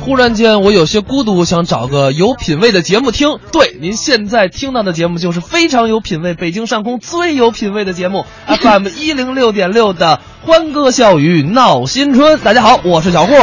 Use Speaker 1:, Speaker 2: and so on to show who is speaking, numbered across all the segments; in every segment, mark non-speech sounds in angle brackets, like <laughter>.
Speaker 1: 忽然间，我有些孤独，想找个有品位的节目听。对，您现在听到的节目就是非常有品位，北京上空最有品位
Speaker 2: <laughs>
Speaker 1: 的节目 FM 一零六点六的欢歌笑语闹新春。大家好，我是小霍。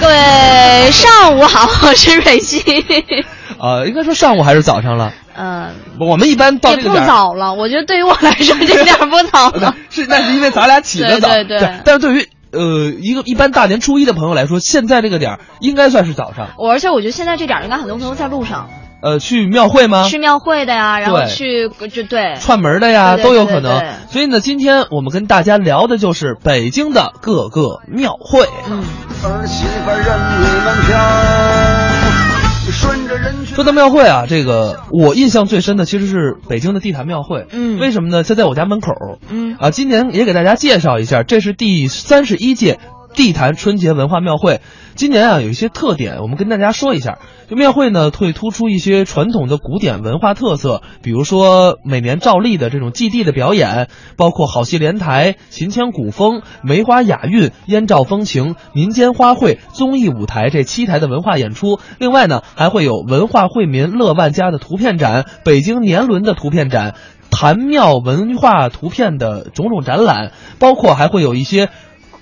Speaker 2: 各位呃上午好，我是蕊希。
Speaker 1: <laughs> 呃，应该说上午还是早上了。
Speaker 2: 嗯，
Speaker 1: 我们一般到
Speaker 2: 也
Speaker 1: 这个
Speaker 2: 不
Speaker 1: 点儿
Speaker 2: 早了，我觉得对于我来说这点儿不早了。
Speaker 1: 是 <laughs> 那是因为咱俩起得早，
Speaker 2: 对对对
Speaker 1: 但是对于呃一个一般大年初一的朋友来说，现在这个点儿应该算是早上。
Speaker 2: <laughs> 我而且我觉得现在这点儿应该很多朋友在路上，
Speaker 1: 呃，去庙会吗？
Speaker 2: 去庙会的呀，然后
Speaker 1: 对
Speaker 2: 去就对，
Speaker 1: 串门的呀，
Speaker 2: 对对
Speaker 1: 都有可能。
Speaker 2: 对对对
Speaker 1: 所以呢，今天我们跟大家聊的就是北京的各个庙会。
Speaker 2: 嗯，
Speaker 3: 儿媳妇儿任你们挑，顺着人群
Speaker 1: 说到庙会啊，这个我印象最深的其实是北京的地坛庙会。
Speaker 2: 嗯
Speaker 1: 为什么呢？它在我家门口。
Speaker 2: 嗯
Speaker 1: 啊，今年也给大家介绍一下，这是第三十一届地坛春节文化庙会。今年啊有一些特点，我们跟大家说一下。这庙会呢会突出一些传统的古典文化特色，比如说每年照例的这种祭地的表演，包括好戏连台、秦腔古风、梅花雅韵、燕赵风情、民间花卉、综艺舞台这七台的文化演出。另外呢还会有文化惠民乐万家的图片展、北京年轮的图片展。坛庙文化图片的种种展览，包括还会有一些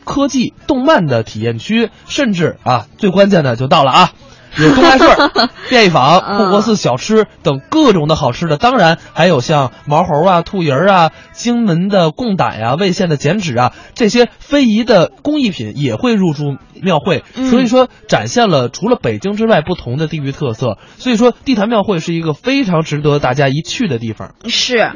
Speaker 1: 科技、动漫的体验区，甚至啊，最关键的就到了啊。有东来顺儿、
Speaker 2: <laughs>
Speaker 1: 便宜坊、
Speaker 2: 嗯
Speaker 1: 护国寺小吃等各种的好吃的，当然还有像毛猴啊、兔爷儿啊、荆门的贡胆呀、魏县的剪纸啊，这些非遗的工艺品也会入驻庙会。
Speaker 2: 嗯
Speaker 1: 所以说，展现了除了北京之外不同的地域特色。所以说，地坛庙会是一个非常值得大家一去的地方。
Speaker 2: 是。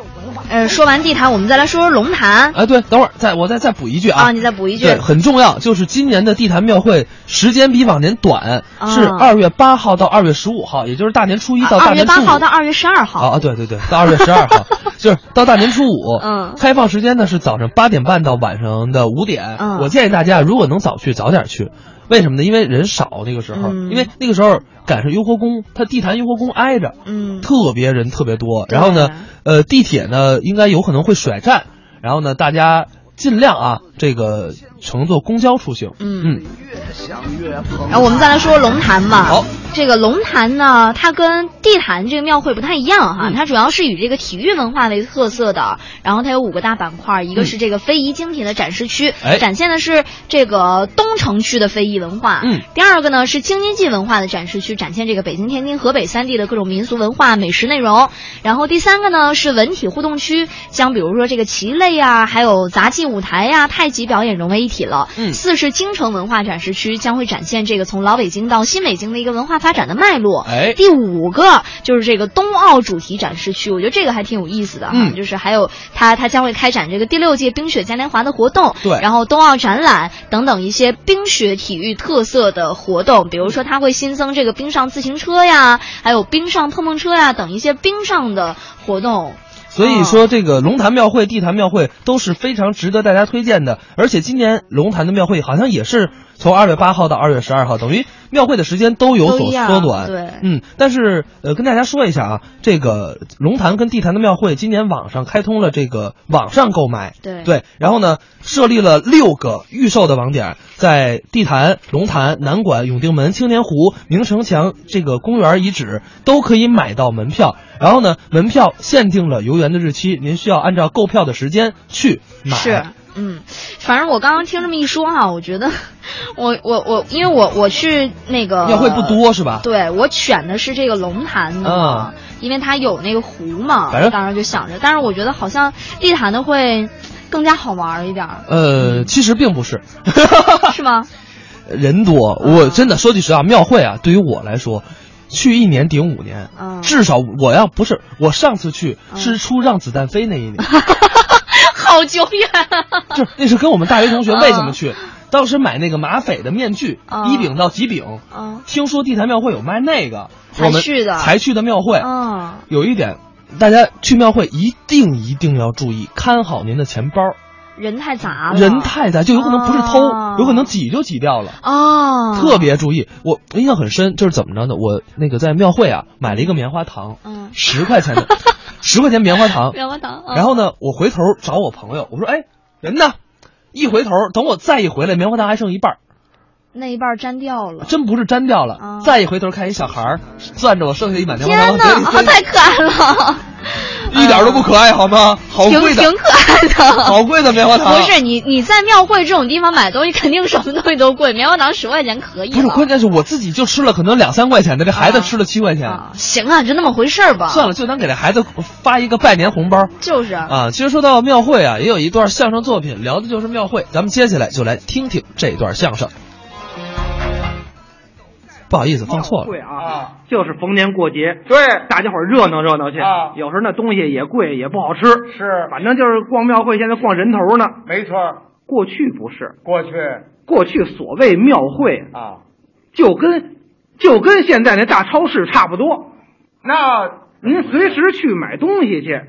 Speaker 2: 呃，说完地坛，我们再来说说龙潭
Speaker 1: 哎，对，等会儿再我再再补一句啊。
Speaker 2: 啊，你再补一句
Speaker 1: 对，，很重要，就是今年的地坛庙会时间比往年短，
Speaker 2: 啊
Speaker 1: 是二月八号到二月十五号，也就是大年初呃一到大
Speaker 2: 二月
Speaker 1: 年初
Speaker 2: 八
Speaker 1: 五。
Speaker 2: 号到二月十二
Speaker 1: 啊
Speaker 2: 号，
Speaker 1: 啊，对对对，到二月十二
Speaker 2: <laughs>
Speaker 1: 号，就是到大年初五。
Speaker 2: 嗯
Speaker 1: 开放时间呢是早上八点半到晚上的五点。
Speaker 2: 嗯
Speaker 1: 我建议大家如果能早去，早点去。为什么呢？因为人少那个时候，
Speaker 2: 嗯
Speaker 1: 因为那个时候赶上雍和宫，它地坛雍和宫挨着，
Speaker 2: 嗯，
Speaker 1: 特别人特别多。
Speaker 2: 对啊
Speaker 1: 然后呢，呃，地铁呢应该有可能会甩站，然后呢，大家尽量啊，这个乘坐公交出行。
Speaker 2: 嗯
Speaker 1: 嗯，
Speaker 3: 越想越澎
Speaker 2: 然后我们再来说龙潭吧。
Speaker 1: 好，
Speaker 2: 这个龙潭呢，它跟地坛这个庙会不太一样
Speaker 1: 嗯
Speaker 2: 哈，它主要是以这个体育文化为特色的。然后它有五个大板块，一个是这个非遗精品的展示区，
Speaker 1: 嗯哎
Speaker 2: 展现的是这个东城区的非遗文化。
Speaker 1: 嗯，
Speaker 2: 第二个呢是京津冀文化的展示区，展现这个北京、天津、河北三地的各种民俗文化、美食内容。然后第三个呢是文体互动区，将比如说这个棋类啊，还有杂技舞台呀、太极表演融为一体了。
Speaker 1: 嗯
Speaker 2: 四是京城文化展示区，将会展现这个从老北京到新北京的一个文化发展的脉络。
Speaker 1: 哎，
Speaker 2: 第五个就是这个冬奥主题展示区，我觉得这个还挺有意思的哈，
Speaker 1: 嗯
Speaker 2: 就是还有它它将会开展这个第六届冰雪嘉年华的活动，
Speaker 1: 对
Speaker 2: 然后冬奥展览等等一些冰雪体育特色的活动，比如说它会新增这个冰上自行车呀，还有冰上碰碰车呀等一些冰上的活动。
Speaker 1: 所以
Speaker 2: 哦
Speaker 1: 说这个龙潭庙会、地坛庙会都是非常值得大家推荐的。而且今年龙潭的庙会好像也是从二月八号到二月十二号，等于庙会的时间都有
Speaker 2: 都
Speaker 1: 所
Speaker 2: 一样
Speaker 1: 缩短。
Speaker 2: 对
Speaker 1: 嗯，但是呃，跟大家说一下啊，这个龙潭跟地坛的庙会今年网上开通了这个网上购买。
Speaker 2: 对
Speaker 1: 对，然后呢，设立了六个预售的网点，在地坛、龙潭、南馆、永定门、青年湖、明城墙这个公园遗址都可以买到门票。然后呢，门票限定了游园的日期，您需要按照购票的时间去买。
Speaker 2: 是，嗯，反正我刚刚听这么一说哈、我觉得我我我，因为我我去那个
Speaker 1: 庙会不多是吧？嗯
Speaker 2: 对我选的是这个龙潭的嘛，因为它有那个湖嘛，
Speaker 1: 反正
Speaker 2: 当时就想着，但是我觉得好像地坛的会更加好玩一点儿，
Speaker 1: 呃，其实并不是， <laughs>
Speaker 2: 是吗？
Speaker 1: 人
Speaker 2: 啊
Speaker 1: 多。我真的说句实话，庙会啊，对于我来说，去一年顶五年。
Speaker 2: 嗯，
Speaker 1: 至少我要不是我上次去
Speaker 2: 嗯
Speaker 1: 是出《让子弹飞》那一年，
Speaker 2: <laughs> 好久远啊，
Speaker 1: 就是那是跟我们大学同学为什么去，当时买那个马匪的面具
Speaker 2: 啊，
Speaker 1: 一饼到几饼，
Speaker 2: 嗯
Speaker 1: 听说地坛庙会有卖那个，
Speaker 2: 才
Speaker 1: 我们
Speaker 2: 去的
Speaker 1: 才去的庙会。
Speaker 2: 嗯，
Speaker 1: 有一点，大家去庙会一定一定要注意，看好您的钱包，
Speaker 2: 人太杂了，
Speaker 1: 人太杂就有可能不是偷
Speaker 2: 啊，
Speaker 1: 有可能挤就挤掉了。
Speaker 2: 哦，
Speaker 1: 特别注意，我印象很深，就是怎么着呢？我那个在庙会啊买了一个棉花糖，
Speaker 2: 嗯，
Speaker 1: 十
Speaker 2: <laughs>
Speaker 1: 块钱的，十块钱棉花糖，
Speaker 2: 棉花糖，嗯
Speaker 1: 然后呢，我回头找我朋友，我说：“哎，人呢？”一回头，等我再一回来，棉花糖还剩一半儿。
Speaker 2: 那一半儿粘掉了。
Speaker 1: 真不是粘掉了。
Speaker 2: 啊
Speaker 1: 再一回头看一小孩儿，攥着我剩下的一满天
Speaker 2: 天
Speaker 1: 光
Speaker 2: 哪，
Speaker 1: 然后
Speaker 2: 啊太可爱了，
Speaker 1: 一点都不可爱好吗？好
Speaker 2: 挺
Speaker 1: 贵的，
Speaker 2: 挺可爱的。
Speaker 1: 好贵的棉花糖。
Speaker 2: 不是你，你在庙会这种地方买东西，肯定什么东西都贵。棉花糖十块钱可以
Speaker 1: 不是，关键是我自己就吃了可能两三块钱的，这孩子吃了七块钱。
Speaker 2: 啊，行啊，就那么回事儿吧。
Speaker 1: 算
Speaker 2: 了，
Speaker 1: 了，就当给这孩子发一个拜年红包
Speaker 2: 就是
Speaker 1: 啊！其实说到庙会啊，也有一段相声作品聊的就是庙会，咱们接下来就来听听这段相声。不好意思，放错了。
Speaker 4: 贵啊，
Speaker 5: 啊，
Speaker 4: 就是逢年过节，
Speaker 5: 对，
Speaker 4: 大家伙儿热闹热闹去。
Speaker 5: 啊
Speaker 4: 有时候那东西也贵，也不好吃。
Speaker 5: 是
Speaker 4: 反正就是逛庙会，现在逛人头呢。
Speaker 5: 没错儿，
Speaker 4: 过去不是，
Speaker 5: 过去
Speaker 4: 过去所谓庙会，
Speaker 5: 啊，
Speaker 4: 就跟就跟现在那大超市差不多。
Speaker 5: 那
Speaker 4: 您随时去买东西去，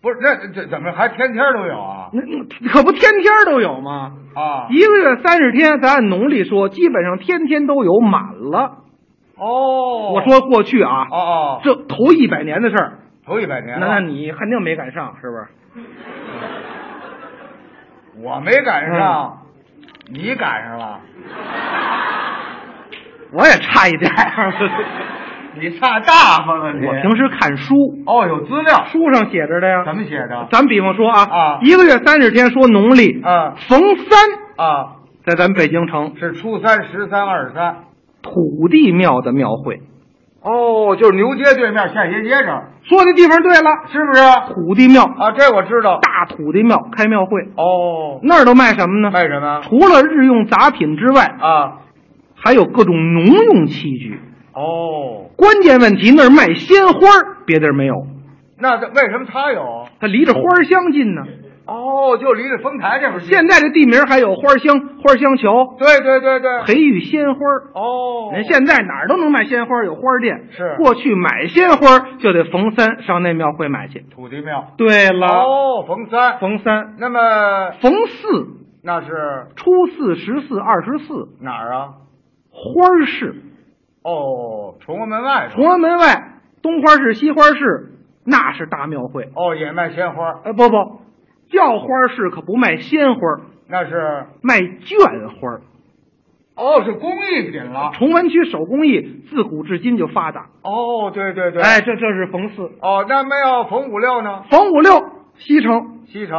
Speaker 5: 不是那这怎么还天天都有啊？
Speaker 4: 那那嗯可不天天都有吗？
Speaker 5: 啊，
Speaker 4: 一个月三十天，咱按农历说，基本上天天都有，满了。
Speaker 5: 哦，
Speaker 4: 我说过去啊，
Speaker 5: 哦哦，
Speaker 4: 这头一百年的事儿，
Speaker 5: 头一百年
Speaker 4: 那那
Speaker 5: 了，
Speaker 4: 你肯定没赶上，是不是？
Speaker 5: 我没赶上，
Speaker 4: 嗯
Speaker 5: 你赶上了，
Speaker 4: 我也差一点儿。
Speaker 5: <laughs> 你差大发了你。
Speaker 4: 我平时看书，
Speaker 5: 哦有资料，
Speaker 4: 书上写着的呀。
Speaker 5: 怎么写的？
Speaker 4: 咱比方说啊，
Speaker 5: 啊
Speaker 4: 一个月三十天说农历，
Speaker 5: 啊
Speaker 4: 逢三
Speaker 5: 啊，
Speaker 4: 在咱北京城
Speaker 5: 是初三、十三、二十三。
Speaker 4: 土地庙的庙会，
Speaker 5: 哦，就是牛街对面下斜街上，
Speaker 4: 说的地方对了，
Speaker 5: 是不是？啊，
Speaker 4: 土地庙，
Speaker 5: 这我知道。
Speaker 4: 大土地庙开庙会，
Speaker 5: 哦，
Speaker 4: 那儿都卖什么呢？
Speaker 5: 卖什么？
Speaker 4: 除了日用杂品之外，
Speaker 5: 啊，
Speaker 4: 还有各种农用器具。
Speaker 5: 哦，
Speaker 4: 关键问题那儿卖鲜花儿，别地儿没有，
Speaker 5: 那这为什么他有？
Speaker 4: 它离着花儿乡近呢。
Speaker 5: 哦，就离着丰台这边近。
Speaker 4: 现在这地名还有花儿乡、花儿乡桥，
Speaker 5: 对对对对，
Speaker 4: 培育鲜花儿。
Speaker 5: 哦，
Speaker 4: 人现在哪儿都能卖鲜花，有花儿店。
Speaker 5: 是
Speaker 4: 过去买鲜花儿就得逢三上那庙会买去。
Speaker 5: 土地庙。
Speaker 4: 对了，
Speaker 5: 哦，逢三，
Speaker 4: 逢三、
Speaker 5: 那么
Speaker 4: 逢四、
Speaker 5: 那是
Speaker 4: 初四、十四、二十四，
Speaker 5: 哪儿啊？
Speaker 4: 花儿市，
Speaker 5: 哦，崇文门外头。
Speaker 4: 崇文门外东花市、西花市，那是大庙会。
Speaker 5: 哦，也卖鲜花，
Speaker 4: 呃，不不，叫花市可不卖鲜花，
Speaker 5: 那是
Speaker 4: 卖绢花。
Speaker 5: 哦，是工艺品了。
Speaker 4: 崇文区手工艺自古至今就发达。
Speaker 5: 哦，对对对，
Speaker 4: 哎，，这这是逢四，
Speaker 5: 哦，那么要逢五六呢？
Speaker 4: 逢五六西城
Speaker 5: 西城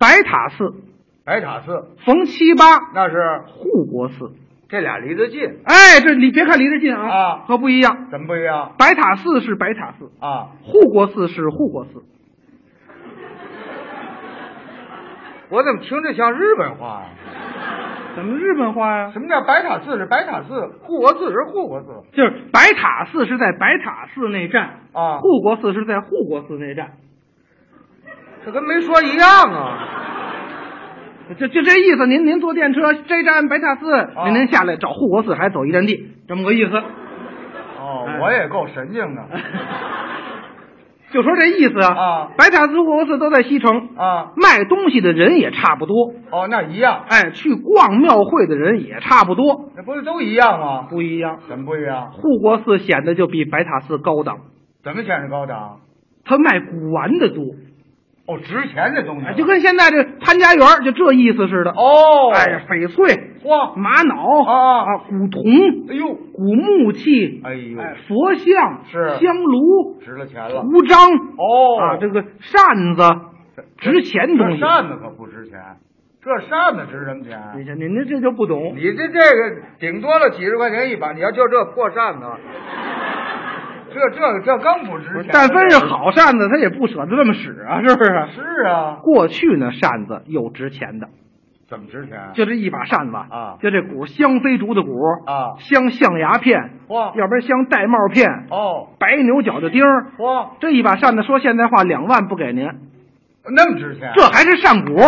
Speaker 4: 白塔寺，
Speaker 5: 白塔寺，
Speaker 4: 逢七八
Speaker 5: 那是
Speaker 4: 护国寺。
Speaker 5: 这俩离得近，
Speaker 4: 哎，这你别看离得近啊，
Speaker 5: 啊
Speaker 4: 可不一样。
Speaker 5: 怎么不一样
Speaker 4: 白塔寺是白塔寺，
Speaker 5: 啊？
Speaker 4: 护国寺是护国寺。
Speaker 5: 我怎么听着像日本话呀、
Speaker 4: 怎么日本话呀、
Speaker 5: 什么叫白塔寺是白塔寺，护国寺是护国寺
Speaker 4: 就是白塔寺是在白塔寺那站，
Speaker 5: 啊？
Speaker 4: 护国寺是在护国寺那站。
Speaker 5: 这跟没说一
Speaker 4: 哎
Speaker 5: 样啊！
Speaker 4: 就就这意思，您您坐电车这站白塔寺，
Speaker 5: 啊
Speaker 4: 您您下来找护国寺，还走一站地，这么个意思。
Speaker 5: 哦
Speaker 4: 哎，
Speaker 5: 我也够神经
Speaker 4: <laughs>
Speaker 5: 的
Speaker 4: 就说这意思
Speaker 5: 啊
Speaker 4: 白塔寺、护国寺都在西城，
Speaker 5: 啊！
Speaker 4: 卖东西的人也差不多，
Speaker 5: 哦，那一样，
Speaker 4: 哎，去逛庙会的人也差不多，
Speaker 5: 那不是都一样吗？
Speaker 4: 不一样。
Speaker 5: 怎么不一样？
Speaker 4: 护国寺显得就比白塔寺高档，
Speaker 5: 怎么显示高档？
Speaker 4: 它卖古玩的多，
Speaker 5: 哦，值钱这东
Speaker 4: 哎
Speaker 5: 西，
Speaker 4: 就跟现在这潘家园儿就这意思似的。
Speaker 5: 哦，
Speaker 4: 哎呀，，翡翠、
Speaker 5: 嚯，
Speaker 4: 玛瑙
Speaker 5: 啊
Speaker 4: 啊，古铜、
Speaker 5: 哎呦，
Speaker 4: 古木器，
Speaker 5: 哎呦，
Speaker 4: 哎，佛像
Speaker 5: 是
Speaker 4: 香炉、
Speaker 5: 值了钱了。
Speaker 4: 图章
Speaker 5: 哦，
Speaker 4: 啊，这个扇子，值钱东西
Speaker 5: 这扇子可不值钱，这扇子值什么钱？啊
Speaker 4: 你这您您这就不懂，
Speaker 5: 你这这个顶多了几十块钱一把，你要就这破扇子，这这这更不值钱。
Speaker 4: 但凡是好扇子，他也不舍得这么使啊，是不是？
Speaker 5: 是啊，
Speaker 4: 过去呢，扇子有值钱的，
Speaker 5: 怎么值钱？
Speaker 4: 就这一把扇子
Speaker 5: 啊
Speaker 4: 就这鼓香飞竹的鼓
Speaker 5: 啊
Speaker 4: 镶象牙片，
Speaker 5: 嚯
Speaker 4: 要不然镶玳瑁片，
Speaker 5: 哦，
Speaker 4: 白牛角的钉儿。
Speaker 5: 嚯，
Speaker 4: 这一把扇子说现在话两万不给您，
Speaker 5: 那么值钱？啊
Speaker 4: 这还是扇骨，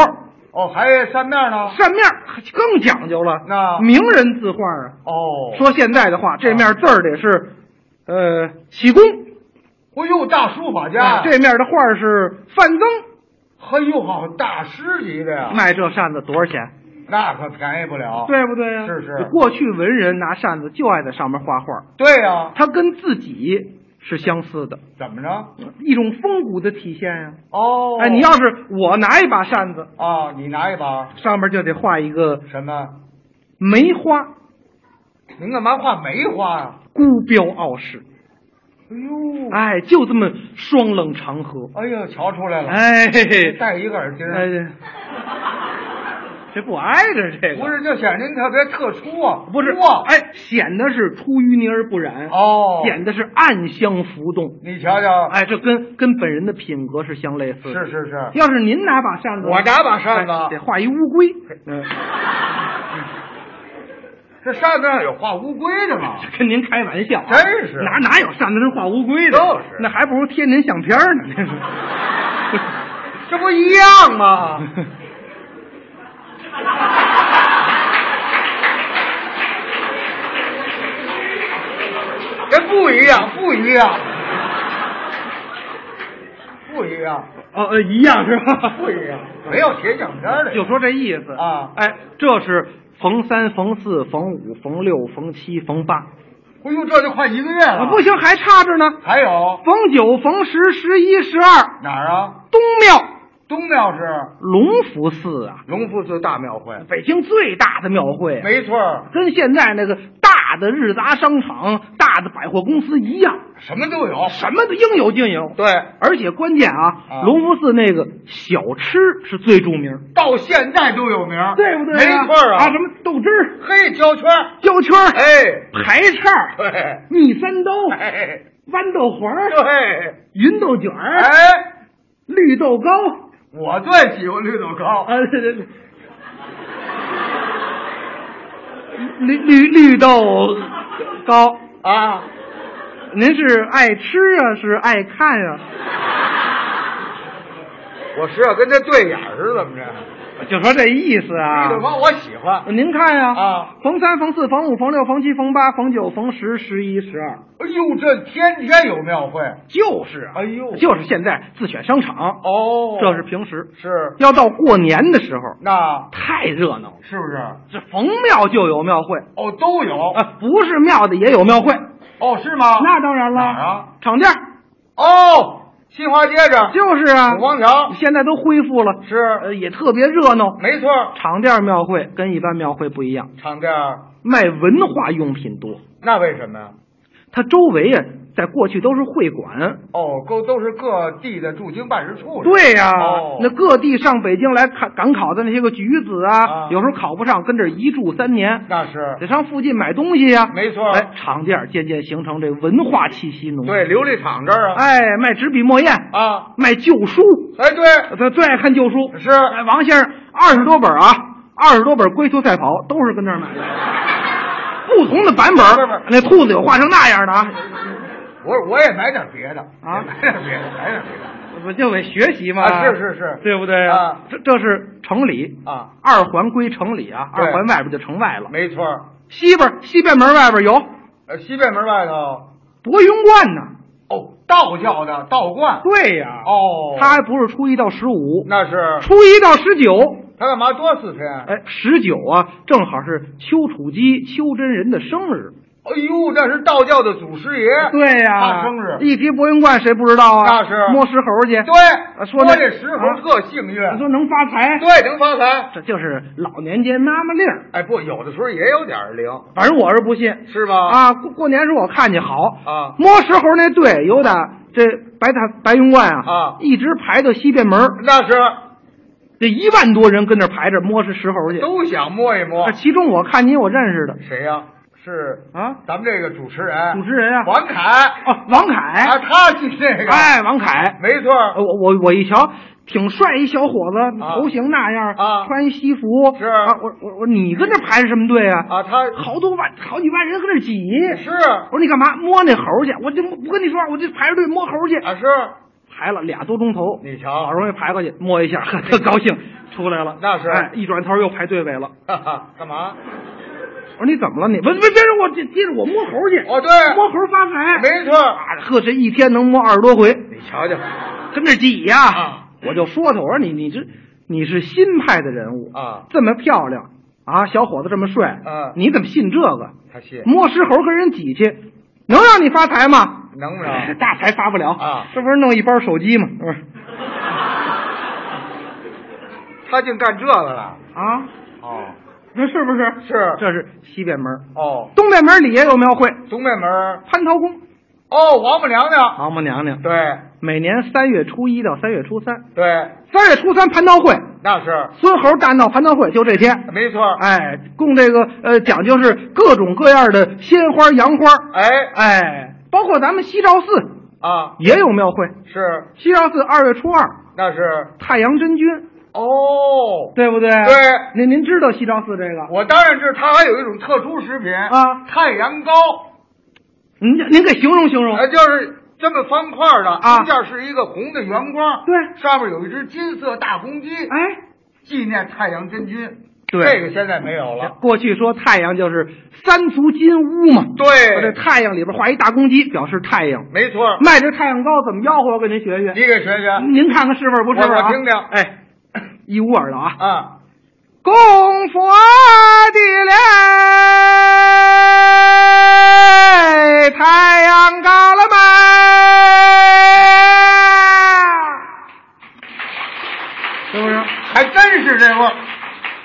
Speaker 5: 哦，还扇面呢？
Speaker 4: 扇面儿更讲究了。
Speaker 5: 那
Speaker 4: 名人字画啊，
Speaker 5: 哦，
Speaker 4: 说现在的话，这面字儿得是，呃，启功；
Speaker 5: 哎呦，大书法家，
Speaker 4: 这面的画儿是范增。哎
Speaker 5: 嘿呦，好大师级的呀，
Speaker 4: 卖这扇子多少钱？
Speaker 5: 那可便宜不了。
Speaker 4: 对不对呀？啊
Speaker 5: 是是
Speaker 4: 过去文人拿扇子就爱在上面画画，
Speaker 5: 对呀，
Speaker 4: 它跟自己是相似的，
Speaker 5: 怎么着？
Speaker 4: 一种风骨的体现呀、
Speaker 5: 哦，
Speaker 4: 哎，你要
Speaker 5: <laughs>
Speaker 4: 是我拿一把扇子，
Speaker 5: 啊，你拿一把
Speaker 4: 上面就得画一个
Speaker 5: 什么？
Speaker 4: 梅花，
Speaker 5: 您干嘛画梅花啊呀、
Speaker 4: 孤标傲世，
Speaker 5: 哎呦，
Speaker 4: 哎，就这么双冷长河，
Speaker 5: 哎呦，瞧出来了，
Speaker 4: 哎，嘿嘿
Speaker 5: 戴一个耳钉儿，
Speaker 4: 哎，这这不挨着这个，
Speaker 5: 不是就显得您特别特殊啊？
Speaker 4: 不是
Speaker 5: 哇，，
Speaker 4: 哎，显得是出淤泥而不染，
Speaker 5: 哦，
Speaker 4: 显得是暗香浮动，
Speaker 5: 你瞧瞧，
Speaker 4: 哎，这跟跟本人的品格是相类似的。
Speaker 5: 是是是，
Speaker 4: 要是您拿把扇子，
Speaker 5: 我拿把扇子啊
Speaker 4: 哎得画一乌龟。嗯，
Speaker 5: 这扇子上有画乌龟的吗？
Speaker 4: <laughs> 跟您开玩笑啊，
Speaker 5: 真是
Speaker 4: 哪哪有扇子上画乌龟的？
Speaker 5: 就是
Speaker 4: 那还不如贴您相片呢。
Speaker 5: <laughs> 这不一
Speaker 4: <laughs>
Speaker 5: 样吗？这不一样，不一样， <laughs> 不一样，
Speaker 4: 哦，呃，一样是吧？
Speaker 5: <laughs> 不一样，没有写奖片的，
Speaker 4: 就说这意思
Speaker 5: 啊
Speaker 4: 哎，这是逢三、逢四、逢五、逢六、逢七、逢八。
Speaker 5: 哎呦，这就快一个月了，
Speaker 4: 啊，不，行，还差着呢。
Speaker 5: 还有
Speaker 4: 逢九、逢十、十一、十二，
Speaker 5: 哪儿啊？
Speaker 4: 东庙
Speaker 5: 东庙是
Speaker 4: 隆福寺啊，
Speaker 5: 隆福寺大庙会，
Speaker 4: 北京最大的庙会啊、
Speaker 5: 没错儿，
Speaker 4: 跟现在那个大的日杂商场、大的百货公司一样，
Speaker 5: 什么
Speaker 4: <laughs>
Speaker 5: 都有，
Speaker 4: 什么都应有尽有。
Speaker 5: 对，
Speaker 4: 而且关键啊，
Speaker 5: 啊
Speaker 4: 隆福寺那个小吃是最著名，
Speaker 5: 到现在都有名儿，
Speaker 4: 对不对、
Speaker 5: 没错儿
Speaker 4: 啊，
Speaker 5: 啊，
Speaker 4: 什么豆汁儿、
Speaker 5: 黑胶圈儿，
Speaker 4: 焦圈儿、
Speaker 5: 哎，
Speaker 4: 排叉儿、
Speaker 5: 对，
Speaker 4: 蜜三刀、
Speaker 5: 哎，
Speaker 4: 豌豆黄儿、
Speaker 5: 对，
Speaker 4: 芸豆卷儿、
Speaker 5: 哎，
Speaker 4: 绿豆糕，
Speaker 5: 我最喜欢绿豆糕，
Speaker 4: 啊，对对对。绿绿绿豆糕啊！您是爱吃啊，是爱看啊？
Speaker 5: 我是要跟他对眼儿是怎么着？
Speaker 4: 就说这意思啊。
Speaker 5: 绿豆糕哎我喜欢，
Speaker 4: 您看呀、
Speaker 5: 啊
Speaker 4: 逢三、逢四、逢五、逢六、逢七、逢八、逢九、逢十、十一、十二，
Speaker 5: 哎呦，这天天有庙会，
Speaker 4: 就是啊，
Speaker 5: 哎呦
Speaker 4: 就是现在自选商场，
Speaker 5: 哦
Speaker 4: 这是平时，
Speaker 5: 是
Speaker 4: 要到过年的时候
Speaker 5: 那
Speaker 4: 太热闹了，
Speaker 5: 是不是？
Speaker 4: 这逢庙就有庙会
Speaker 5: 哦，都有
Speaker 4: 啊，不是庙的也有庙会，
Speaker 5: 哦，是吗？
Speaker 4: 那当然了，
Speaker 5: 哪儿啊？
Speaker 4: 厂甸儿
Speaker 5: 哦，新华街上
Speaker 4: 就是啊，
Speaker 5: 五方桥
Speaker 4: 现在都恢复了，
Speaker 5: 是，
Speaker 4: 呃，也特别热闹。
Speaker 5: 没错儿，
Speaker 4: 厂甸儿庙会跟一般庙会不一样，
Speaker 5: 厂甸儿
Speaker 4: 卖文化用品多，
Speaker 5: 那为什么呀？
Speaker 4: 它周围啊，在过去都是会馆。
Speaker 5: 哦，都都是各地的驻京办事处。
Speaker 4: 对呀、
Speaker 5: 哦
Speaker 4: 那各地上北京来考赶考的那些个举子啊，
Speaker 5: 啊
Speaker 4: 有时候考不上，跟这儿一住三年，
Speaker 5: 那是
Speaker 4: 得上附近买东西呀、
Speaker 5: 没错
Speaker 4: 哎，厂店儿渐渐形成这文化气息浓。，
Speaker 5: 对琉璃厂这儿啊
Speaker 4: 哎，卖纸笔墨砚，
Speaker 5: 啊，
Speaker 4: 卖旧书，
Speaker 5: 哎对，
Speaker 4: 他最爱看旧书。
Speaker 5: 是
Speaker 4: 哎，王先生二十多本啊，二十多本《龟兔赛跑》都是跟这儿买的，不同的版本
Speaker 5: 不是不是
Speaker 4: 儿。那兔子有画成那样的啊，
Speaker 5: 我我也买点别的
Speaker 4: 啊
Speaker 5: 也买点别的，买点别的
Speaker 4: 不就得学习吗？
Speaker 5: 啊是是是
Speaker 4: 对不对呀、
Speaker 5: 啊
Speaker 4: 这这是城里
Speaker 5: 啊，
Speaker 4: 二环归城里啊，
Speaker 5: 对
Speaker 4: 二环外边就城外了。
Speaker 5: 没错儿。
Speaker 4: 西边西边门外边有
Speaker 5: 呃，西便门外头
Speaker 4: 博云观呢。
Speaker 5: 哦，道教的道观
Speaker 4: 对呀、
Speaker 5: 哦，
Speaker 4: 他还不是初一到十五，
Speaker 5: 那是
Speaker 4: 初一到十九，
Speaker 5: 他干嘛多四天？
Speaker 4: 哎，十九啊，正好是丘处机、丘真人的生日。
Speaker 5: 哎呦，那是道教的祖师爷，
Speaker 4: 哎对呀、
Speaker 5: 他生日，
Speaker 4: 一提博云观谁不知道啊？
Speaker 5: 那是
Speaker 4: 摸石猴去。啊
Speaker 5: 对，
Speaker 4: 说那
Speaker 5: 那这时
Speaker 4: 啊
Speaker 5: 候特幸运，
Speaker 4: 你说能发财？
Speaker 5: 对，能发财。
Speaker 4: 这就是老年间妈妈令儿。
Speaker 5: 哎，不，有的时候也有点儿灵，
Speaker 4: 反正我是不信，
Speaker 5: 是吧？
Speaker 4: 啊，过过年时候我看见好
Speaker 5: 啊
Speaker 4: 摸石猴那队有点这白塔白云观啊
Speaker 5: 啊
Speaker 4: 一直排到西便门儿，
Speaker 5: 那是
Speaker 4: 这一万多人跟那儿排着摸是石猴去。
Speaker 5: 都想摸一摸
Speaker 4: 啊，。其中我看见我认识的
Speaker 5: 谁呀、是
Speaker 4: 啊
Speaker 5: 咱们这个主持人，
Speaker 4: 主持人啊
Speaker 5: 王凯。
Speaker 4: 哦，王凯，
Speaker 5: 啊，他进这个，，
Speaker 4: 哎，王凯，呃
Speaker 5: 没错儿，
Speaker 4: 我我我一瞧。挺帅一小伙子，
Speaker 5: 啊
Speaker 4: 头型那样
Speaker 5: 啊
Speaker 4: 穿一西服
Speaker 5: 是
Speaker 4: 啊，我我我你跟这排着什么队啊？
Speaker 5: 啊，他
Speaker 4: 好多万好几万人跟这挤，
Speaker 5: 是
Speaker 4: 我说你干嘛摸那猴去？我就不跟你说话，我就排着队摸猴去。
Speaker 5: 啊是，排
Speaker 4: 排了俩多钟头，
Speaker 5: 你
Speaker 4: 好
Speaker 5: 瞧，
Speaker 4: 容易排过去摸一下， <laughs> 呵特高兴，出来了。
Speaker 5: 那是
Speaker 4: 哎，一转头又排队尾了。
Speaker 5: 哈哈，干嘛？
Speaker 4: 我说你怎么了？你不不别我接接着我摸猴去。
Speaker 5: 哦，对，
Speaker 4: 摸猴发财。
Speaker 5: 没错儿，
Speaker 4: 啊，呵，这一天能摸二十多回，
Speaker 5: 你瞧瞧，
Speaker 4: 跟这挤呀、
Speaker 5: 啊
Speaker 4: 我就说他，我说你你这你是新派的人物
Speaker 5: 啊，
Speaker 4: 这么漂亮啊，小伙子这么帅，
Speaker 5: 嗯
Speaker 4: 你怎么信这个？
Speaker 5: 他信，
Speaker 4: 摸石猴跟人挤去，能让你发财吗？
Speaker 5: 能不
Speaker 4: 哎 <laughs>
Speaker 5: 能？
Speaker 4: 大财发不了
Speaker 5: 啊
Speaker 4: 这不是弄一包手机吗？是不是
Speaker 5: 他竟干这个了？
Speaker 4: 啊，
Speaker 5: 哦，
Speaker 4: 那是不是？
Speaker 5: 是
Speaker 4: 这是西边门儿，
Speaker 5: 哦，
Speaker 4: 东边门儿里也有庙会，
Speaker 5: 东北门儿
Speaker 4: 蟠桃宫，
Speaker 5: 哦，王母娘娘，
Speaker 4: 王母娘娘。
Speaker 5: 对
Speaker 4: 每年三月初一到三月初三，
Speaker 5: 对，
Speaker 4: 三月初三蟠桃会，
Speaker 5: 那是
Speaker 4: 孙猴大闹蟠桃会，就这天。
Speaker 5: 没错儿。
Speaker 4: 哎，供这个呃，讲究是各种各样的鲜花、洋花，
Speaker 5: 哎
Speaker 4: 哎，包括咱们西照寺
Speaker 5: 啊，
Speaker 4: 也有庙会。
Speaker 5: 是
Speaker 4: 西照寺二月初二，
Speaker 5: 那是
Speaker 4: 太阳真君，
Speaker 5: 哦，
Speaker 4: 对不对？
Speaker 5: 对，
Speaker 4: 您您知道西照寺这个？
Speaker 5: 我当然知道它还有一种特殊食品
Speaker 4: 啊
Speaker 5: 太阳糕，
Speaker 4: 您您给形容形容。
Speaker 5: 哎，就是这么方块儿的，
Speaker 4: 啊
Speaker 5: 中间是一个红的圆框，
Speaker 4: 对
Speaker 5: 上面有一只金色大公鸡，
Speaker 4: 哎，
Speaker 5: 纪念太阳真君。
Speaker 4: 对
Speaker 5: 这个现在没有了。
Speaker 4: 过去说太阳就是三足金乌嘛，把这
Speaker 5: 对，
Speaker 4: 太阳里边画一大公鸡，表示太阳。
Speaker 5: 没错儿，
Speaker 4: 卖这太阳糕怎么吆喝？我给您学学。
Speaker 5: 你给学学
Speaker 4: 您看看是味儿不是味儿啊？
Speaker 5: 我听听
Speaker 4: 哎，一捂耳朵啊，
Speaker 5: 啊，
Speaker 4: 供佛的嘞，太阳高了没？是不是？
Speaker 5: 还真是这味儿。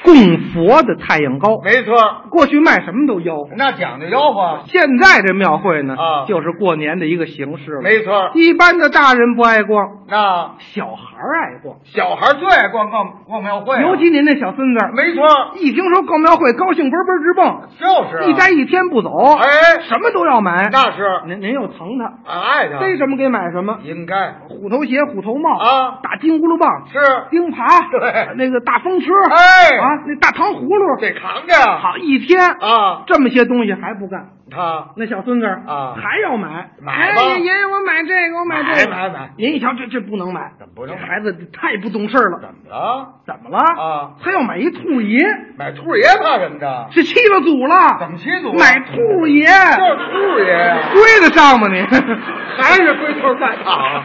Speaker 4: 供佛的太阳高，
Speaker 5: 没错儿，
Speaker 4: 过去卖什么都吆喝，
Speaker 5: 那讲究吆喝。
Speaker 4: 现在这庙会呢，
Speaker 5: 啊
Speaker 4: 就是过年的一个形式了。
Speaker 5: 没错儿，
Speaker 4: 一般的大人不爱逛，
Speaker 5: 那
Speaker 4: 小孩儿 <laughs> 爱逛，
Speaker 5: 小孩儿最爱逛逛逛庙会啊，
Speaker 4: 尤其您这小孙子儿，
Speaker 5: 没错儿，
Speaker 4: 一听说逛庙会，高兴嘣嘣直蹦，
Speaker 5: 就是啊
Speaker 4: 一待一天不走，
Speaker 5: 哎，
Speaker 4: 什么都要买。
Speaker 5: 那是
Speaker 4: 您您又疼他，
Speaker 5: 俺爱他，
Speaker 4: 逮什么给买什么，
Speaker 5: 应该
Speaker 4: 虎头鞋、虎头帽
Speaker 5: 啊
Speaker 4: 大金箍噜棒、
Speaker 5: 是，
Speaker 4: 钉耙，
Speaker 5: 对
Speaker 4: 那个大风车，
Speaker 5: 哎
Speaker 4: 啊，那大糖葫芦，
Speaker 5: 得扛着呀
Speaker 4: 好一天，
Speaker 5: 啊，
Speaker 4: 这么些东西还不干，
Speaker 5: 他
Speaker 4: 那小孙子儿
Speaker 5: 啊
Speaker 4: 还要买，
Speaker 5: 买吧
Speaker 4: 哎呀，爷爷，我买这个，我买这个，
Speaker 5: 买买买
Speaker 4: 您一瞧，这这不能买，
Speaker 5: 怎么不能买
Speaker 4: 这孩子太不懂事儿了，
Speaker 5: 怎么了？
Speaker 4: 怎么了？
Speaker 5: 啊
Speaker 4: 他要买一兔爷，
Speaker 5: 买兔爷怕什么的？
Speaker 4: 是七了祖了，
Speaker 5: 怎么七祖啊
Speaker 4: 买兔爷，
Speaker 5: <laughs> 就是兔爷呀，
Speaker 4: <laughs> 归得上吗你？
Speaker 5: <laughs> 还是龟头饭堂？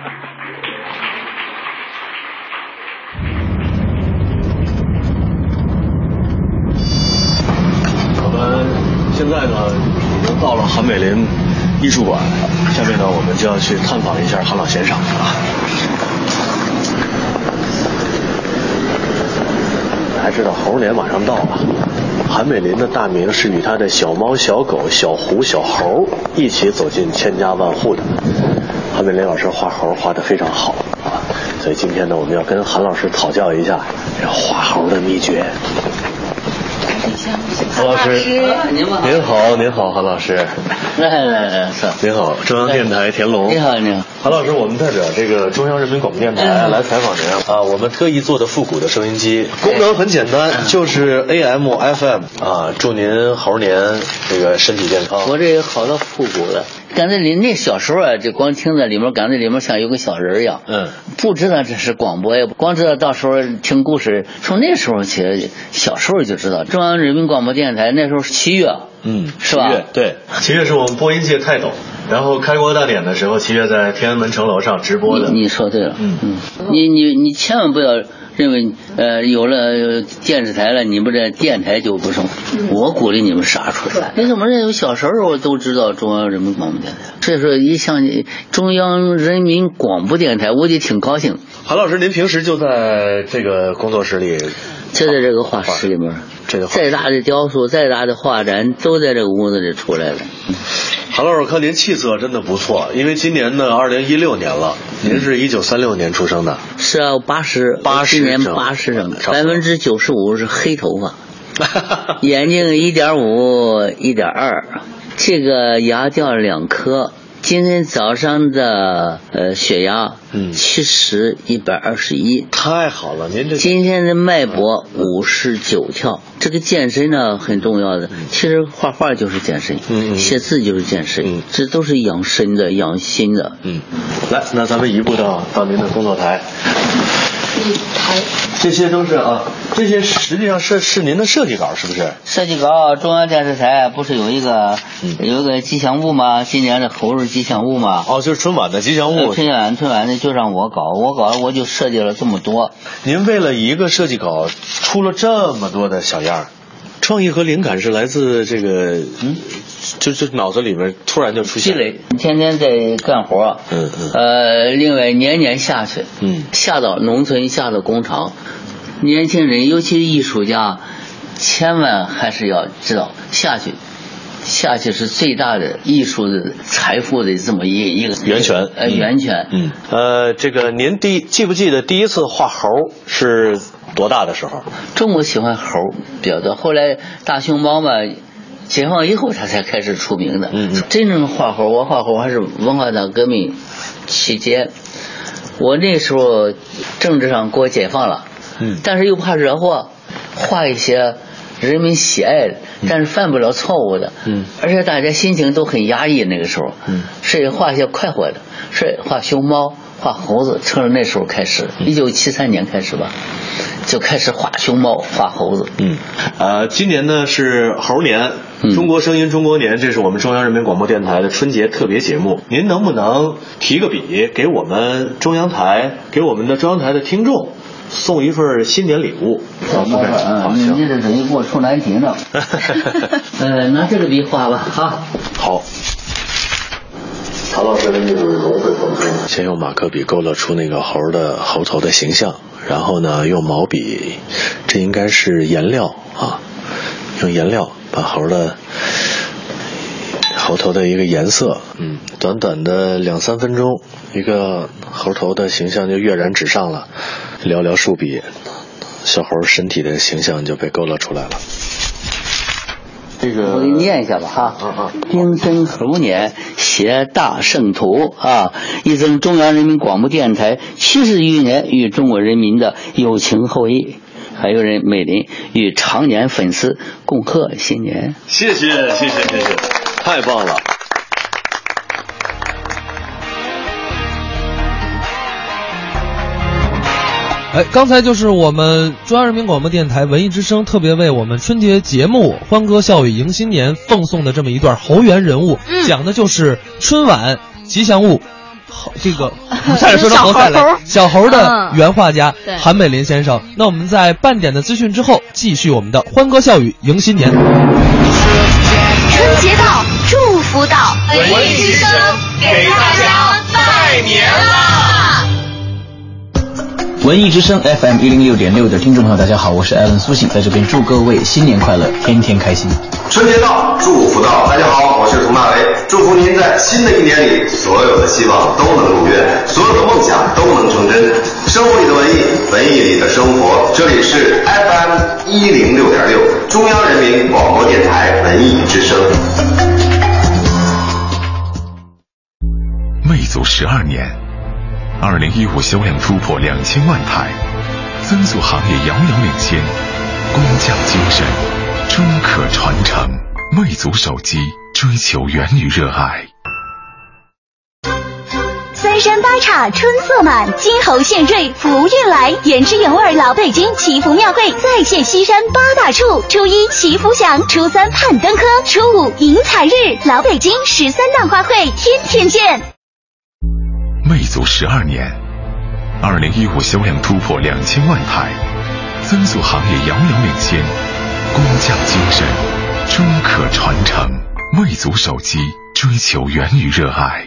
Speaker 6: 我们现在呢已经到了韩美林艺术馆，下面呢我们就要去探访一下韩老先生啊。还知道猴年马上到了，韩美林的大名是与他的小猫、小狗、小狐、小猴一起走进千家万户的。韩美林老师画猴画得非常好啊，所以今天呢我们要跟韩老师讨教一下这画猴的秘诀。韩老师，
Speaker 7: 您好
Speaker 6: 您好，您好，韩老师，
Speaker 7: 来来来，哎是。哎
Speaker 6: 您好，中央电台田龙，
Speaker 7: 你好，你好。
Speaker 6: 韩老师，我们代表这个中央人民广播电台
Speaker 7: 嗯
Speaker 6: 来采访您啊，我们特意做的复古的收音机，功能很简
Speaker 7: 嗯
Speaker 6: 单，就是 AM、FM 啊。祝您猴年这个身体健康。
Speaker 7: 我这个好到复古了。感觉您那小时候啊，就光听着里面，感觉里面像有个小人儿一样。
Speaker 6: 嗯，
Speaker 7: 不知道这是广播呀，光知道到时候听故事。从那时候起，小时候就知道中央人民广播电台那时候是七月，啊
Speaker 6: 嗯，
Speaker 7: 是吧
Speaker 6: 七月对，七月是我们播音界泰斗，然后开国大典的时候，七月在天安门城楼上直播的。
Speaker 7: 你你说对了，
Speaker 6: 嗯
Speaker 7: 你你你千万不要认为呃有了电视台了，你们这电台就不成。我鼓励你们杀出来。你怎么认为小时候都知道中央人民广播电台？所以说一想起中央人民广播电台，我就挺高兴。
Speaker 6: 韩老师，您平时就在这个工作室里，
Speaker 7: 就在这个画室里面，
Speaker 6: 这个画
Speaker 7: 再大的雕塑，再大的画展，都在这个屋子里出来了。
Speaker 6: 韩老师，我看您气色真的不错，因为今年呢，二零一六年了，您是一九三六年出生的，
Speaker 7: 是啊，八十，
Speaker 6: 80
Speaker 7: 今年
Speaker 6: 整
Speaker 7: 八十整，
Speaker 6: 差不多
Speaker 7: 百分之九十五是黑头
Speaker 6: <laughs>
Speaker 7: 发。眼睛一点五、一点二，这个牙掉两颗。今天早上的呃血压，
Speaker 6: 嗯
Speaker 7: 七十一百二十一。
Speaker 6: 太好了，您这
Speaker 7: 今天的脉搏五十九跳，这个健身呢很重要的。其实画画就是健身，
Speaker 6: 嗯嗯嗯嗯
Speaker 7: 写字就是健身，
Speaker 6: 嗯
Speaker 7: 这都是养身的、养心的。
Speaker 6: 嗯，来，那咱们移步到到您的工作台。这些都是啊，这些实际上是是您的设计稿，是不是？
Speaker 7: 设计稿，中央电视台不是有一个、
Speaker 6: 嗯
Speaker 7: 有一个吉祥物吗？今年的猴是吉祥物吗？
Speaker 6: 哦，就是春晚的吉祥物
Speaker 7: 呃。春晚春晚呢就让我搞，我搞了我就设计了这么多。
Speaker 6: 您为了一个设计稿出了这么多的小样儿，创意和灵感是来自这个，嗯，就就脑子里面突然就出现。，，
Speaker 7: 天天在干活。
Speaker 6: 嗯嗯
Speaker 7: 呃，另外年年下去，
Speaker 6: 嗯
Speaker 7: 下到农村，下到工厂，年轻人，尤其是艺术家，千万还是要知道下去，下去是最大的艺术的财富的这么一一个
Speaker 6: 源泉
Speaker 7: 呃，
Speaker 6: 嗯
Speaker 7: 源泉。
Speaker 6: 嗯，呃，这个您第记不记得第一次画猴是多大的时候？
Speaker 7: 中国喜欢猴儿比较多，后来大熊猫嘛，解放以后它才开始出名的。
Speaker 6: 嗯嗯
Speaker 7: 真正画猴儿，我画猴儿还是文化大革命期间，我那时候政治上给我解放了，
Speaker 6: 嗯
Speaker 7: 但是又怕惹祸，画一些人民喜爱的，但是犯不了错误的，
Speaker 6: 嗯
Speaker 7: 而且大家心情都很压抑，那个时候，
Speaker 6: 嗯
Speaker 7: 所以画一些快活的，所以画熊猫、画猴子，从那时候开始，
Speaker 6: 嗯
Speaker 7: 一九七三年开始吧，就开始画熊猫、画猴子。啊
Speaker 6: 嗯，呃，今年呢是猴年，
Speaker 7: 嗯
Speaker 6: 中国声音中国年，这是我们中央人民广播电台的春节特别节目。您能不能提个笔，给我们中央台，给我们的中央台的听众送一份新年礼物？好不客气好，
Speaker 7: 你
Speaker 6: 行。
Speaker 7: 这等于给我出难题
Speaker 6: <laughs>
Speaker 7: 呢。呃，拿这个笔画吧，啊，
Speaker 6: 好。
Speaker 8: 曹老师的艺术融会贯通。
Speaker 6: 先用马克笔勾勒出那个猴儿的猴头的形象，然后呢，用毛笔，这应该是颜料啊，用颜料把猴儿的猴头的一个颜色，嗯，短短的两三分钟，一个猴头的形象就跃然纸上了。寥寥数笔，小猴儿身体的形象就被勾勒出来了。这个
Speaker 7: 我给你念一下吧，哈。
Speaker 6: 嗯嗯
Speaker 7: 丁申猴年携大圣徒啊，一增中央人民广播电台七十余年与中国人民的友情厚谊。还有人美林与常年粉丝共贺新年。
Speaker 6: 谢谢谢谢谢谢，太棒了！
Speaker 1: 哎，刚才就是我们中央人民广播电台文艺之声特别为我们春节节目《欢歌笑语迎新年》奉送的这么一段猴园人物，
Speaker 2: 嗯
Speaker 1: 讲的就是春晚吉祥物。猴这个
Speaker 2: 就
Speaker 1: 差点说成
Speaker 2: 小
Speaker 1: 猴赛
Speaker 2: 猴
Speaker 1: 雷，小猴的
Speaker 2: 嗯
Speaker 1: 原画家
Speaker 2: 对
Speaker 1: 韩美林先生。那我们在半点的资讯之后，继续我们的欢歌笑语迎新年。
Speaker 2: 春节到，祝福到，文艺之声给大家拜年啦！
Speaker 9: 文艺之声 FM 一零六点六的听众朋友，大家好，我是艾伦苏醒，在这边祝各位新年快乐，天天开心。
Speaker 10: 春节到，祝福到。大家好，我是佟大为，祝福您在新的一年里，所有的希望都能如愿，所有的梦想都能成真。生活里的文艺，文艺里的生活。这里是 FM 一零六点六，中央人民广播电台文艺之声。
Speaker 11: 魅族十二年，二零一五销量突破两千万台，增速行业遥遥领先，工匠精神终可传承。魅族手机追求源于热爱。
Speaker 12: 三山八岔，春色满，金猴献瑞，福运来。原汁原味老北京祈福庙会再现西山八大处：初一祈福祥，初三盼登科，初五迎财日。老北京十三大花卉，天天见。
Speaker 11: 魅族十二年，二零一五销量突破两千万台，增速行业遥遥领先，工匠精神终可传承。魅族手机追求源于热爱。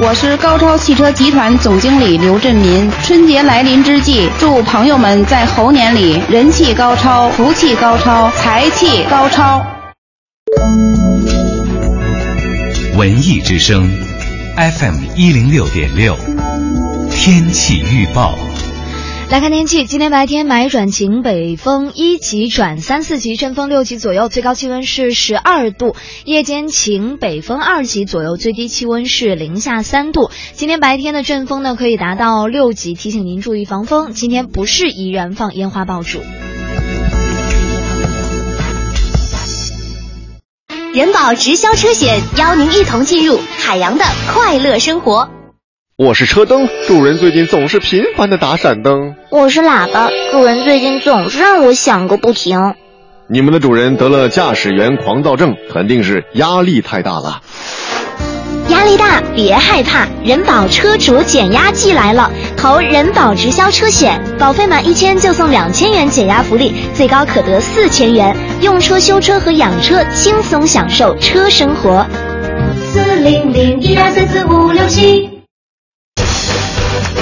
Speaker 12: 我是高超汽车集团总经理刘振民。春节来临之际，祝朋友们在猴年里人气高超、福气高超、财气高超。
Speaker 11: 文艺之声，FM 一零六点六，天气预报。
Speaker 2: 来看天气，今天白天霾转晴，北风一级转三四级，阵风六级左右，最高气温是十二度；夜间晴，北风二级左右，最低气温是零下三度。今天白天的阵风呢可以达到六级，提醒您注意防风。今天不是宜然放烟花爆竹。
Speaker 12: 人保直销车险邀您一同进入海洋的快乐生活。
Speaker 10: 我是车灯，主人最近总是频繁的打闪灯。
Speaker 12: 我是喇叭，主人最近总是让我响个不停。
Speaker 10: 你们的主人得了驾驶员狂躁症，肯定是压力太大了。
Speaker 12: 压力大别害怕，人保车主减压季来了，投人保直销车险，保费满一千就送两千元减压福利，最高可得四千元，用车、修车和养车轻松享受车生活。四零零一二三四五六七。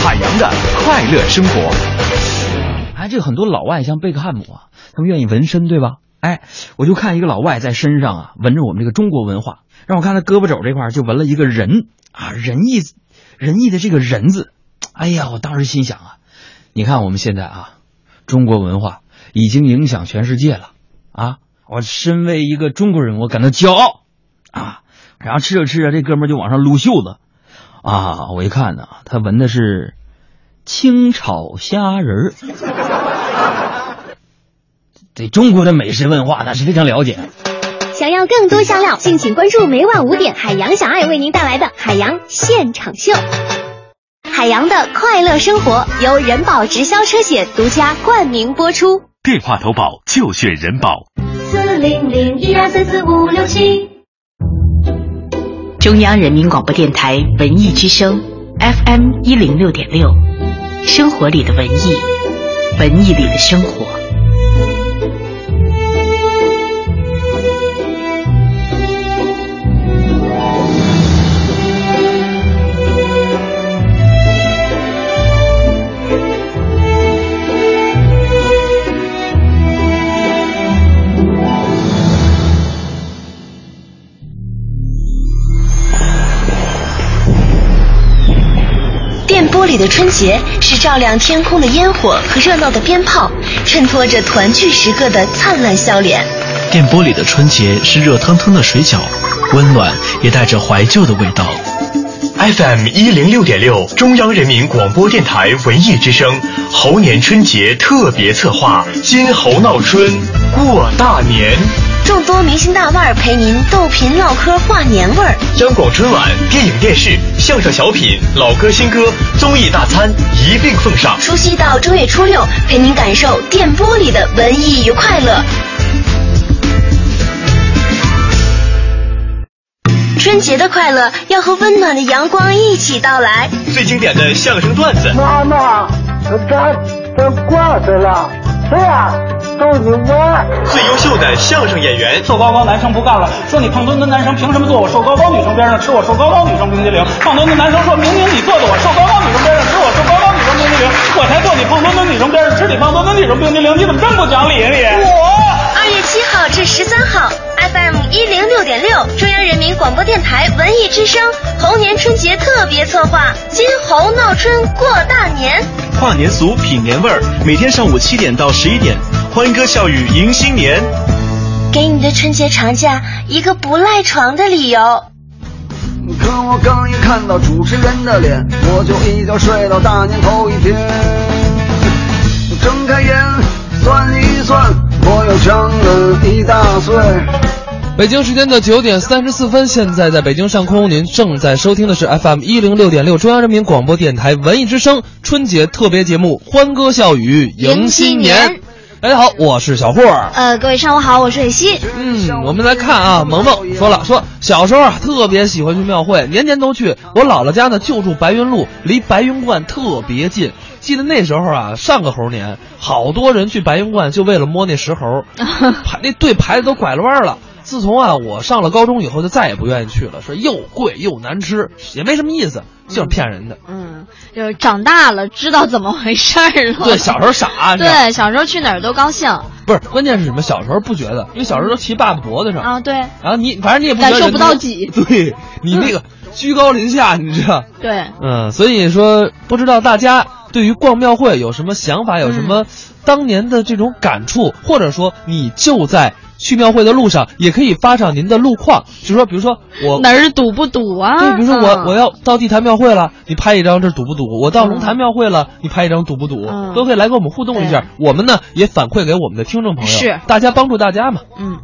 Speaker 11: 海洋的快乐生活。
Speaker 7: 啊，这个很多老外像贝克汉姆啊，他们愿意纹身，对吧？哎，我就看一个老外在身上啊纹着我们这个中国文化，让我看他胳膊肘这块儿就纹了一个人啊，仁义，仁义的这个仁字。哎呀，我当时心想啊，你看我们现在啊，中国文化已经影响全世界了啊！我身为一个中国人，我感到骄傲啊！然后吃着吃着，这哥们儿就往上撸袖子啊！我一看呢、他纹的是清炒虾仁儿。对中国的美食文化那是非常了解。
Speaker 12: 想要更多香料，敬请关注每晚五点海洋小爱为您带来的海洋现场秀。海洋的快乐生活由人保直销车险独家冠名播出。
Speaker 10: 电话投保就选人保。
Speaker 12: 四零零一二三四五六七。
Speaker 13: 中央人民广播电台文艺之声 FM 一零六点六，生活里的文艺，文艺里的生活。
Speaker 12: 电波里的春节是照亮天空的烟火和热闹的鞭炮，衬托着团聚时刻的灿烂笑脸。
Speaker 6: 电波里的春节是热腾腾的水饺，温暖也带着怀旧的味道。
Speaker 10: FM 一零六点六，中央人民广播电台文艺之声猴年春节特别策划《金猴闹春过大年》，
Speaker 12: 众多明星大腕儿陪您逗贫唠嗑话年味儿，
Speaker 10: 央广春晚、电影电视、相声小品、老歌新歌、综艺大餐一并奉上。
Speaker 12: 除夕到正月初六陪您感受电波里的文艺与快乐。春节的快乐要和温暖的阳光一起到来。
Speaker 10: 最经典的相声段子，
Speaker 3: 妈妈，咱咱挂着了，啊谁呀？逗你玩。
Speaker 10: 最优秀的相声演员，
Speaker 14: 瘦高高男生不干了，说你胖墩墩男生凭什么坐我瘦高高女生边上吃我瘦高高女生冰激凌？胖墩墩男生说明明你坐的我瘦高高女生边上吃我瘦高高女生冰激凌，我才坐你胖墩墩女生边上吃你胖墩墩女生冰激凌，你怎么这么不讲理啊你？
Speaker 12: 二月七号至十三号，FM 一零六点六，中央人民广播电台文艺之声猴年春节特别策划《金猴闹春过大年》。
Speaker 10: 跨年俗品年味儿，每天上午七点到十一点，欢歌笑语迎新年。
Speaker 12: 给你的春节长假一个不赖床的理由。
Speaker 3: 可我刚一看到主持人的脸，我就一觉睡到大年头一天。睁开眼算一算，我又长了一大岁。
Speaker 1: 北京时间的九点三十四分，现在在北京上空，您正在收听的是 FM 一零六点六中央人民广播电台文艺之声春节特别节目《欢歌笑语迎新年》。大家好，我是小霍。
Speaker 2: 呃，各位上午好，我是蕊希。
Speaker 1: 嗯，我们来看啊，萌萌说了，说小时候啊特别喜欢去庙会，年年都去。我姥姥家呢就住白云路，离白云观特别近。记得那时候啊，上个猴年，好多人去白云观就为了摸那石
Speaker 2: <laughs>
Speaker 1: 猴，排那队排的都拐了弯了。自从啊我上了高中以后，就再也不愿意去了，说又贵又难吃，也没什么意思，就是骗人的。
Speaker 2: 嗯，就是长大了，知道怎么回事儿了。
Speaker 1: 对，小时
Speaker 2: <laughs>
Speaker 1: 候傻，你知道吗
Speaker 2: 对，小时候去哪儿都高兴
Speaker 1: 不是，关键是什么？小时候不觉得，因为小时候都骑爸爸脖子上，
Speaker 2: 啊，对
Speaker 1: 然后你反正你也不觉得
Speaker 2: 感受不到
Speaker 1: 人家
Speaker 2: 挤
Speaker 1: 对你那个居高临下，你知道？
Speaker 2: 对。
Speaker 1: 嗯，所以说不知道大家对于逛庙会有什么想法，有什
Speaker 2: 嗯
Speaker 1: 么当年的这种感触，或者说你就在去庙会的路上，也可以发上您的路况，就说比如说我
Speaker 2: 哪儿堵不堵啊？
Speaker 1: 对，比如说我、
Speaker 2: 嗯
Speaker 1: 我要到地坛庙会了，你拍一张这堵不堵？我到龙潭庙会了，你拍一张堵不堵？
Speaker 2: 嗯
Speaker 1: 都可以来跟我们互动一下，我们呢也反馈给我们的听众朋友，
Speaker 2: 是
Speaker 1: 大家帮助大家嘛。
Speaker 2: 嗯，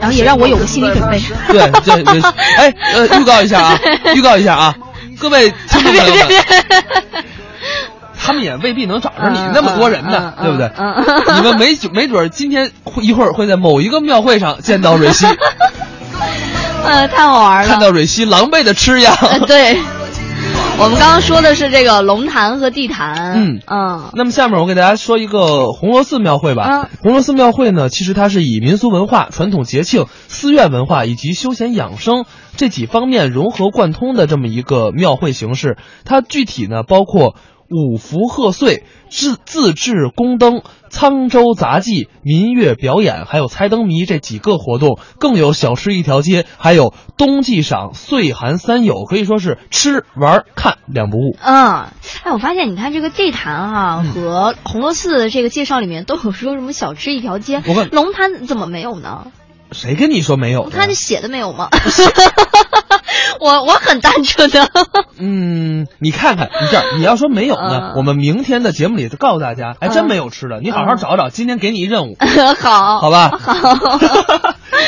Speaker 2: 然后也让我有个心理准备。
Speaker 1: 对对对，哎呃，预告一下啊，预告一下啊，各位听众朋友们， <laughs> 他们也未必能找着你
Speaker 7: 嗯
Speaker 1: 那么多人呢，
Speaker 7: 嗯
Speaker 1: 对不对？
Speaker 7: 嗯嗯
Speaker 1: 你们没准没准今天会一会儿会在某一个庙会上见
Speaker 7: <laughs>
Speaker 1: 到蕊希，
Speaker 2: 呃，太好玩了
Speaker 1: 看。到蕊希狼狈的吃样。
Speaker 2: 呃，对，我们刚刚说的是这个龙潭和地坛。
Speaker 1: 嗯那么下面我给大家说一个红螺寺庙会吧。红螺寺庙会呢，其实它是以民俗文化、传统节庆、寺院文化以及休闲养生这几方面融合贯通的这么一个庙会形式。它具体呢包括。五福贺岁、自自制宫灯、沧州杂技、民乐表演，还有猜灯谜这几个活动，更有小吃一条街，还有冬季赏、岁寒三友，可以说是吃玩看两不误。
Speaker 2: 嗯，哎，我发现你看这个地坛啊、
Speaker 1: 嗯
Speaker 2: 和红螺寺的这个介绍里面都有说什么小吃一条街
Speaker 1: 我问，
Speaker 2: 龙潭怎么没有呢？
Speaker 1: 谁跟你说没
Speaker 2: 我
Speaker 1: 有的？
Speaker 2: 看这写的没有
Speaker 1: <laughs>
Speaker 2: 吗？我我很单纯的，
Speaker 1: 嗯，你看看，你这样，你要说没有
Speaker 2: 嗯
Speaker 1: 呢，我们明天的节目里就告诉大家，还哎真没有吃的，你好
Speaker 2: 嗯
Speaker 1: 好找找。今天给你一任务， <laughs>
Speaker 2: 好，
Speaker 1: 好吧
Speaker 2: 好，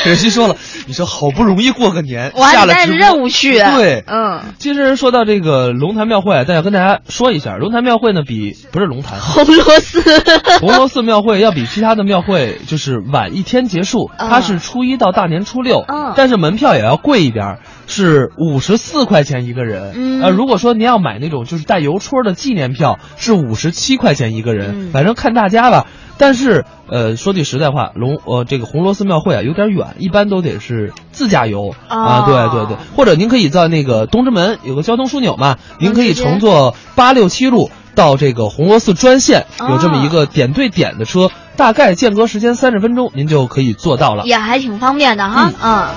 Speaker 1: 可惜说了，你说好不容易过个年，
Speaker 2: 我还
Speaker 1: 下
Speaker 2: 得
Speaker 1: 了
Speaker 2: 带着
Speaker 1: 直播
Speaker 2: 任务去，
Speaker 1: 对，
Speaker 2: 嗯，
Speaker 1: 其实说到这个龙潭庙会，大家跟大家说一下，龙潭庙会呢比不是龙潭，
Speaker 2: 红螺寺，
Speaker 1: <laughs> 红螺寺庙会要比其他的庙会就是晚一天结束，
Speaker 2: 嗯
Speaker 1: 它是初一到大年初六，
Speaker 2: 嗯
Speaker 1: 但是门票也要贵一点儿，是五十四块钱一个人。
Speaker 2: 嗯
Speaker 1: 呃，如果说您要买那种就是带邮戳的纪念票，是五十七块钱一个人，
Speaker 2: 嗯
Speaker 1: 反正看大家吧。但是，呃，说句实在话，龙呃这个红螺寺庙会啊有点远，一般都得是自驾游、啊，对对对，或者您可以在那个东直门有个交通枢纽嘛，您可以乘坐八六七路到这个红螺寺专线，
Speaker 2: 啊
Speaker 1: 有这么一个点对点的车，大概间隔时间三十分钟，您就可以做到了。
Speaker 2: 也还挺方便的哈，嗯。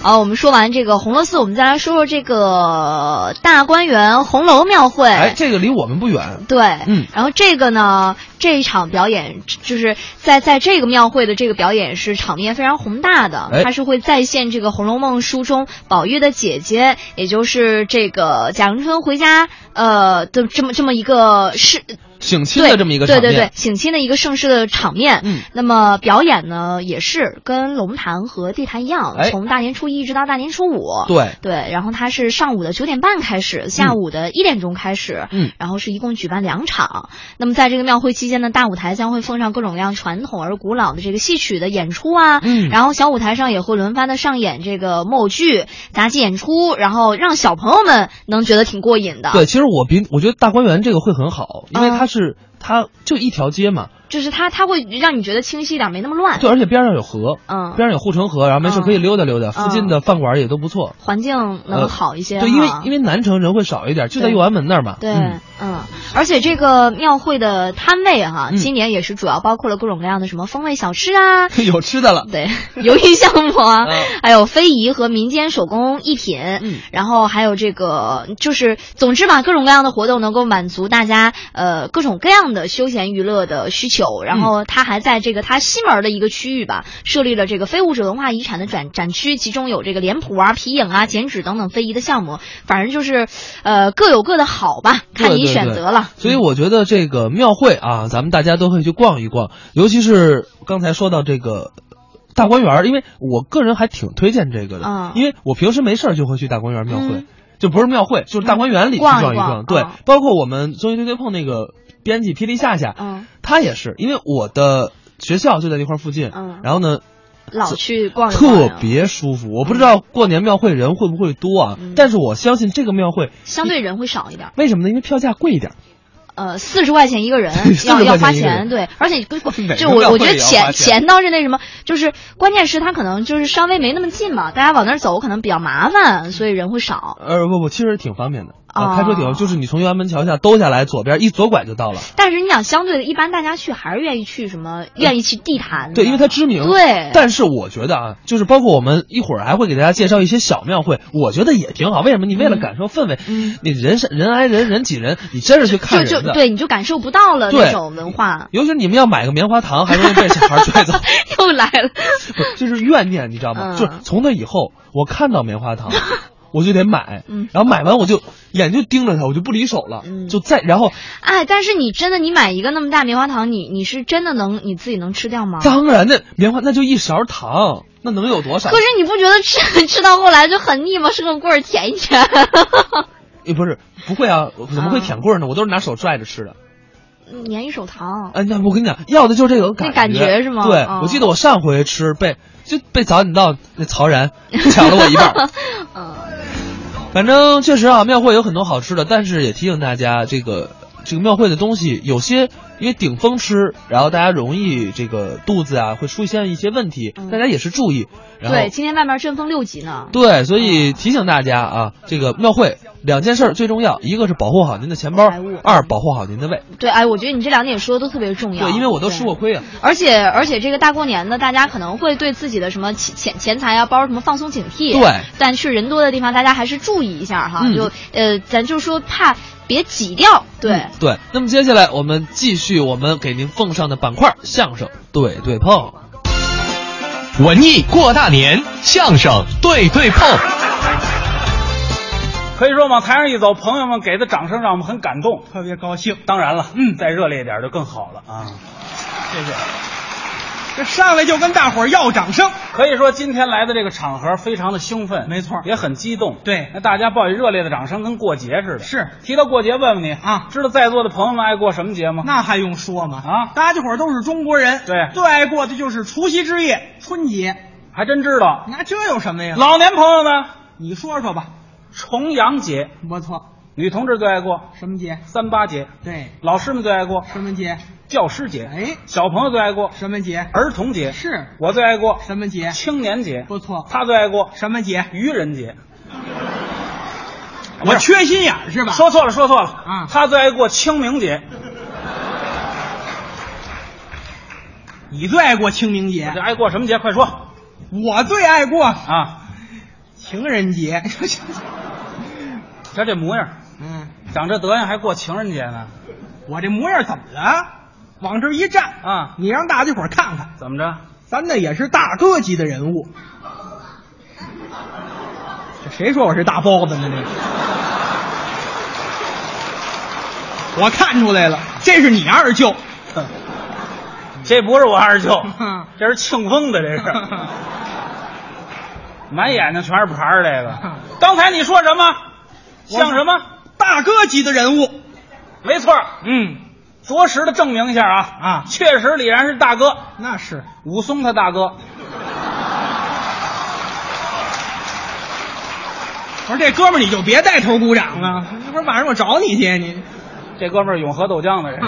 Speaker 2: 啊，我们说完这个红螺寺，我们再来说说这个大观园红楼庙会。
Speaker 1: 哎，这个离我们不远。
Speaker 2: 对，
Speaker 1: 嗯
Speaker 2: 然后这个呢，这一场表演就是在在这个庙会的这个表演是场面非常宏大的，
Speaker 12: 哎
Speaker 2: 它是会再现这个《红楼梦》书中宝玉的姐姐，也就是这个贾迎春回家呃的这么这么一个是。
Speaker 1: 省亲
Speaker 2: 对
Speaker 1: 的这么一个场
Speaker 2: 对
Speaker 1: 面。
Speaker 2: 对对，省亲的一个盛世的场面。
Speaker 1: 嗯，
Speaker 2: 那么表演呢，也是跟龙潭和地坛一样，
Speaker 1: 哎
Speaker 2: 从大年初一一直到大年初五。
Speaker 1: 对
Speaker 2: 对，然后它是上午的九点半开始，下午的一点钟开始。
Speaker 1: 嗯
Speaker 2: 然后是一共举办两场。那么在这个庙会期间呢，大舞台将会奉上各种各样传统而古老的这个戏曲的演出啊。
Speaker 12: 嗯
Speaker 2: 然后小舞台上也会轮番的上演这个木偶剧、杂技演出，然后让小朋友们能觉得挺过瘾的。
Speaker 1: 对，其实我比我觉得大观园这个会很好，因为它是、
Speaker 2: 啊
Speaker 1: 它就一条街嘛，
Speaker 2: 就是它，它会让你觉得清晰一点，没那么乱。
Speaker 1: 对，而且边上有河，
Speaker 2: 嗯
Speaker 1: 边上有护城河，然后没事可以溜达溜达，附近的饭馆也都不错，
Speaker 2: 环境啊能
Speaker 1: 呃
Speaker 2: 好一些哈、
Speaker 1: 对，因为因为南城人会少一点，就在
Speaker 2: 对
Speaker 1: 右安门那儿嘛。
Speaker 2: 对，
Speaker 1: 嗯
Speaker 2: 嗯而且这个庙会的摊位
Speaker 1: 嗯
Speaker 2: 哈、今年也是主要包括了各种各样的什么风味小吃啊，
Speaker 1: <laughs> 有吃的了。
Speaker 2: 对， <laughs> 游艺项目啊，还有非遗和民间手工艺品，
Speaker 1: 嗯
Speaker 2: 然后还有这个就是，总之吧，各种各样的活动能够满足大家呃各种各样的休闲娱乐的需求。
Speaker 1: 嗯
Speaker 2: 然后它还在这个它西门儿的一个区域吧，设立了这个非物质文化遗产的展展区，其中有这个脸谱啊、皮影啊、剪纸等等非遗的项目，反正就是呃各有各的好吧，看
Speaker 1: 对
Speaker 2: 你
Speaker 1: 对
Speaker 2: 选
Speaker 1: 对
Speaker 2: 择了。
Speaker 1: 所以我觉得这个庙会啊，咱们大家都会去逛一逛，尤其是刚才说到这个。大观园儿，因为我个人还挺推荐这个的，
Speaker 2: 嗯
Speaker 1: 因为我平时没事儿就会去大观园庙会，
Speaker 2: 嗯
Speaker 1: 就不是庙会，就是大观园里去
Speaker 2: 逛一
Speaker 1: 一
Speaker 2: 逛
Speaker 1: 对，
Speaker 2: 嗯
Speaker 1: 包括我们综艺对对碰那个编辑霹雳夏夏，
Speaker 2: 嗯
Speaker 1: 他也是，因为我的学校就在那块儿附近，
Speaker 2: 嗯
Speaker 1: 然后呢，
Speaker 2: 老去逛一逛呀嗯
Speaker 1: 特别舒服。我不知道过年庙会人会不会多啊，但是我相信这个庙会
Speaker 2: 相对人会少一点儿。
Speaker 1: 为什么呢？因为票价贵一点儿。
Speaker 2: 呃，四十块钱一个
Speaker 1: <laughs>
Speaker 2: 人
Speaker 1: 40
Speaker 2: 要
Speaker 1: 块钱
Speaker 2: 要花
Speaker 1: 一个人
Speaker 2: 钱，对，而且
Speaker 1: <laughs>
Speaker 2: 跟
Speaker 1: 哪
Speaker 2: 就
Speaker 1: 个庙
Speaker 2: 我我
Speaker 1: 会
Speaker 2: 觉得
Speaker 1: 也要
Speaker 2: 钱
Speaker 1: 花钱
Speaker 2: 钱倒是那什么，就是关键是他可能就是稍微没那么近嘛，大家往那儿走可能比较麻烦，所以人会少。
Speaker 1: 呃，不不，其实挺方便的
Speaker 2: 哦
Speaker 1: 啊，开车挺方，就是你从辕门桥下兜下来，左边一左拐就到了。
Speaker 2: 但是你想，相对的，一般大家去还是愿意去什么，愿意去地坛。
Speaker 1: 嗯对，因为它知名。
Speaker 2: 对
Speaker 1: 但是我觉得啊，就是包括我们一会儿还会给大家介绍一些小庙会，我觉得也挺好。为什么？你为了感受氛围，你人山人挨人，人挤人，你真是去
Speaker 2: 就
Speaker 1: 看人
Speaker 2: 就
Speaker 1: 的。
Speaker 2: 对，你就感受不到了那
Speaker 1: 对
Speaker 2: 种文
Speaker 1: <laughs>
Speaker 2: 化
Speaker 1: 尤其是你们要买个棉花糖，还容易被小孩 <laughs> 拽走，
Speaker 2: 又来了。
Speaker 1: 不是，这是怨念，你知道吗？
Speaker 2: 嗯
Speaker 1: 就是从那以后，我看到棉花 <laughs> 糖，我就得买，
Speaker 2: 嗯
Speaker 1: 然后买完我就眼就盯着它，我就不离手了，就再然后
Speaker 2: 哎，但是你真的，你买一个那么大棉花糖，你你是真的能你自己能吃掉
Speaker 1: <laughs>
Speaker 2: 吗？
Speaker 1: 当然，那棉花那就一勺糖，那能有多少？
Speaker 2: 可是你不觉得吃 <laughs> 吃到后来就很腻吗？生个棍儿舔一舔。 <laughs>
Speaker 1: 也哎不是不会啊，我怎么会舔棍儿呢？我都是拿手拽着吃的。
Speaker 2: 粘一手糖。
Speaker 1: 哎，那我跟你讲，要的就是这个感
Speaker 2: 那感觉是吗
Speaker 1: 对，
Speaker 2: 哦
Speaker 1: 我记得我上回吃被就被早点到那曹然抢了我一半
Speaker 2: <laughs>
Speaker 1: 儿。
Speaker 2: 嗯
Speaker 1: 反正确实啊，庙会有很多好吃的，但是也提醒大家，这个这个庙会的东西有些因为顶风吃，然后大家容易这个肚子啊会出现一些问题，
Speaker 2: 嗯
Speaker 1: 大家也是注意。然后
Speaker 2: 对，今天外面阵风六级呢。
Speaker 1: 对，所以提醒大家啊，这个庙会两件事儿最重要，一个是保护好您的钱包，二保护好您的胃。
Speaker 2: 对，哎，我觉得你这两点说的都特别重要。
Speaker 1: 对，因为我都吃过亏啊。
Speaker 2: 而且而且这个大过年的，大家可能会对自己的什么钱钱钱财啊、包什么放松警惕。
Speaker 1: 对。
Speaker 2: 但去人多的地方，大家还是注意一下哈。
Speaker 1: 嗯
Speaker 2: 就呃，咱就说怕别挤掉。对。
Speaker 1: 对，那么接下来我们继续我们给您奉上的板块相声对对碰。
Speaker 10: 文艺过大年，相声对对碰。
Speaker 14: 可以说往台上一走，朋友们给的掌声让我们很感动，特别高兴。当然了，嗯，再热烈一点就更好了啊！谢谢。这上来就跟大伙儿要掌声，可以说今天来的这个场合非常的兴奋，没错，也很激动。对，那大家报以热烈的掌声，跟过节似的。是，提到过节，问问你啊，知道在座的朋友们爱过什么节吗？那还用说吗？啊，大家伙儿都是中国人，对，最爱过的就是除夕之夜、春节，还真知道。那这有什么呀？老年朋友们，你说说吧，重阳节，没错。女同志最爱过什么节？三八节。对，老师们最爱过什么节？教师节。哎，小朋友最爱过什么节？儿童节。是我最爱过什么节？青年节。不错，他最爱过什么节？愚人节。 <laughs> 我缺心眼是吧？说错了，说错了。啊，他最爱过清明节。你最爱过清明节？我最爱过什么节？快说。我最爱过啊，情人 <laughs> 节。瞧这模样，嗯，长这德行还过情人节呢。我这模样怎么了？往这一站啊，你让大家伙看看怎么着？咱那也是大哥级的人物。这谁说我是大包子呢？这我看出来了，这是你二舅。这不是我二舅，这是庆丰的，这是。满眼睛全是牌儿，这个。刚才你说什么？像什么大哥级的人物？没错，嗯，着实的证明一下啊啊，确实李然是大哥，那是武松他大 <laughs> 哥。我说这哥们儿你就别带头鼓掌了，这不是晚上我找你去你。嗯这哥们儿永和豆浆的 <laughs> 人，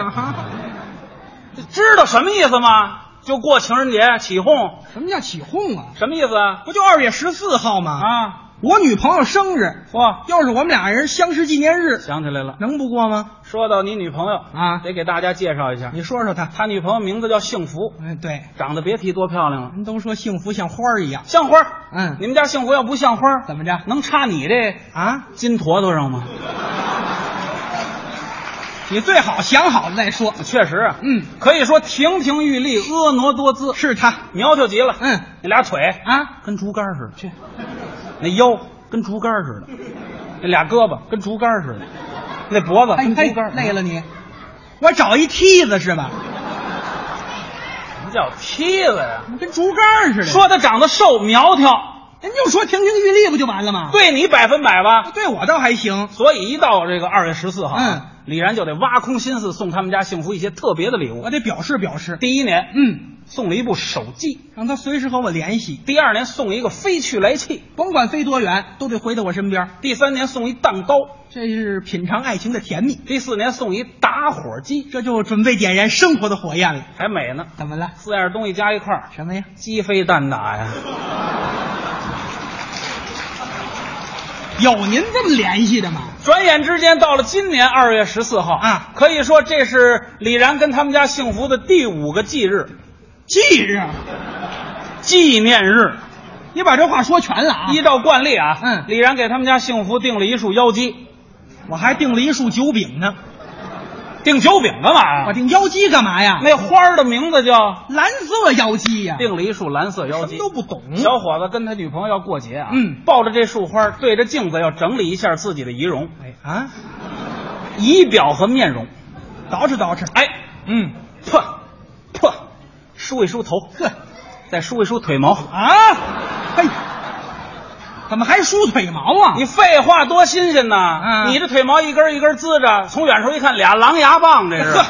Speaker 14: 这知道什么意思吗？就过情人节起哄。什么叫起哄啊？什么意思啊？不就二月十四号吗？啊，我女朋友生日，哇，又是我们俩人相识纪念日，想起来了，能不过吗？说到你女朋友啊，得给大家介绍一下，你说说她，她女朋友名字叫幸福，哎，对，长得别提多漂亮了，人都说幸福像花儿一样，像花，嗯，你们家幸福要不像花儿，怎么着，能插你这啊金坨坨上吗？你最好想好了再说。确实啊，嗯，可以说亭亭玉立、婀娜多姿，是他苗条极了。嗯，那俩腿啊，跟竹竿似的，去，那腰跟竹竿似的，那俩胳膊跟竹竿似的，那脖子跟竹竿哎累了你，我找一梯子是吧？什么叫梯子呀？跟竹竿似的。说他长得瘦苗条。人就说亭亭玉立不就完了吗？对你百分百吧，对我倒还行。所以一到这个二月十四号，嗯，李然就得挖空心思送他们家幸福一些特别的礼物，我得表示表示。第一年，嗯，送了一部手机，让他随时和我联系；第二年送了一个飞去来气，甭管飞多远，都得回到我身边；第三年送一蛋糕，这是品尝爱情的甜蜜；第四年送一打火机，这就准备点燃生活的火焰了，还美呢。怎么了？四样东西加一块儿，什么呀？鸡飞蛋打呀。有您这么联系的吗？转眼之间到了今年二月十四号啊，可以说这是李然跟他们家幸福的第五个忌日，忌日，纪念日。你把这话说全了啊！依照惯例啊，嗯，李然给他们家幸福订了一束妖姬，我还订了一束酒饼呢。订酒饼干嘛呀？我订妖姬干嘛呀？那花儿的名字叫蓝色妖姬呀、订了一束蓝色妖姬，什么都不懂。小伙子跟他女朋友要过节啊，嗯，抱着这束花，对着镜子要整理一下自己的仪容，哎啊，仪表和面容，捯饬捯饬，哎，嗯，破破，梳一梳头，呵，再梳一梳腿毛啊，嘿。怎么还梳腿毛啊？你废话多新鲜呐！你这腿毛一根一根滋着，从远处一看，俩狼牙棒，这是。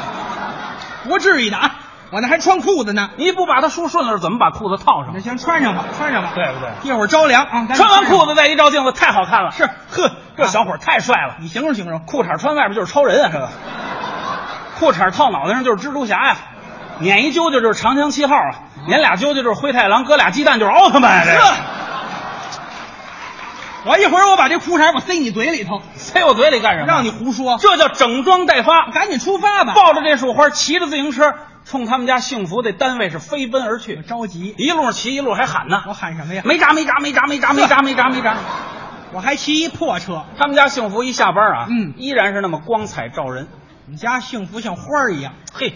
Speaker 14: 不至于的啊！我那还穿裤子呢。你不把它梳顺了，怎么把裤子套上？那先穿上吧，穿上吧，对不对？一会儿着凉啊！穿完裤子再一照镜子，太好看了。是，呵，这小伙儿太帅了。你形容形容，裤衩穿外边就是超人啊， <laughs> 这个。裤衩套脑袋上就是蜘蛛侠呀、撵一揪揪就是长江七号啊，撵俩揪揪就是灰太狼，搁俩鸡蛋就是奥特曼呀、这个。啊 <laughs> 我一会儿我把这裤衩我塞你嘴里头， <laughs> 塞我嘴里干什么？让你胡说，这叫整装待发。赶紧出发吧！抱着这束花，骑着自行车，冲他们家幸福的单位是飞奔而去。着急，一路骑一路还喊呢，我喊什么呀？没闸没闸没闸没闸没闸没闸没闸。我还骑一破车。他们家幸福一下班啊，嗯，依然是那么光彩照人。你家幸福像花儿一样。嘿，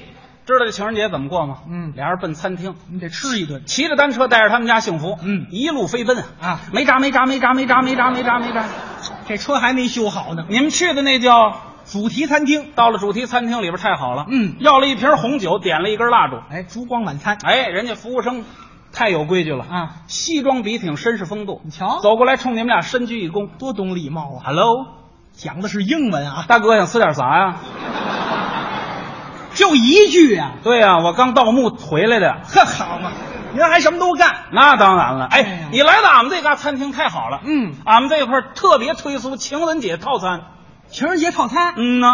Speaker 14: 知道这情人节怎么过吗？嗯，俩人奔餐厅，你得吃一顿。骑着单车带着他们家幸福，嗯，一路飞奔啊，没闸没闸没闸没闸没闸没闸没闸，这车还没修好呢。你们去的那叫。主题餐厅，到了主题餐厅里边太好了，嗯，要了一瓶红酒，点了一根蜡烛，哎，烛光晚餐，哎，人家服务生太有规矩了啊！西装笔挺，绅士风度。你瞧，走过来冲你们俩深鞠一躬，多懂礼貌啊！Hello，讲的是英文啊！大哥想吃点啥呀、就一句啊？对呀、我刚盗墓回来的。呵，好嘛，您还什么都干？那当然了。哎，你来到俺们这嘎餐厅太好了。嗯，俺们这块儿特别推出情人节套餐。情人节套餐？嗯呐。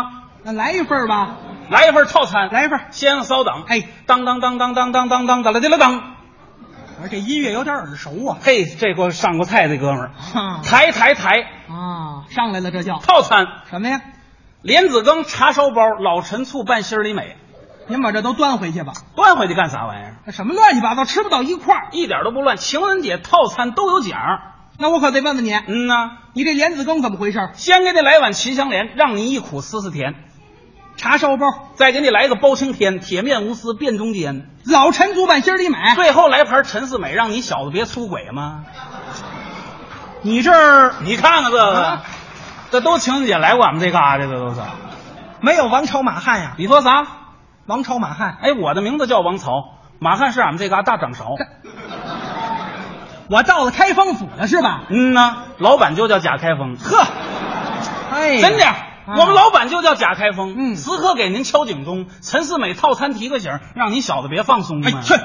Speaker 14: 那来一份吧。来一份套餐，来一份，先骚档。哎，当当当当当当当当当了当当。而这音乐有点耳熟啊！嘿，这给我上过菜这哥们儿，抬抬抬啊，上来了，这叫套餐什么呀？莲子羹、茶烧包、老陈醋拌心里美。您把这都端回去吧，端回去干啥玩意儿？什么乱七八糟，吃不到一块儿，一点都不乱。情人节套餐都有奖，那我可得问问你，嗯呐、你这莲子羹怎么回事？先给你来碗秦香莲，让你一苦思思甜。茶烧包，再给你来个包青天，铁面无私辨忠奸，老陈祖板心里买，最后来盘陈四美，让你小子别出轨嘛。你这儿，啊你看看这个，这都情人节来我们这嘎达的，这都是没有王朝马汉呀？你说啥？王朝马汉？哎，我的名字叫王朝，马汉是俺们这嘎达大掌勺。我到了开封府了是吧？嗯呐、老板就叫贾开封。呵，哎真的。我们老板就叫贾开封，嗯，时刻给您敲警钟。陈世美套餐提个醒，让你小子别放松。哎，去，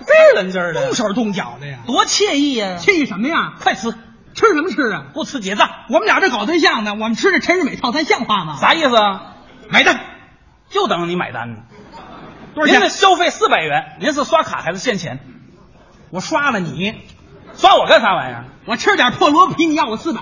Speaker 14: 这人劲儿的，动手动脚的呀，多惬意呀！惬意什么呀？快吃，吃什么吃啊？不吃结账。我们俩这搞对象呢，我们吃这陈世美套餐像话吗？啥意思啊？买单，就等着你买单呢。多少钱？您的消费四百元，您是刷卡还是现钱？我刷了你，刷我干啥玩意儿？我吃点破萝卜皮，你要我四百。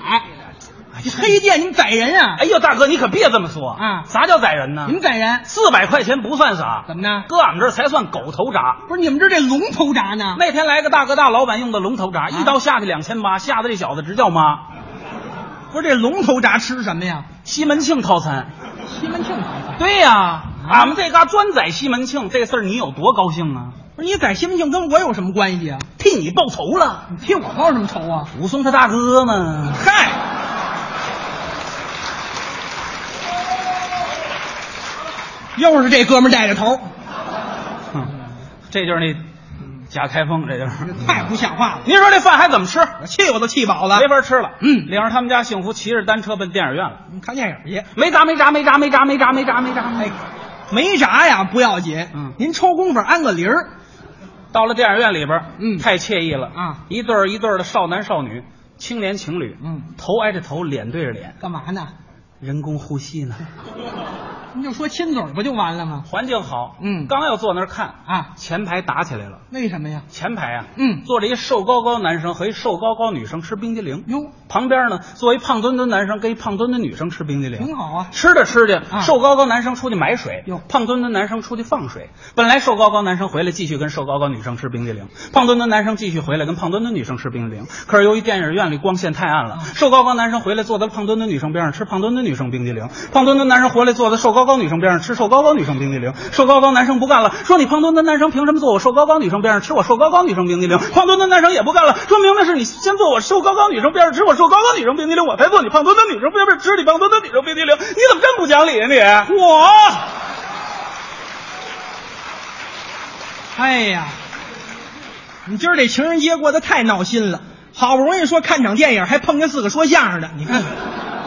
Speaker 14: 黑店你们宰人啊！哎呦，大哥，你可别这么说啊！啥叫宰人呢？你们宰人，四百块钱不算啥，怎么呢？搁俺们这儿才算狗头铡。不是你们这这龙头铡呢？啊那天来个大哥大老板用的龙头铡，一刀下去两千八，吓得这小子直叫妈。不是这龙头铡吃什么呀？西门庆套餐。西门庆对呀、俺们这嘎专宰西门庆，这事儿你有多高兴啊？不是你宰西门庆跟我有什么关系啊？替你报仇了？你替我报什么仇啊？武松他大哥嘛。嗨。又是这哥们带着头，这就是那贾开封，这就是太不像话了。您说这饭还怎么吃？我气我都气饱了，没法吃了。嗯，领着他们家幸福骑着单车奔电影院了，看电影去。哎没闸没闸没闸没闸没闸没闸没闸没没闸呀，不要紧。嗯，您抽工夫安个铃儿。到了电影院里边，嗯，太惬意了啊！一对儿一对儿的少男少女，青年情侣，嗯，头挨着头，脸对着脸，干嘛呢？人工呼吸呢。 <laughs> 你就说亲嘴不就完了吗？环境好，嗯，刚要坐那儿看啊，前排打起来了。为什么呀？前排啊，嗯，坐着一瘦高高男生和一瘦高高女生吃冰激凌。哟，旁边呢坐一胖墩墩男生跟一胖墩墩女生吃冰激凌，挺好啊。吃着吃着，瘦高高男生出去买水，胖墩墩男生出去放水。本来瘦高高男生回来继续跟瘦高高女生吃冰激凌，胖墩墩男生继续回来跟胖墩墩女生吃冰激凌。可是由于电影院里光线太暗了，瘦高高男生回来坐在胖墩墩女生边上吃胖墩墩女生冰激凌，胖墩墩男生回来坐在瘦高高女生边上吃瘦高高女生冰激凌，瘦高高男生不干了，说你胖墩墩男生凭什么坐我瘦高高女生边上吃我瘦高高女生冰激凌？胖墩墩男生也不干了，说明明是你先坐我瘦高高女生边上吃我瘦高高女生冰激凌，我才坐你胖墩墩女生边上吃你胖墩墩女生冰激凌，你怎么这么不讲理啊你？我。
Speaker 15: 哎呀，你今儿这情人节过得太闹心了，好不容易说看场电影，还碰见四个说相声的，你看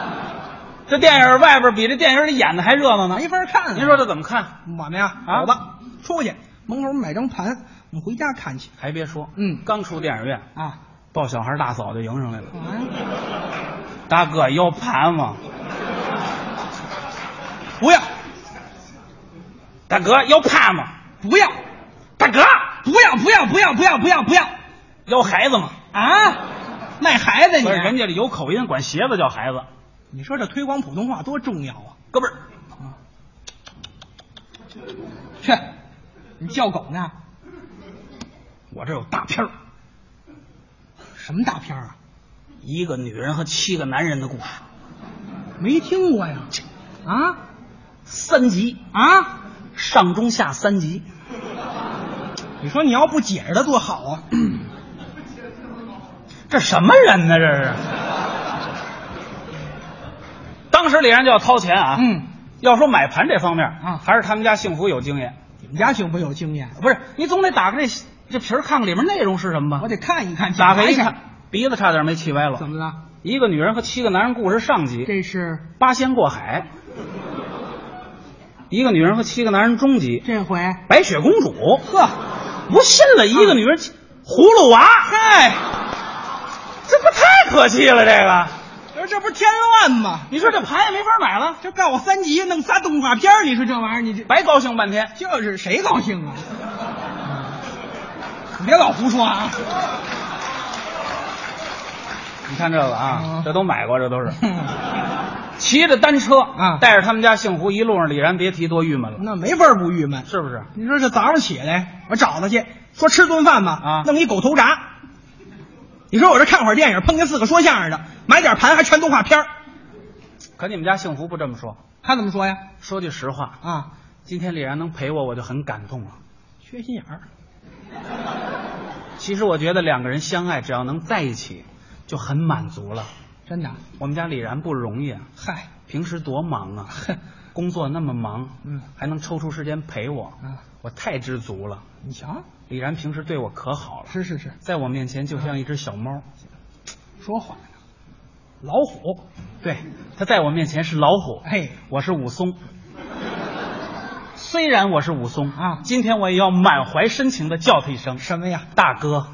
Speaker 14: <laughs> 这电影外边比这电影里演的还热闹呢，没法看。您说这怎么看？
Speaker 15: 我们呀，
Speaker 14: 啊
Speaker 15: 走吧，出去门口买张盘，我们回家看去。
Speaker 14: 还别说，嗯，刚出电影院啊，抱小孩大嫂就迎上来了。大哥要盘吗？不要。大哥要盘吗？不要。大哥不要不要不要不要不要不要。要孩子吗？啊，
Speaker 15: 卖孩子你
Speaker 14: 不是人家这有口音，管鞋子叫孩子。
Speaker 15: 你说这推广普通话多重要啊，哥们儿。去，你叫狗呢？我这有大片儿。什么大片儿啊？
Speaker 14: 一个女人和七个男人的故事，
Speaker 15: 没听过呀。啊，
Speaker 14: 三集
Speaker 15: 啊，
Speaker 14: 上中下三集。
Speaker 15: 你说你要不解释它多好啊？
Speaker 14: <clears throat> 这什么人呢？这是。当时李然就要掏钱啊。
Speaker 15: 嗯。
Speaker 14: 要说买盘这方面啊，还是他们家幸福有经验。
Speaker 15: 你们家幸福有经验，
Speaker 14: 不是，你总得打开这这皮儿看看里面内容是什么吧？
Speaker 15: 我得看一看。
Speaker 14: 打开
Speaker 15: 一
Speaker 14: 一看，，鼻子差点没气歪了。
Speaker 15: 怎么了？
Speaker 14: 一个女人和七个男人故事上集，
Speaker 15: 这是
Speaker 14: 八仙过海；一个女人和七个男人中集，
Speaker 15: 这回
Speaker 14: 白雪公主。
Speaker 15: 呵，
Speaker 14: 不信了，一个女人、葫芦娃，
Speaker 15: 嗨，
Speaker 14: 这不太可气了，这个。
Speaker 15: 这这不是添乱吗？
Speaker 14: 你说这盘也没法买了，
Speaker 15: 这告我三级，弄仨动画片儿，你说这玩意儿，你这
Speaker 14: 白高兴半天。嗯
Speaker 15: 就是谁高兴啊？你别老胡说啊！
Speaker 14: 你看这个
Speaker 15: 哦
Speaker 14: 啊，这都买过，这
Speaker 15: <laughs>
Speaker 14: 都是。骑着单车啊，带着他们家幸福，一路上李然别提多郁闷了，
Speaker 15: 那没法不郁闷，
Speaker 14: 是不是？
Speaker 15: 你说这早上起来，我找他去，说吃顿饭吧，啊，弄一狗头铡。你说我这看会儿电影，碰见四个说相声的，买点盘还全动画片儿
Speaker 14: 可你们家幸福不这么说，
Speaker 15: 他怎么说呀？
Speaker 14: 说句实话
Speaker 15: 啊，
Speaker 14: 今天李然能陪我，我就很感动了。
Speaker 15: 缺心眼儿，
Speaker 14: 其实我觉得两个人相爱，只要能在一起，就很满足了。
Speaker 15: 真的。
Speaker 14: 我们家李然不容易啊，
Speaker 15: 嗨，
Speaker 14: 平时多忙啊，工作那么忙，
Speaker 15: 嗯，
Speaker 14: 还能抽出时间陪我，
Speaker 15: 嗯，
Speaker 14: 我太知足了。
Speaker 15: 你瞧，
Speaker 14: 李然平时对我可好了，
Speaker 15: 是是是，
Speaker 14: 在我面前就像一只小猫，
Speaker 15: 说话呢，老虎，
Speaker 14: 对，他在我面前是老虎，
Speaker 15: 哎，
Speaker 14: 我是武松。虽然我是武松
Speaker 15: 啊
Speaker 14: 今天我也要满怀深情的叫他一声
Speaker 15: 什么呀？
Speaker 14: 大哥。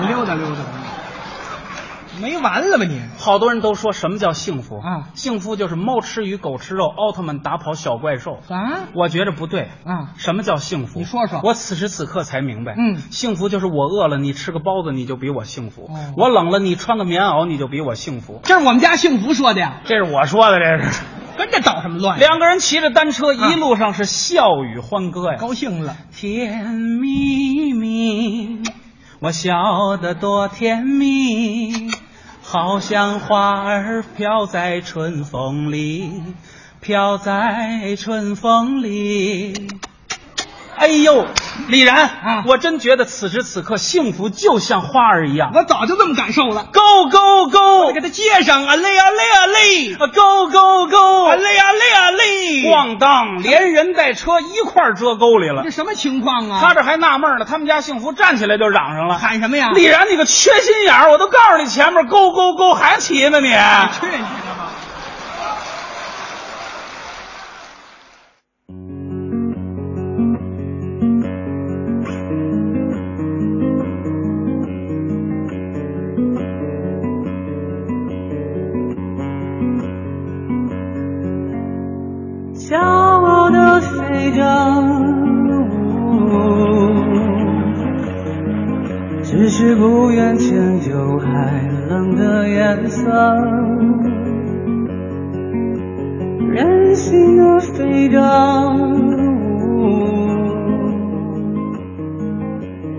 Speaker 15: 你溜达溜达吧，没完了吧你？
Speaker 14: 好多人都说什么叫幸福
Speaker 15: 啊？
Speaker 14: 幸福就是猫吃鱼，狗吃肉，奥特曼打跑小怪兽。
Speaker 15: 啊
Speaker 14: 我觉着不对
Speaker 15: 啊
Speaker 14: 什么叫幸福？
Speaker 15: 你说说
Speaker 14: 我此时此刻才明白，
Speaker 15: 嗯
Speaker 14: 幸福就是我饿了，你吃个包子你就比我幸福；
Speaker 15: 哦
Speaker 14: 我冷了，你穿个棉袄你就比我幸福。
Speaker 15: 这是我们家幸福说的呀，
Speaker 14: 这是我说的，这是。
Speaker 15: 跟这捣什么乱呀？
Speaker 14: 两个人骑着单车，一路上是笑语欢歌呀，
Speaker 15: 啊高兴了，
Speaker 14: 甜蜜蜜，我笑得多甜蜜，好像花儿飘在春风里，飘在春风里。哎呦，李然，
Speaker 15: 啊
Speaker 14: 我真觉得此时此刻幸福就像花儿一样。
Speaker 15: 我早就这么感受了。
Speaker 14: Go go
Speaker 15: 我
Speaker 14: go
Speaker 15: 得给他接上，啊嘞啊嘞啊嘞，
Speaker 14: 啊，Go go go！
Speaker 15: 啊嘞啊嘞啊嘞，
Speaker 14: 咣当，连人带车一块儿折沟里了
Speaker 15: 这。什么情况啊？
Speaker 14: 他这还纳闷呢，他们家幸福站起来就嚷上了，
Speaker 15: 喊什么呀？
Speaker 14: 李然，你个缺心眼儿！我都告诉你前面勾勾勾还骑呢你。
Speaker 15: 去你的吧！
Speaker 16: 骄傲的飞着舞，只是不愿迁就寒冷的颜色。任性的飞着舞，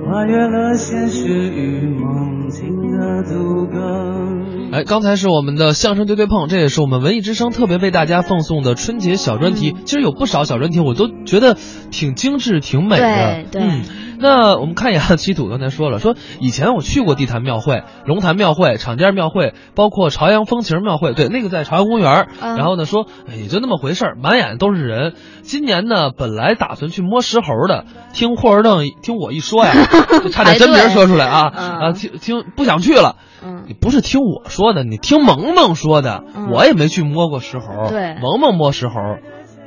Speaker 16: 跨越了现实与梦境的阻隔。
Speaker 2: 嗯
Speaker 1: 哎，刚才是我们的相声对对碰，这也是我们文艺之声特别为大家奉送的春节小专
Speaker 2: 嗯
Speaker 1: 题。其实有不少小专题，我都觉得挺精致、挺美的。
Speaker 2: 对对
Speaker 1: 嗯，那我们看一眼啊七土刚才说了，说以前我去过地坛庙会、龙潭庙会、场甸庙会，包括朝阳风情庙会，对，那个在朝阳公园。
Speaker 2: 嗯
Speaker 1: 然后呢，说哎也就那么回事儿，满眼都是人。今年呢，本来打算去摸石猴的，听霍尔邓听我一说
Speaker 2: <laughs>
Speaker 1: 呀，就差点真名说出来啊
Speaker 2: 排队嗯
Speaker 1: 啊，听听不想去了。
Speaker 2: 嗯
Speaker 1: 你不是听我说的，你听萌萌说的。
Speaker 2: 嗯
Speaker 1: 我也没去摸过石猴，
Speaker 2: 对
Speaker 1: 萌萌摸石猴，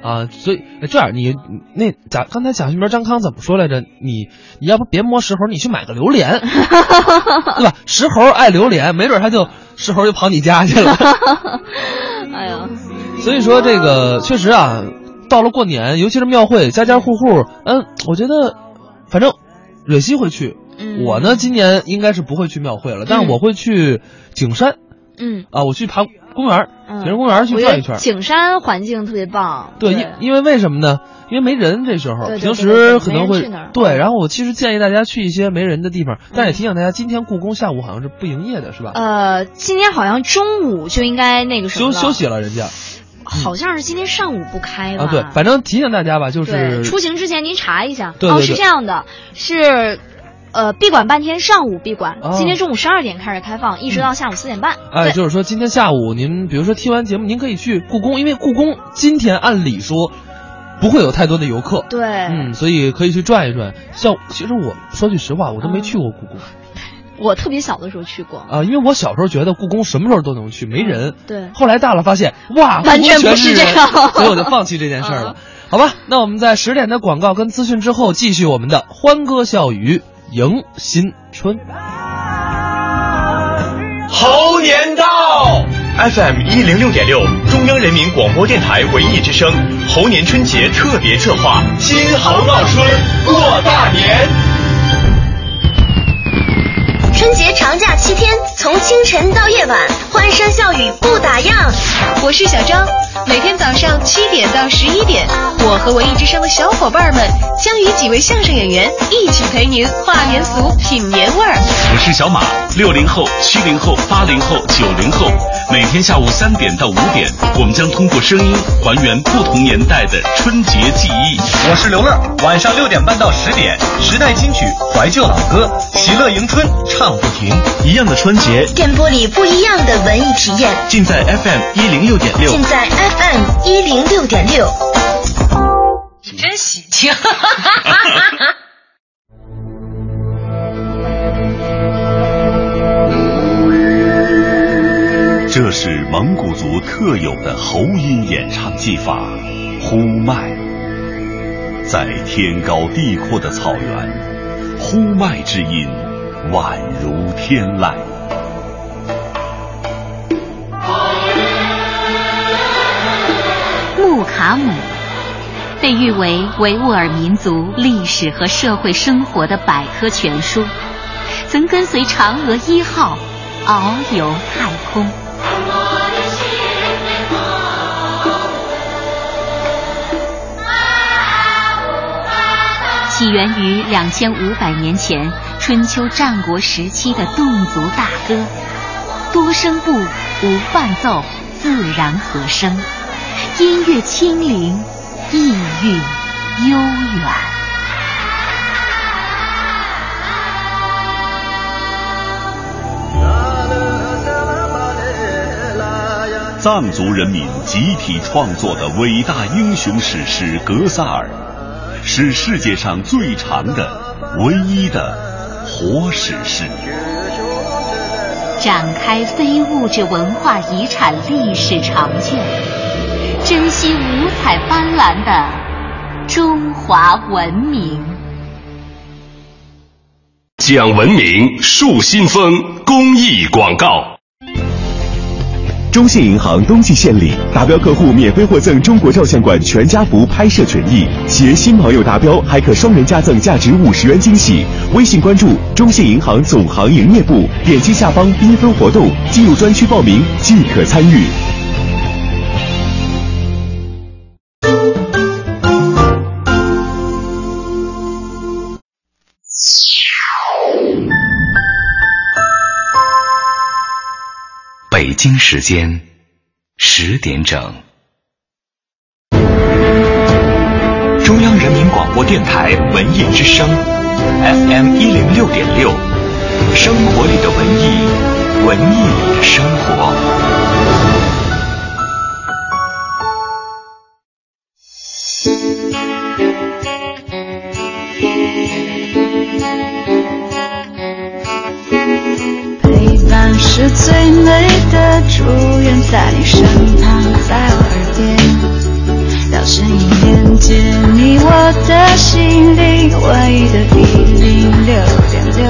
Speaker 1: 啊，所以哎这样你那贾刚才贾旭明、张康怎么说来着？你你要不别摸石猴，你去买个榴
Speaker 2: <laughs>
Speaker 1: 莲，对吧？石猴爱榴莲，没准他就石猴就跑你家去了。
Speaker 2: <laughs> 哎呀，
Speaker 1: 所以说这个确实啊，到了过年，尤其是庙会，家家户户，嗯，我觉得反正蕊希会去，
Speaker 2: 嗯
Speaker 1: 我呢，今年应该是不会去庙会了，但是我会去景山
Speaker 2: 嗯
Speaker 1: 啊，我去爬公园儿，
Speaker 2: 嗯，
Speaker 1: 景山公园儿去
Speaker 2: 我觉得
Speaker 1: 转一圈儿。
Speaker 2: 景山环境特别棒。
Speaker 1: 对，因因为为什么呢？因为没人，这时候
Speaker 2: 对对
Speaker 1: 平
Speaker 2: 对对
Speaker 1: 时可
Speaker 2: 没
Speaker 1: 能
Speaker 2: 人
Speaker 1: 会
Speaker 2: 去那儿嗯
Speaker 1: 对。然后我其实建议大家去一些没人的地方，但也提醒大家，今天故宫下午好像是不营业的，是吧？
Speaker 2: 呃，今天好像中午就应该那个什么
Speaker 1: 休
Speaker 2: 了
Speaker 1: 休息了，人家
Speaker 2: 好像是今天上午不开吧？
Speaker 1: 啊，对，反正提醒大家吧，就
Speaker 2: 对，
Speaker 1: 是
Speaker 2: 出行之前您查一下。
Speaker 1: 对
Speaker 2: 哦，
Speaker 1: 对对
Speaker 2: 是这样的，是，呃，闭馆半天，上午闭馆，
Speaker 1: 哦
Speaker 2: 今天中午十二点开始开放，一直到下午四点半。
Speaker 1: 哎，
Speaker 2: 对，
Speaker 1: 就是说今天下午您，比如说听完节目，您可以去故宫，因为故宫今天按理说不会有太多的游客，
Speaker 2: 对嗯
Speaker 1: 嗯，所以可以去转一转。像其实我说句实话，我都没去过故宫
Speaker 2: 我特别小的时候去过，
Speaker 1: 啊，因为我小时候觉得故宫什么时候都能去，没人。
Speaker 2: 对，
Speaker 1: 后来大了发现，哇，
Speaker 2: 嗯完全不嗯
Speaker 1: 故宫全
Speaker 2: 是
Speaker 1: 是人
Speaker 2: 这样
Speaker 1: <laughs> 所以我就放弃这件事儿了。好吧，那我们在十点的广告跟资讯之后，继续我们的欢歌笑语迎新春。
Speaker 17: 猴年到！FM 一零六点六，中央人民广播电台文艺之声猴年春节特别策划《金猴闹春过大年》。
Speaker 18: 春节长假七天，从清晨到夜晚，欢声笑语不打烊。我是小张，每天早上七点到十一点，我和文艺之声的小伙伴们将与几位相声演员一起陪您话年俗、品年味儿。
Speaker 10: 我是小马，六零后、七零后、八零后、九零后，每天下午三点到五点，我们将通过声音还原不同年代的春节记忆。我是刘乐，晚上六点半到十点，时代金曲、怀旧老歌，喜乐迎春，唱不停。一样的春节，
Speaker 18: 电波里不一样的文艺体验，
Speaker 10: 尽在 FM 一零六点六
Speaker 18: 尽。在 FM 一零六点六。
Speaker 19: 真喜庆。 <laughs>
Speaker 20: 这是蒙古族特有的喉音演唱技法——呼麦。在天高地阔的草原，呼麦之音宛如天籁。
Speaker 12: 穆卡姆被誉为维吾尔民族历史和社会生活的百科全书，曾跟随嫦娥一号遨游太空。起源于两千五百年前春秋战国时期的侗族大歌，多声部无伴奏，自然和声，音乐清灵，意韵悠远。
Speaker 20: 藏族人民集体创作的伟大英雄史诗《格萨尔》，是世界上最长的、唯一的活史诗。
Speaker 12: 展开非物质文化遗产历史长卷，珍惜五彩斑斓的中华文明。
Speaker 17: 讲文明树新风公益广告。
Speaker 21: 中信银行冬季献礼，达标客户免费获赠中国照相馆全家福拍摄权益，携新好友达标还可双人加赠价值五十元惊喜。微信关注中信银行总行营业部，点击下方缤纷活动，进入专区报名即可参与。
Speaker 22: 北京时间十点整，
Speaker 17: 中央人民广播电台文艺之声，FM 一零六点六，生活里的文艺，文艺里的生活。
Speaker 23: 陪伴是最美的祝愿，在你身旁，在我耳边，绕身一连接你我的心灵，唯一的一零六点六，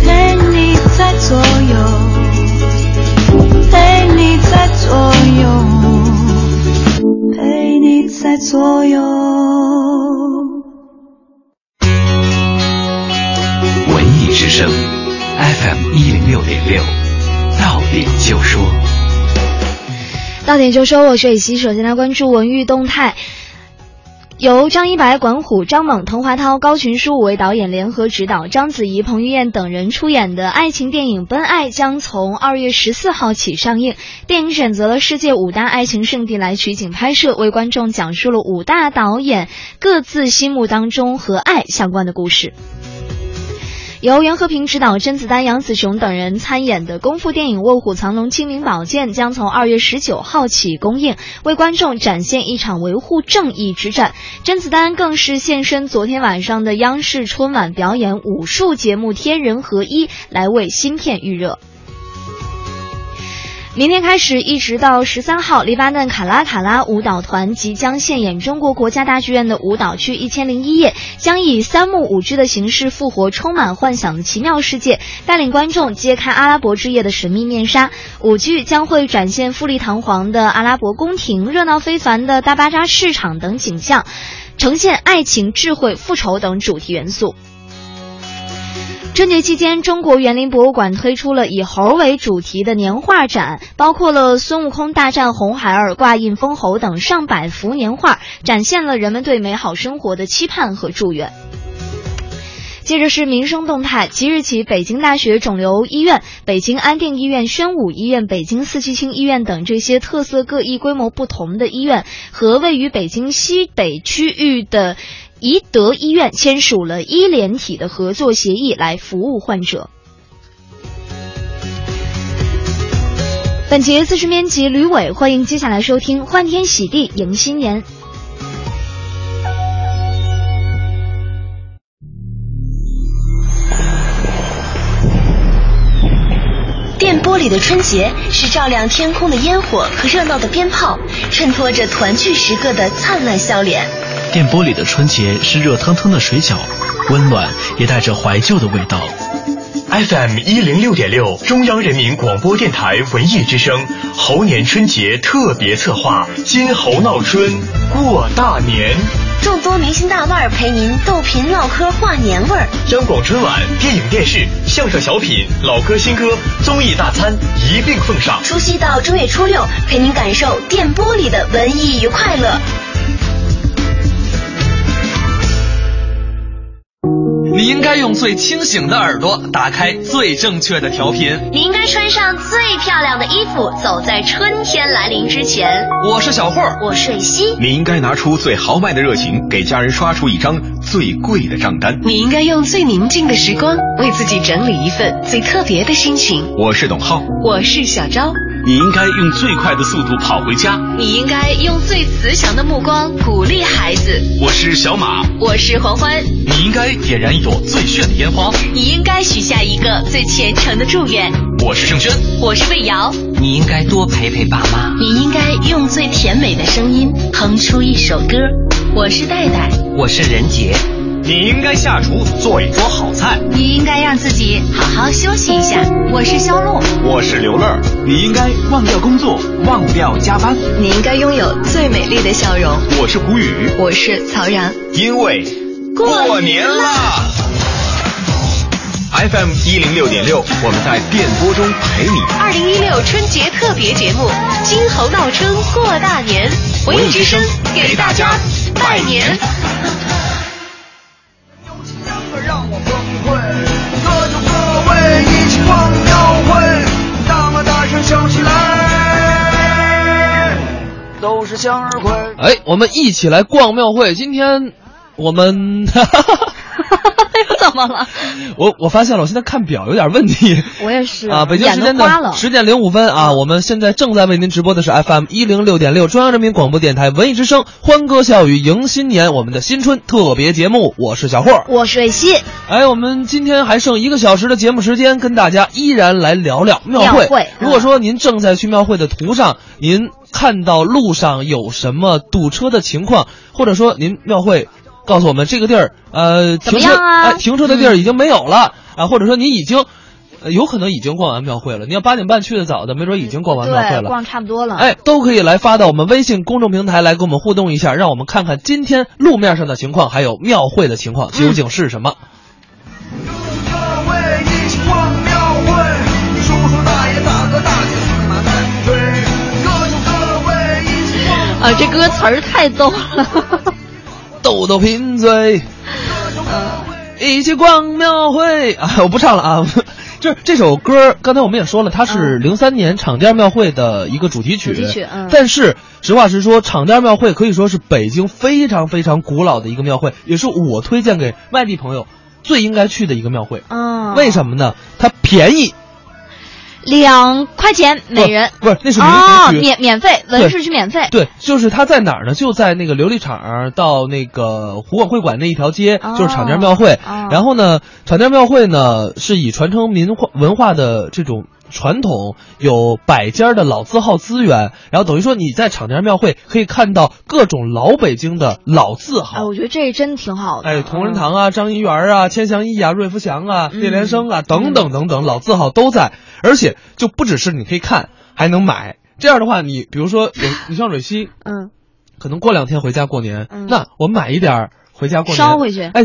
Speaker 23: 陪你在左右，陪你在左右，陪你在左右。
Speaker 22: 六点六，到点就说。
Speaker 2: 到点就说，我是雨熙。首先来关注文娱动态。由张一白、管虎、张猛、滕华涛、高群书五位导演联合执导，章子怡、彭于晏等人出演的爱情电影《奔爱》将从二月十四号起上映。电影选择了世界五大爱情圣地来取景拍摄，为观众讲述了五大导演各自心目当中和爱相关的故事。由袁和平执导、甄子丹、杨紫琼等人参演的功夫电影《卧虎藏龙》《清明宝剑》将从二月十九号起公映，为观众展现一场维护正义之战。甄子丹更是现身昨天晚上的央视春晚表演武术节目《天人合一》，来为新片预热。明天开始，一直到十三号，黎巴嫩卡拉卡拉舞蹈团即将现演中国国家大剧院的舞蹈剧《一千零一夜》，将以三幕舞剧的形式复活充满幻想的奇妙世界，带领观众揭开阿拉伯之夜的神秘面纱。舞剧将会展现富丽堂皇的阿拉伯宫廷、热闹非凡的大巴扎市场等景象，呈现爱情、智慧、复仇等主题元素。春节期间，中国园林博物馆推出了以猴为主题的年画展，包括了孙悟空大战红孩儿、挂印封侯等上百幅年画，展现了人们对美好生活的期盼和祝愿。接着是民生动态。即日起，北京大学肿瘤医院、北京安定医院、宣武医院、北京四季青医院等这些特色各异、规模不同的医院，和位于北京西北区域的怡德医院签署了医联体的合作协议，来服务患者。本节自治编辑吕伟，欢迎接下来收听《欢天喜地迎新年》。
Speaker 24: 电波里的春节是照亮天空的烟火和热闹的鞭炮，衬托着团聚时刻的灿烂笑脸。
Speaker 6: 电波里的春节是热腾腾的水饺，温暖也带着怀旧的味道。
Speaker 10: FM 一零六点六，中央人民广播电台文艺之声猴年春节特别策划《金猴闹春过大年》，
Speaker 24: 众多明星大腕儿陪您逗贫唠嗑话年味儿，
Speaker 10: 央广春晚、电影电视、相声小品、老歌新歌、综艺大餐一并奉上。
Speaker 24: 除夕到正月初六，陪您感受电波里的文艺与快乐。
Speaker 25: 你应该用最清醒的耳朵打开最正确的调频。
Speaker 24: 你应该穿上最漂亮的衣服，走在春天来临之前。
Speaker 25: 我是小霍，
Speaker 24: 我是雨熙。
Speaker 26: 你应该拿出最豪迈的热情，给家人刷出一张最贵的账单。
Speaker 12: 你应该用最宁静的时光，为自己整理一份最特别的心情。
Speaker 26: 我是董浩，
Speaker 12: 我是小昭。
Speaker 25: 你应该用最快的速度跑回家。
Speaker 12: 你应该用最慈祥的目光鼓励孩子。
Speaker 25: 我是小马，
Speaker 12: 我是黄欢。
Speaker 25: 你应该点燃一朵最炫的烟花。
Speaker 12: 你应该许下一个最虔诚的祝愿。
Speaker 25: 我是盛轩，
Speaker 12: 我是魏瑶。
Speaker 27: 你应该多陪陪爸妈。
Speaker 12: 你应该用最甜美的声音哼出一首歌。我是戴戴，
Speaker 27: 我是任杰。
Speaker 25: 你应该下厨做一桌好菜。
Speaker 12: 你应该让自己好好休息一下。我是肖璐，
Speaker 26: 我是刘乐。
Speaker 25: 你应该忘掉工作，忘掉加班。
Speaker 12: 你应该拥有最美丽的笑容。
Speaker 26: 我是胡宇，
Speaker 12: 我是曹然。
Speaker 26: 因为
Speaker 12: 过年
Speaker 26: 啦！FM 一零六点六，我们在电波中陪你。
Speaker 12: 二零一六春节特别节目《金猴闹春过大年》，文艺之声给大家拜年。
Speaker 23: 各位一起逛庙会，那么大声笑起来，都是向日葵。
Speaker 1: 哎，我们一起来逛庙会。今天我们， <laughs>
Speaker 2: 哎怎么了？
Speaker 1: 我我发现了，我现在看表有点问题。
Speaker 2: 我也是
Speaker 1: 啊，北京时间
Speaker 2: 眼都花
Speaker 1: 的
Speaker 2: 了嗯
Speaker 1: 十点零五分啊，我们现在正在为您直播的是 FM 一零六点六中央人民广播电台文艺之声欢歌笑语迎新年，我们的新春特别节目，我是小霍。
Speaker 2: 我是瑞希。
Speaker 1: 哎，我们今天还剩一个小时的节目时间，跟大家依然来聊聊庙会。
Speaker 2: 庙会嗯
Speaker 1: 如果说您正在去庙会的途上，您看到路上有什么堵车的情况，或者说您庙会告诉我们这个地儿，呃，
Speaker 2: 怎么
Speaker 1: 停车
Speaker 2: 样啊
Speaker 1: 哎停车的地儿已经没有了、啊，或者说您已经。呃有可能已经逛完庙会了。你要八点半去的早的，没准已经逛完庙会
Speaker 2: 对，
Speaker 1: 了。
Speaker 2: 逛差不多了。
Speaker 1: 哎，，都可以来发到我们微信公众平台来跟我们互动一下，让我们看看今天路面上的情况，还有庙会的情况究竟是什么。
Speaker 23: 各位一起逛庙会，
Speaker 2: 啊，这歌词儿太逗了。
Speaker 1: 豆豆贫嘴，一起逛庙会啊！我不唱了啊， <laughs> 就是这首歌，刚才我们也说了，它是零三年场店庙会的一个主题曲。
Speaker 2: 嗯主题曲嗯
Speaker 1: 但是实话实说，场店庙会可以说是北京非常非常古老的一个庙会，也是我推荐给外地朋友最应该去的一个庙会。
Speaker 2: 嗯，
Speaker 1: 为什么呢？它便宜，
Speaker 2: 两块钱每人，
Speaker 1: 不是不是那是
Speaker 2: 哦，
Speaker 1: 民俗区
Speaker 2: 免免费，
Speaker 1: 对
Speaker 2: 文市区免费，
Speaker 1: 对，就是它在哪儿呢？就在那个琉璃厂儿到那个湖广会馆那一条街，就是厂家庙会。然后呢，厂家庙会呢是以传承民化文化的这种传统，有百家的老字号资源，然后等于说你在厂家庙会可以看到各种老北京的老字号。
Speaker 2: 哎，我觉得这真挺好的。
Speaker 1: 哎，同仁堂啊，张一元啊，千祥义啊，瑞福祥啊，
Speaker 2: 嗯
Speaker 1: 聂连生啊，等等等等，老字号都在，而且就不只是你可以看，还能买。这样的话，你比如说有，你像蕊希，
Speaker 2: 嗯，
Speaker 1: 可能过两天回家过年，
Speaker 2: 嗯
Speaker 1: 那我买一点儿回家过年，
Speaker 2: 捎回去
Speaker 1: 哎。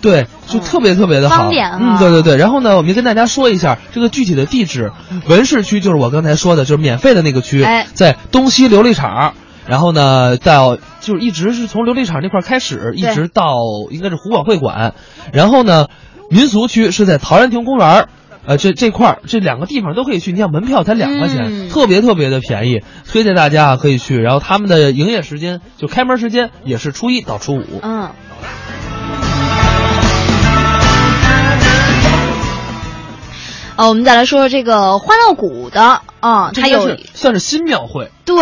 Speaker 1: 对，就特别特别的好，
Speaker 2: 嗯方便啊
Speaker 1: 嗯，对对对。然后呢，我们也跟大家说一下这个具体的地址，文市区就是我刚才说的，就是免费的那个区，
Speaker 2: 哎
Speaker 1: 在东西琉璃厂。然后呢，到就是一直是从琉璃厂那块儿开始，一
Speaker 2: 对
Speaker 1: 直到应该是湖广会馆。然后呢，民俗区是在陶然亭公园儿。呃，这这块儿这两个地方都可以去，你想门票才两块钱，
Speaker 2: 嗯
Speaker 1: 特别特别的便宜，推荐大家啊可以去。然后他们的营业时间就开门时间也是初一到初五。
Speaker 2: 嗯。呃，我们再来说说这个欢乐谷的啊，
Speaker 1: 这
Speaker 2: 它
Speaker 1: 应该
Speaker 2: 有
Speaker 1: 是嗯算是新庙会，
Speaker 2: 对，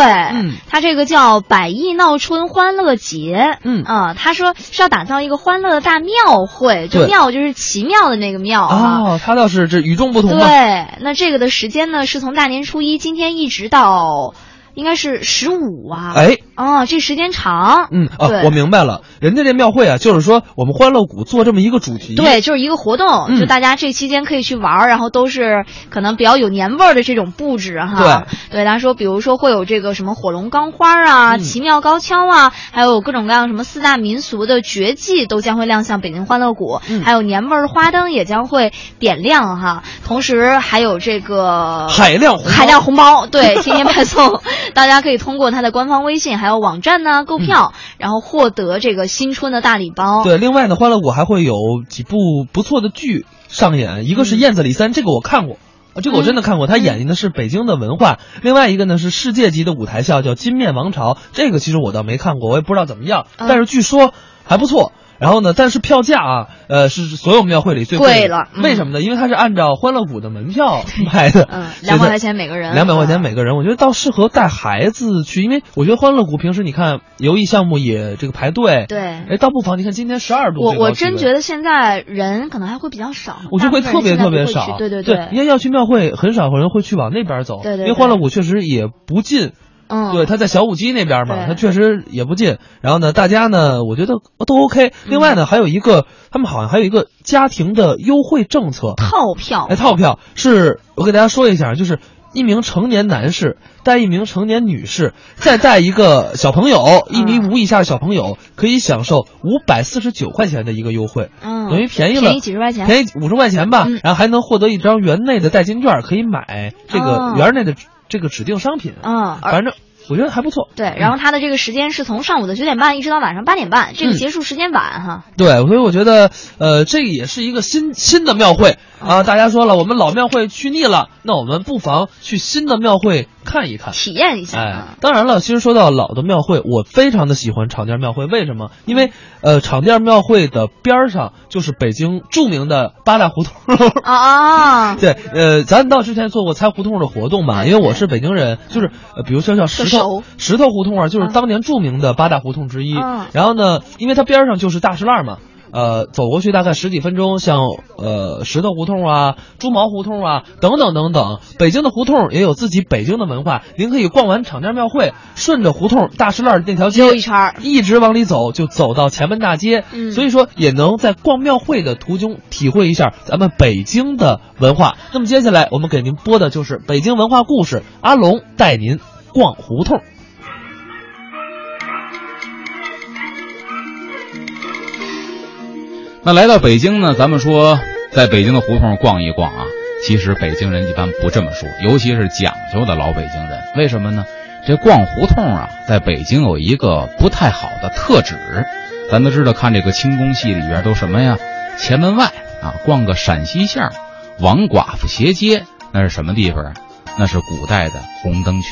Speaker 2: 它这个叫百亿闹春欢乐节，
Speaker 1: 嗯
Speaker 2: 啊，他说是要打造一个欢乐的大庙会，这
Speaker 1: 对
Speaker 2: 庙就是奇妙的那个庙啊。
Speaker 1: 哦，它倒是这与众不同嘛。
Speaker 2: 对，那这个的时间呢是从大年初一今天一直到，应该是十五啊。
Speaker 1: 哎，
Speaker 2: 啊，这时间长。
Speaker 1: 嗯
Speaker 2: 对
Speaker 1: 啊，我明白了，人家这庙会啊，就是说我们欢乐谷做这么一个主题，
Speaker 2: 对，就是一个活动，
Speaker 1: 嗯
Speaker 2: 就大家这期间可以去玩儿，然后都是可能比较有年味儿的这种布置哈。对，大家说，比如说会有这个什么火龙钢花
Speaker 1: 嗯
Speaker 2: 啊、奇妙高跷啊，还有各种各样什么四大民俗的绝技都将会亮相北京欢乐谷，
Speaker 1: 嗯
Speaker 2: 还有年味儿的花灯也将会点亮哈。同时还有这个
Speaker 1: 海量红包
Speaker 2: 海量红包，对， <laughs> 天天派送，大家可以通过它的官方微信还有网站呢购票，
Speaker 1: 嗯
Speaker 2: 然后获得这个新春的大礼包。
Speaker 1: 对，另外呢，欢乐谷还会有几部不错的剧上演，一个
Speaker 2: 嗯
Speaker 1: 是《燕子李三》，这个我看过。啊，这个我真的看过，他演绎的是北京的文化。另外一个呢是世界级的舞台笑，叫《金面王朝》，这个其实我倒没看过，我也不知道怎么样，
Speaker 2: 嗯
Speaker 1: 但是据说还不错。然后呢，但是票价啊，呃，是所有庙会里最贵
Speaker 2: 贵
Speaker 1: 的
Speaker 2: 了嗯
Speaker 1: 为什么呢？因为它是按照欢乐谷的门票卖的，
Speaker 2: 嗯200块钱每个人
Speaker 1: 两百块钱每个人，我觉得倒适合带孩子去，因为我觉得欢乐谷平时你看游艺项目也这个排队，
Speaker 2: 对
Speaker 1: 哎，倒不妨你看今天十二度，
Speaker 2: 我
Speaker 1: 最高
Speaker 2: 我
Speaker 1: 气
Speaker 2: 真
Speaker 1: 温
Speaker 2: 觉得现在人可能还会比较少，
Speaker 1: 我就会
Speaker 2: 大
Speaker 1: 特
Speaker 2: 部分
Speaker 1: 别
Speaker 2: 人现在
Speaker 1: 特
Speaker 2: 不
Speaker 1: 别
Speaker 2: 会去
Speaker 1: 少，
Speaker 2: 对对
Speaker 1: 因为要去庙会，很少有人会去往那边走，
Speaker 2: 对对
Speaker 1: 因为欢乐谷确实也不近。
Speaker 2: 嗯
Speaker 1: 对，它在小五基那边嘛，
Speaker 2: 对
Speaker 1: 它确实也不近。然后呢，大家呢，我觉得都 OK。另外呢，
Speaker 2: 嗯
Speaker 1: 还有一个，他们好像还有一个家庭的优惠政策，
Speaker 2: 套票
Speaker 1: 哎，套票是我给大家说一下，就是一名成年男士带一名成年女士，再带一个小朋友，一米
Speaker 2: 嗯
Speaker 1: 五以下的小朋友，可以享受五百四十九块钱的一个优惠，
Speaker 2: 嗯
Speaker 1: 等于便宜了，
Speaker 2: 便宜几十块钱嗯
Speaker 1: 便宜五十块钱吧，然后还能获得一张园内的代金券，可以买这
Speaker 2: 哦
Speaker 1: 个园内的指这个指定商品，
Speaker 2: 嗯，而
Speaker 1: 反正我觉得还不错。
Speaker 2: 对，然后它的这个时间是从上午的九点半一直到晚上八点半，
Speaker 1: 嗯
Speaker 2: 这个结束时间晚哈。
Speaker 1: 对，所以我觉得，呃，这个也是一个新新的庙会
Speaker 2: 嗯
Speaker 1: 啊。大家说了，我们老庙会去腻了，那我们不妨去新的庙会看一看，
Speaker 2: 体验一下
Speaker 1: 哎，当然了，其实说到老的庙会，我非常的喜欢场店庙会，为什么？因为呃，场店庙会的边儿上就是北京著名的八大胡同。
Speaker 2: 啊，
Speaker 1: <laughs> 对，呃，咱到之前做过猜胡同的活动嘛，因为我是北京人，就是呃，比如说像石
Speaker 2: 特
Speaker 1: 头
Speaker 2: 熟
Speaker 1: 石头胡同啊，就是当年著名的八大胡同之一。
Speaker 2: 嗯
Speaker 1: 然后呢，因为它边上就是大石栏嘛。呃，走过去大概十几分钟，像呃石头胡同啊、猪毛胡同啊等等等等，北京的胡同也有自己北京的文化。您可以逛完场店庙会，顺着胡同大石栏那条街
Speaker 2: 溜一圈儿
Speaker 1: 一直往里走，就走到前门大街。
Speaker 2: 嗯
Speaker 1: 所以说也能在逛庙会的途中体会一下咱们北京的文化。那么接下来我们给您播的就是北京文化故事，阿龙带您逛胡同。
Speaker 9: 那来到北京呢，咱们说在北京的胡同逛一逛啊，其实北京人一般不这么说，尤其是讲究的老北京人，为什么呢？这逛胡同啊，在北京有一个不太好的特指。咱都知道，看这个清宫戏里边都什么呀？前门外啊，逛个陕西巷，王寡妇斜街，那是什么地方啊？那是古代的红灯区，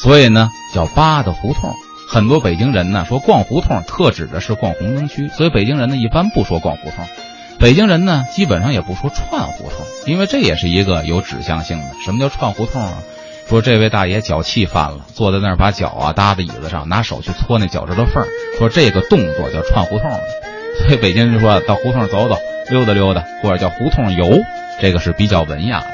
Speaker 9: 所以呢叫八大胡同。很多北京人呢说逛胡同特指的是逛红灯区，所以北京人呢一般不说逛胡同，北京人呢基本上也不说串胡同，因为这也是一个有指向性的。什么叫串胡同啊？说这位大爷脚气犯了，坐在那儿把脚啊搭在椅子上，拿手去搓那脚趾头缝儿，说这个动作叫串胡同了。所以北京人就说到胡同走走，溜达溜达，或者叫胡同游，这个是比较文雅的。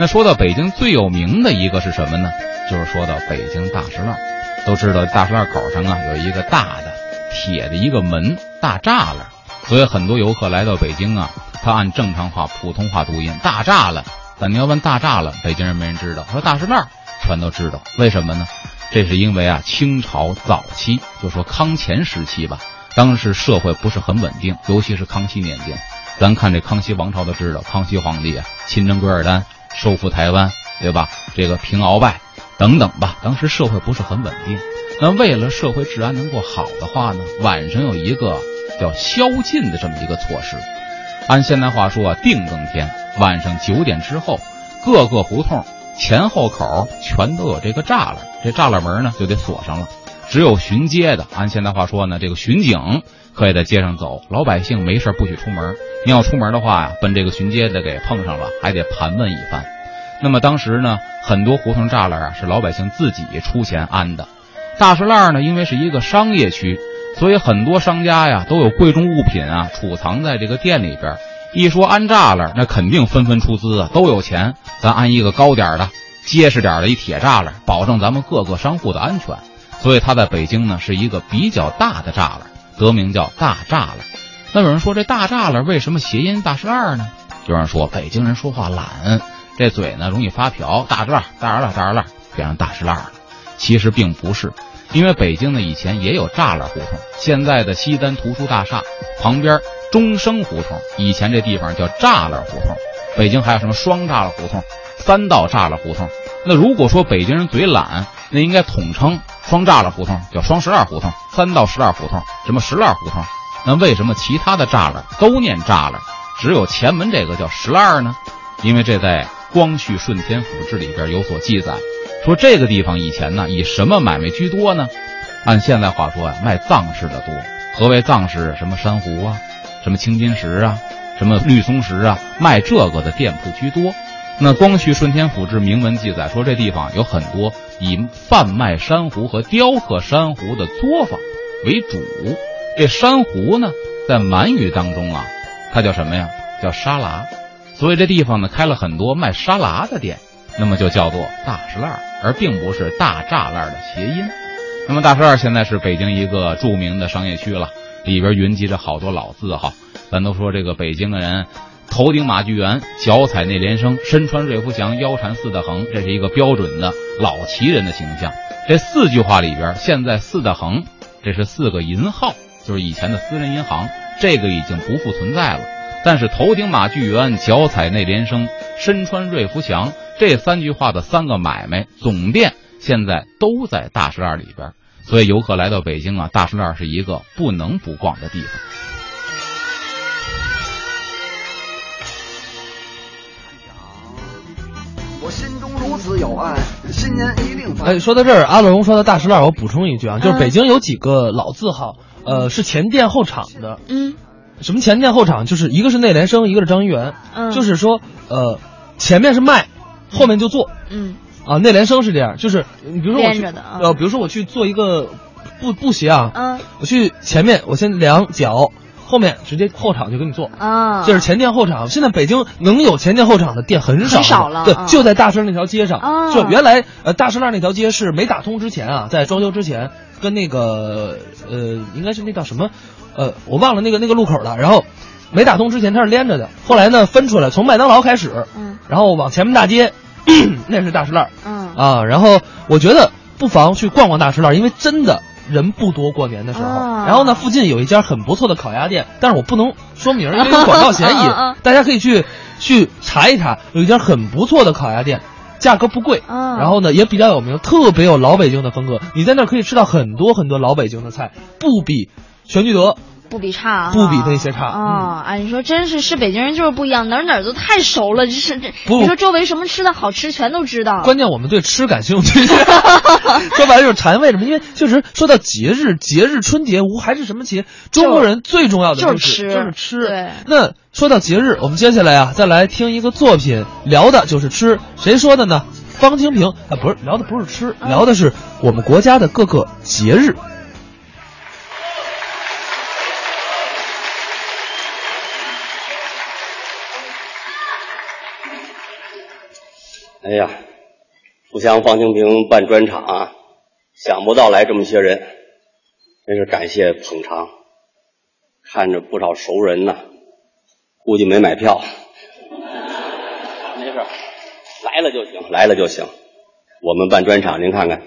Speaker 9: 那说到北京最有名的一个是什么呢？就是说到北京大石栏，都知道大石栏口上啊有一个大的铁的一个门大栅栏，所以很多游客来到北京啊，他按正常话普通话读音大栅栏。但你要问大栅栏，北京人没人知道。说大石栏，全都知道。为什么呢？这是因为啊，清朝早期，就说康乾时期吧，当时社会不是很稳定，尤其是康熙年间。咱看这康熙王朝都知道，康熙皇帝啊，亲征噶尔丹，收复台湾，对吧？这个平鳌拜等等吧，当时社会不是很稳定。那为了社会治安能够好的话呢，晚上有一个叫宵禁的这么一个措施。按现代话说啊，定更天晚上九点之后，各个胡同前后口全都有这个栅栏，这栅栏门呢就得锁上了。只有巡街的，按现代话说呢，这个巡警可以在街上走，老百姓没事不许出门。你要出门的话呀、啊，奔这个巡街的给碰上了，还得盘问一番。那么当时呢，很多胡同栅栏啊是老百姓自己出钱安的。大石栏呢，因为是一个商业区。所以很多商家呀都有贵重物品啊储藏在这个店里边。一说安栅栏，那肯定纷纷出资啊，都有钱。咱安一个高点的、结实点的一铁栅栏，保证咱们各个商户的安全。所以它在北京呢是一个比较大的栅栏，得名叫大栅栏。那有人说这大栅栏为什么谐音大栅栏呢？有人说北京人说话懒，这嘴呢容易发瓢，大栅栏、大栅栏、大栅栏，变成大栅栏了。其实并不是。因为北京呢以前也有栅栏胡同，现在的西单图书大厦旁边中升胡同，以前这地方叫栅栏胡同。北京还有什么双栅栏胡同、三道栅栏胡同？那如果说北京人嘴懒，那应该统称双栅栏胡同叫双十二胡同、三到十二胡同、什么十二胡同。那为什么其他的栅栏都念栅栏，只有前门这个叫十二呢？因为这在《光绪顺天府志》里边有所记载。说这个地方以前呢，以什么买卖居多呢？按现在话说呀、啊，卖藏式的多。何为藏式？什么珊瑚啊，什么青金石啊，什么绿松石啊，卖这个的店铺居多。那《光绪顺天府志》明文记载说，这地方有很多以贩卖珊瑚和雕刻珊瑚的作坊为主。这珊瑚呢，在满语当中啊，它叫什么呀？叫沙拉。所以这地方呢，开了很多卖沙拉的店。那么就叫做大石栏，而并不是大栅栏的谐音。那么大石栏现在是北京一个著名的商业区了，里边云集着好多老字号。咱都说这个北京的人，头顶马剧园，脚踩内联升，身穿瑞福祥，腰缠四大横，这是一个标准的老旗人的形象。这四句话里边，现在四大横，这是四个银号，就是以前的私人银行，这个已经不复存在了。但是头顶马剧园，脚踩内联升，身穿瑞福祥。这三句话的三个买卖总店现在都在大石栏里边，所以游客来到北京啊，大石栏是一个不能不逛的地方。
Speaker 3: 我心中如此有爱，新年一定。
Speaker 1: 哎，说到这儿，阿乐荣说到大石栏，我补充一句啊，
Speaker 2: 嗯
Speaker 1: 就是北京有几个老字号，呃，是前店后厂的。
Speaker 2: 嗯。
Speaker 1: 什么前店后厂？就是一个是内联升，一个是张一元。
Speaker 2: 嗯。
Speaker 1: 就是说，呃，前面是卖。后面就做，
Speaker 2: 嗯，
Speaker 1: 啊，内联升是这样，就是比如说我去，
Speaker 2: 啊、
Speaker 1: 呃，比如说我去做一个布布鞋啊，
Speaker 2: 嗯，
Speaker 1: 我去前面我先量脚，后面直接后场就给你做，
Speaker 2: 啊，
Speaker 1: 这是前店后厂。现在北京能有前店后厂的店很少，
Speaker 2: 很少了，
Speaker 1: 对，
Speaker 2: 啊、
Speaker 1: 就在大石那条街上，
Speaker 2: 啊、
Speaker 1: 就原来呃大石那那条街是没打通之前啊，在装修之前跟那个呃应该是那叫什么，呃我忘了那个那个路口了，然后。没打通之前它是连着的，后来呢分出来，从麦当劳开始，
Speaker 2: 嗯，
Speaker 1: 然后往前门大街， <clears throat> 那是大石栏，
Speaker 2: 嗯
Speaker 1: 啊，然后我觉得不妨去逛逛大石栏，因为真的人不多，过年的时候。
Speaker 2: 啊
Speaker 1: 然后呢，附近有一家很不错的烤鸭店，但是我不能说名，因为有广告嫌疑，
Speaker 2: 啊啊啊
Speaker 1: 大家可以去去查一查，有一家很不错的烤鸭店，价格不贵，
Speaker 2: 嗯
Speaker 1: 然后呢也比较有名，特别有老北京的风格。你在那儿可以吃到很多很多老北京的菜，不比全聚德，
Speaker 2: 不比差啊，
Speaker 1: 不比那些差。
Speaker 2: 啊、哎，你说真是是北京人就是不一样，哪儿哪儿都太熟了，这是这。
Speaker 1: 不
Speaker 2: 你说周围什么吃的好吃全都知道。
Speaker 1: 关键我们对吃感
Speaker 2: <laughs>
Speaker 1: 兴趣，说白了就是馋。为什么？因为确实说到节日，节日春节无还是什么节，中国人最重要的
Speaker 2: 就是
Speaker 1: 是
Speaker 2: 吃，
Speaker 1: 就是
Speaker 2: 吃。对，
Speaker 1: 那说到节日，我们接下来啊，再来听一个作品，聊的就是吃。谁说的呢？方清平啊，不是聊的不是吃，
Speaker 2: 啊
Speaker 1: 聊的是我们国家的各个节日。
Speaker 28: 哎呀，不像方清平办专场啊，想不到来这么些人，真是感谢捧场。看着不少熟人呢，估计没买票，没事儿，来了就行，来了就行。我们办专场，您看看，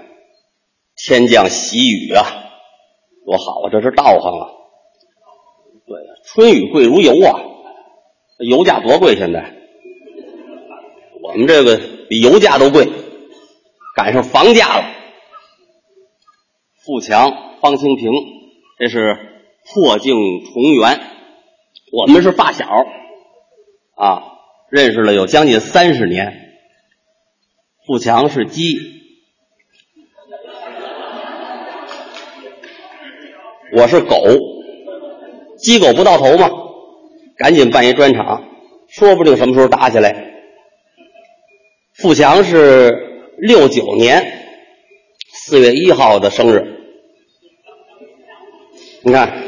Speaker 28: 天降喜雨啊，多好啊！这是道行啊。对呀，春雨贵如油啊，油价多贵现在。我们这个比油价都贵，赶上房价了。富强、方清平，这是破镜重圆，我们是发小啊，认识了有将近三十年。富强是鸡，我是狗，鸡狗不到头嘛，赶紧办一专场，说不定什么时候打起来。富强是六九年四月一号的生日，你看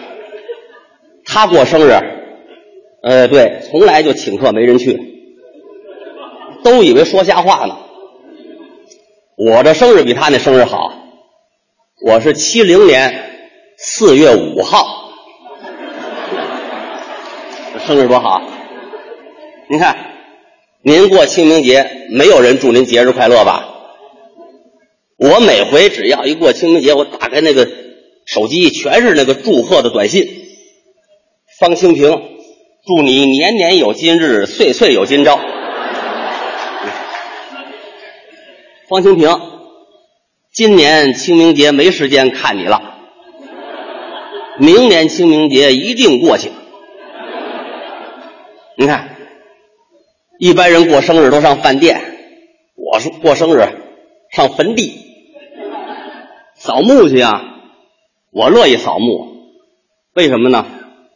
Speaker 28: 他过生日，呃，对，从来就请客没人去，都以为说瞎话呢。我的生日比他那生日好，我是七零年四月五号，这生日多好！您看，您过清明节，没有人祝您节日快乐吧？我每回只要一过清明节，我打开那个手机，全是那个祝贺的短信。方清平，祝你年年有今日，岁岁有今朝。方清平，今年清明节没时间看你了，明年清明节一定过去。你看，一般人过生日都上饭店，我是过生日上坟地扫墓去啊。我乐意扫墓，为什么呢？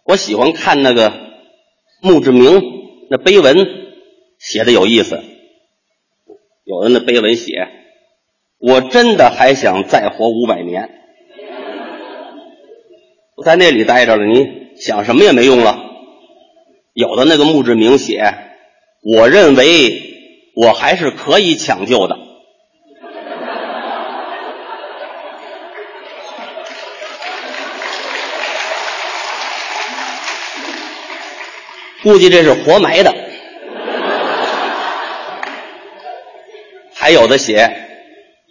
Speaker 28: 我喜欢看那个墓志铭，那碑文写的有意思。有人的碑文写：“我真的还想再活五百年。”不在那里待着了，你想什么也没用了。有的那个墓志铭写：“我认为我还是可以抢救的。”估计这是活埋的。还有的写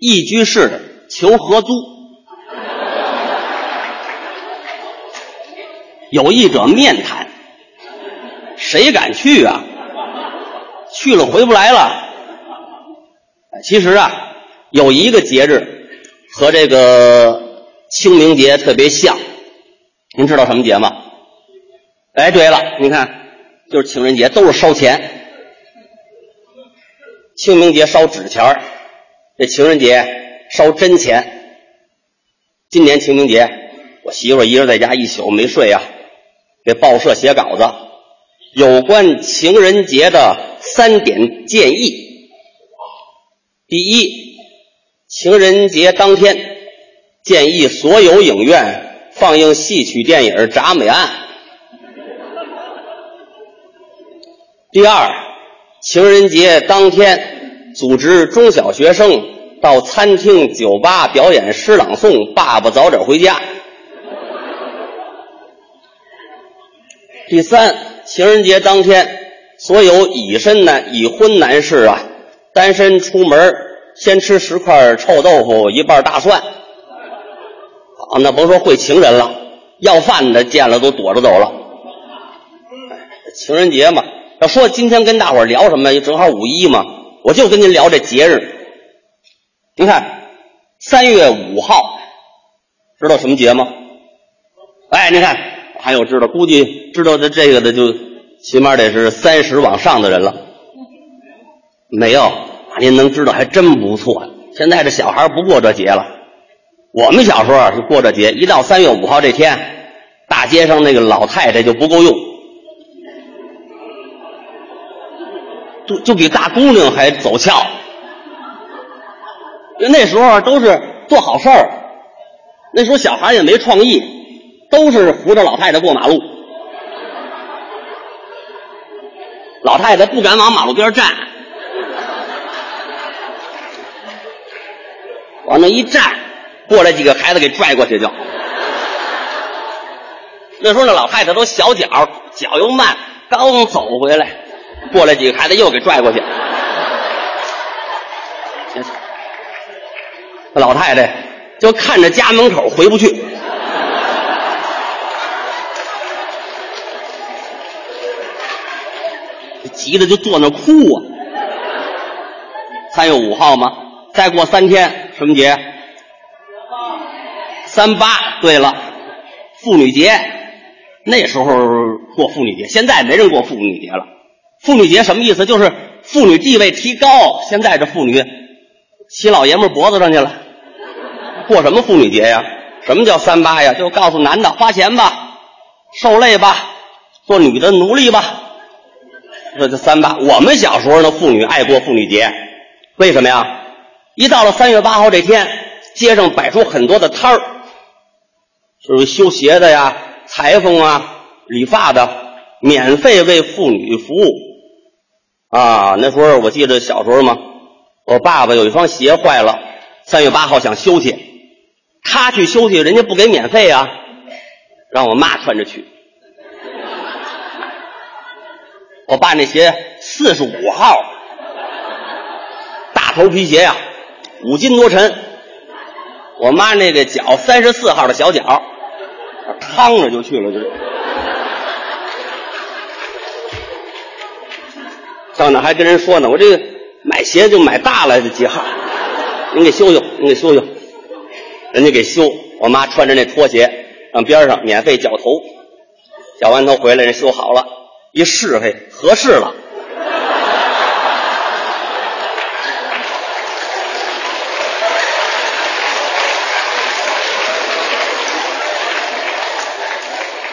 Speaker 28: 一居室求合租，有意者面谈，谁敢去啊？去了回不来了。哎其实啊，有一个节日和这个清明节特别像，您知道什么节吗？哎，对了，你看，就是情人节都是烧钱。清明节烧纸钱儿，这情人节烧真钱。今年清明节，我媳妇儿一人在家一宿没睡啊，给报社写稿子，有关情人节的三点建议。第一，情人节当天，建议所有影院放映戏曲电影《铡美案》。第二，情人节当天组织中小学生到餐厅、酒吧表演诗朗诵《爸爸早点回家》。第三，情人节当天，所有已身男、已婚男士啊，单身出门先吃十块臭豆腐，一瓣大蒜。啊，那甭说会情人了，要饭的见了都躲着走了。情人节嘛，要说今天跟大伙儿聊什么，正好五一嘛，我就跟您聊这节日。您看，三月五号，知道什么节吗？哎，您看，还有知道，估计知道这这个的就起码得是三十往上的人了。没有，您能知道还真不错。现在这小孩不过这节了，我们小时候啊是过这节，一到三月五号这天，大街上那个老太太就不够用，就就比大姑娘还走俏。那时候啊都是做好事儿，那时候小孩也没创意，都是扶着老太太过马路。老太太不敢往马路边站，往那一站，过来几个孩子给拽过去就。那时候那老太太都小脚，脚又慢，刚走回来，过来几个孩子又给拽过去。老太太就看着家门口回不去，急得就坐那哭啊。三月五号嘛，再过三天什么节？三八。对了，妇女节，那时候过妇女节，现在没人过妇女节了。妇女节什么意思？就是妇女地位提高。现在这妇女骑老爷们儿脖子上去了，过什么妇女节呀？什么叫三八呀？就告诉男的花钱吧，受累吧，做女的奴隶吧，这就三八。我们小时候呢，妇女爱过妇女节，为什么呀？一到了三月八号这天，街上摆出很多的摊儿，就是修鞋的呀、裁缝啊、理发的，免费为妇女服务。啊，那时候我记得小时候嘛。我爸爸有一双鞋坏了，三月八号想修去，他去修去，人家不给免费啊，让我妈穿着去。 <laughs> 我爸那鞋四十五号，大头皮鞋呀、啊，五斤多沉。我妈那个脚三十四号的小脚，啊趟着就去了，就是。上那还跟人说呢，我这个。买鞋就买大了的几号，您给修修，您给修修，人家给修。我妈穿着那拖鞋，让边上免费绞头，绞完头回来人修好了，一试嘿，合适了。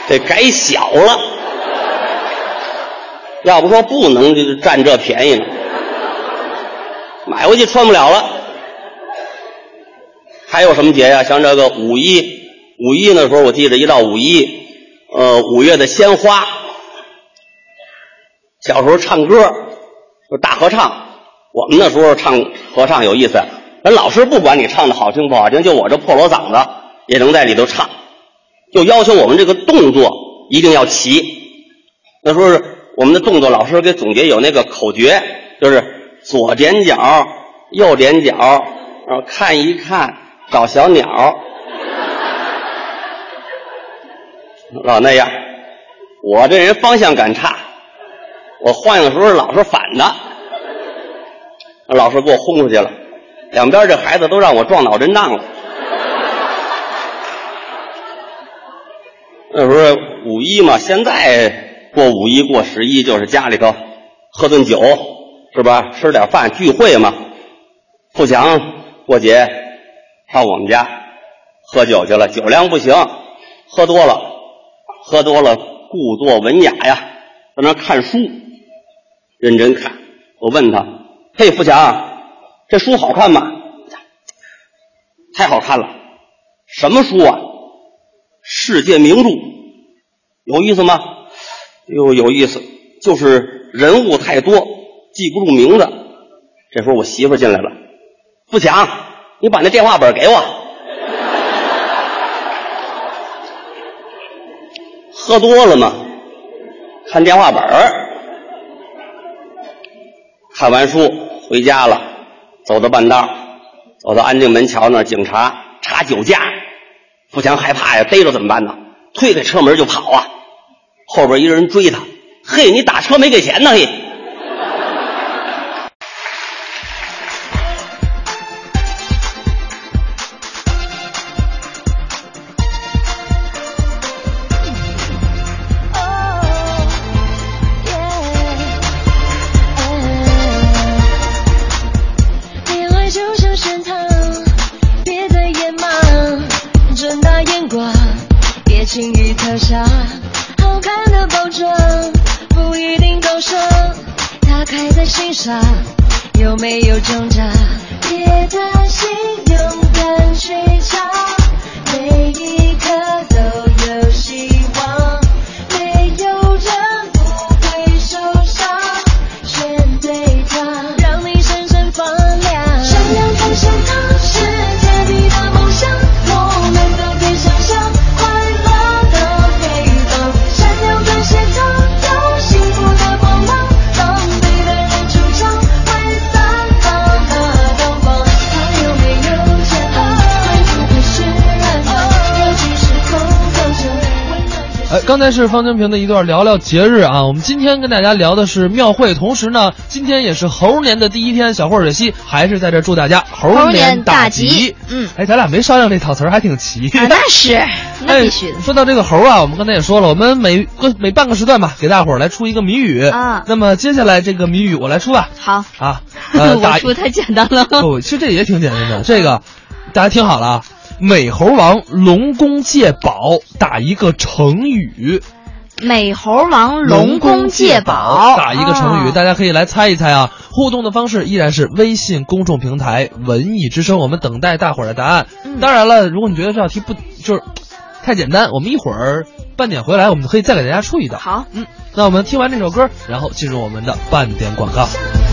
Speaker 28: 这改小了，要不说不能就是占这便宜呢。买回去穿不了了。还有什么节呀、啊？像这个五一，五一那时候我记得一到五一，呃，五月的鲜花。小时候唱歌，就大合唱。我们那时候唱合唱有意思，人老师不管你唱的好听不好听，就我这破锣嗓子也能在里头唱，就要求我们这个动作一定要齐。那时候我们的动作，老师给总结有那个口诀，就是。左点脚，右点脚，然后看一看，找小鸟，老那样。我这人方向感差，我晃悠的时候老是反的，老师给我轰出去了。两边这孩子都让我撞脑震荡了。那时候呃五一嘛，现在过五一过十一就是家里头喝顿酒。是吧？吃点饭聚会嘛。富强过节上我们家喝酒去了，酒量不行，喝多了，喝多了故作文雅呀，在那看书，认真看。我问他：“嘿，富强，这书好看吗？”“太好看了。”“什么书啊？”“世界名著。”“有意思吗？”“哟，有意思，就是人物太多。”记不住名字，这时候我媳妇进来了，富强，你把那电话本给我。 <laughs> 喝多了嘛，看电话本看完书回家了，走到半道走到安定门桥那儿，警察查酒驾，富强害怕呀，逮着怎么办呢？推开车门就跑啊，后边一个人追他，嘿，你打车没给钱呢，嘿。
Speaker 23: 轻易投降。好看的包装不一定高尚，打开再欣赏，有没有挣扎？别担心，勇敢去闯，每一刻都有希望，没有人不会受伤，选对它，让你闪闪发亮。闪亮发现它是天地的梦想，我们都可以想象，快乐的飞翔。闪亮的写照，有幸福的光芒，当对的人出场，会散发的光芒。还有没有肩膀？会不会是爱吗？也许是空口就来。
Speaker 1: 哎，刚才是方清平的一段聊聊节日啊。我们今天跟大家聊的是庙会，同时呢，今天也是猴年的第一天，小霍尔西还是在这祝大家
Speaker 2: 猴
Speaker 1: 年
Speaker 2: 年
Speaker 1: 大
Speaker 2: 大吉嗯，
Speaker 1: 哎，咱俩没商量这套词儿，还挺齐。
Speaker 2: 啊那
Speaker 1: <laughs>
Speaker 2: 是那必须的
Speaker 1: 哎。说到这个猴啊，我们刚才也说了，我们每个每半个时段吧，给大伙儿来出一个谜语
Speaker 2: 啊
Speaker 1: 那么接下来这个谜语我来出吧。
Speaker 2: 好
Speaker 1: 啊，呃，打
Speaker 2: <laughs> 我出太简单了。
Speaker 1: <laughs> 哦，其实这也挺简单的。这个大家听好了啊，美猴王龙宫借宝打一个成语，
Speaker 2: 美猴王龙宫借宝，
Speaker 1: 打一个成语，
Speaker 2: 啊
Speaker 1: 大家可以来猜一猜啊。互动的方式依然是微信公众平台“文艺之声”，我们等待大伙儿的答案。
Speaker 2: 嗯
Speaker 1: 当然了，如果你觉得这道题不就是太简单，我们一会儿半点回来，我们可以再给大家出一道。
Speaker 2: 好，
Speaker 1: 嗯，那我们听完这首歌，然后进入我们的半点广告。
Speaker 23: 我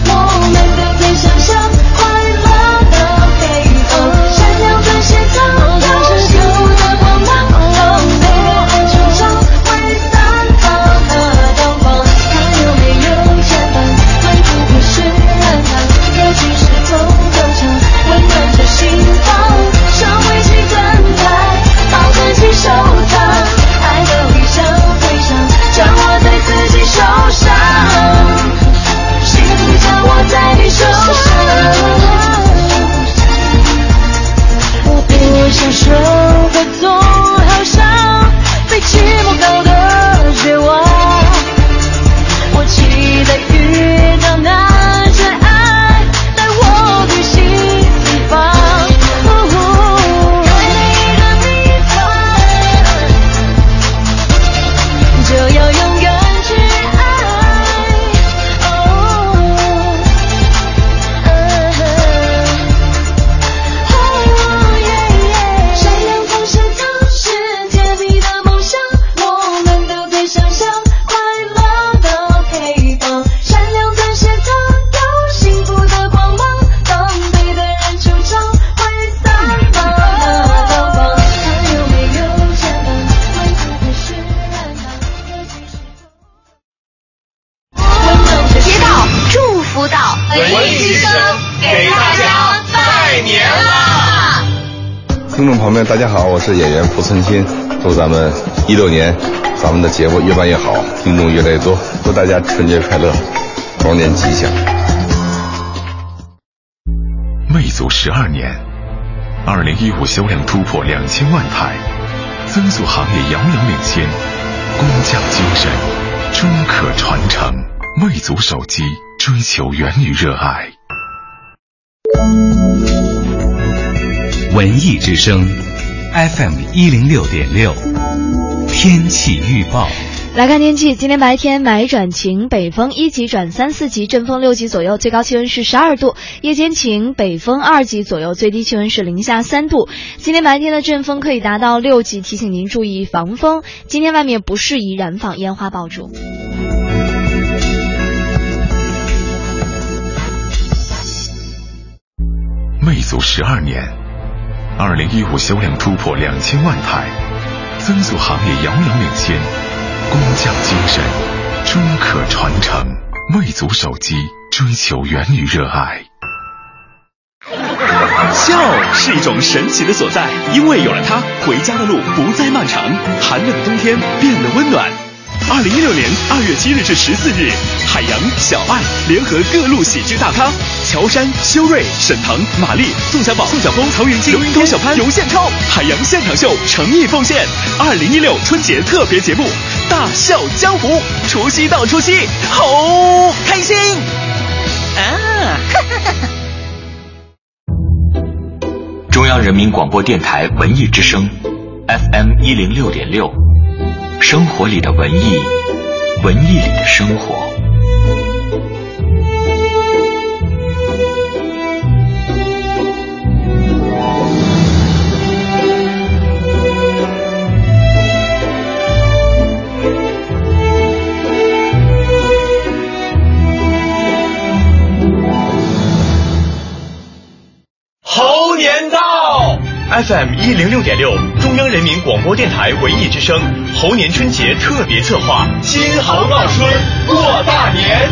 Speaker 23: 们都可以想象，快乐的飞翔，闪亮的写照，有幸福的光芒，当被爱出场，会散发的光芒。它有没有牵绊？会不会是爱吗？也许是空歌唱，温暖着心房，上为其等待，抱在其手掌，爱的理想飞翔，掌握在自己手上。幸福掌握在你手上。我不想受的总好像被寂寞搞得绝望。我期待遇到那真爱，带我去新地方。在你的地方，就要勇敢去爱。闪亮发现它是甜蜜的梦想，我们都可以想象快乐的配方。闪亮的写照，有幸福的光芒，当对的人出场，会散发的光芒。它有没有肩膀？会不会是爱吗？
Speaker 2: 嗯
Speaker 29: 街道祝福到，文艺之声给大家拜年啦！
Speaker 30: 听众朋友们，大家好，我是演员濮存昕，祝咱们一六年咱们的节目越办越好，听众越来越多，祝大家春节快乐，猴年吉祥。
Speaker 11: 魅族十二年，二零一五销量突破两千万台，增速行业遥遥领先，工匠精神终可传承。魅族手机追求源于热爱。
Speaker 22: 文艺之声，FM 一零六点六，天气预报。
Speaker 2: 来看天气，今天白天霾转晴，北风一级转三四级，阵风六级左右，最高气温是十二度；夜间晴，北风二级左右，最低气温是零下三度。今天白天的阵风可以达到六级，提醒您注意防风。今天外面不适宜燃放烟花爆竹。
Speaker 11: 魅族十二年，二零一五销量突破两千万台，增速行业遥遥领先，工匠精神终可传承。魅族手机追求源于热爱。
Speaker 7: 笑是一种神奇的所在，因为有了它，回家的路不再漫长，寒冷的冬天变得温暖。二零一六年二月七日至十四日，海洋、小爱联合各路喜剧大咖，乔杉、修睿、沈腾、马丽、宋小宝、宋晓峰、曹云金、刘云高、小潘、尤宪超，海洋现场秀诚意奉献。二零一六春节特别节目《大笑江湖》，除夕到除夕，好开心啊！
Speaker 14: 中央人民广播电台文艺之声，FM 一零六点六，
Speaker 31: 生活里的文艺，文艺里的生活。
Speaker 10: 猴年到！FM 一零六点六，中央人民广播电台文艺之声猴年春节特别策划《金猴闹春过大年》。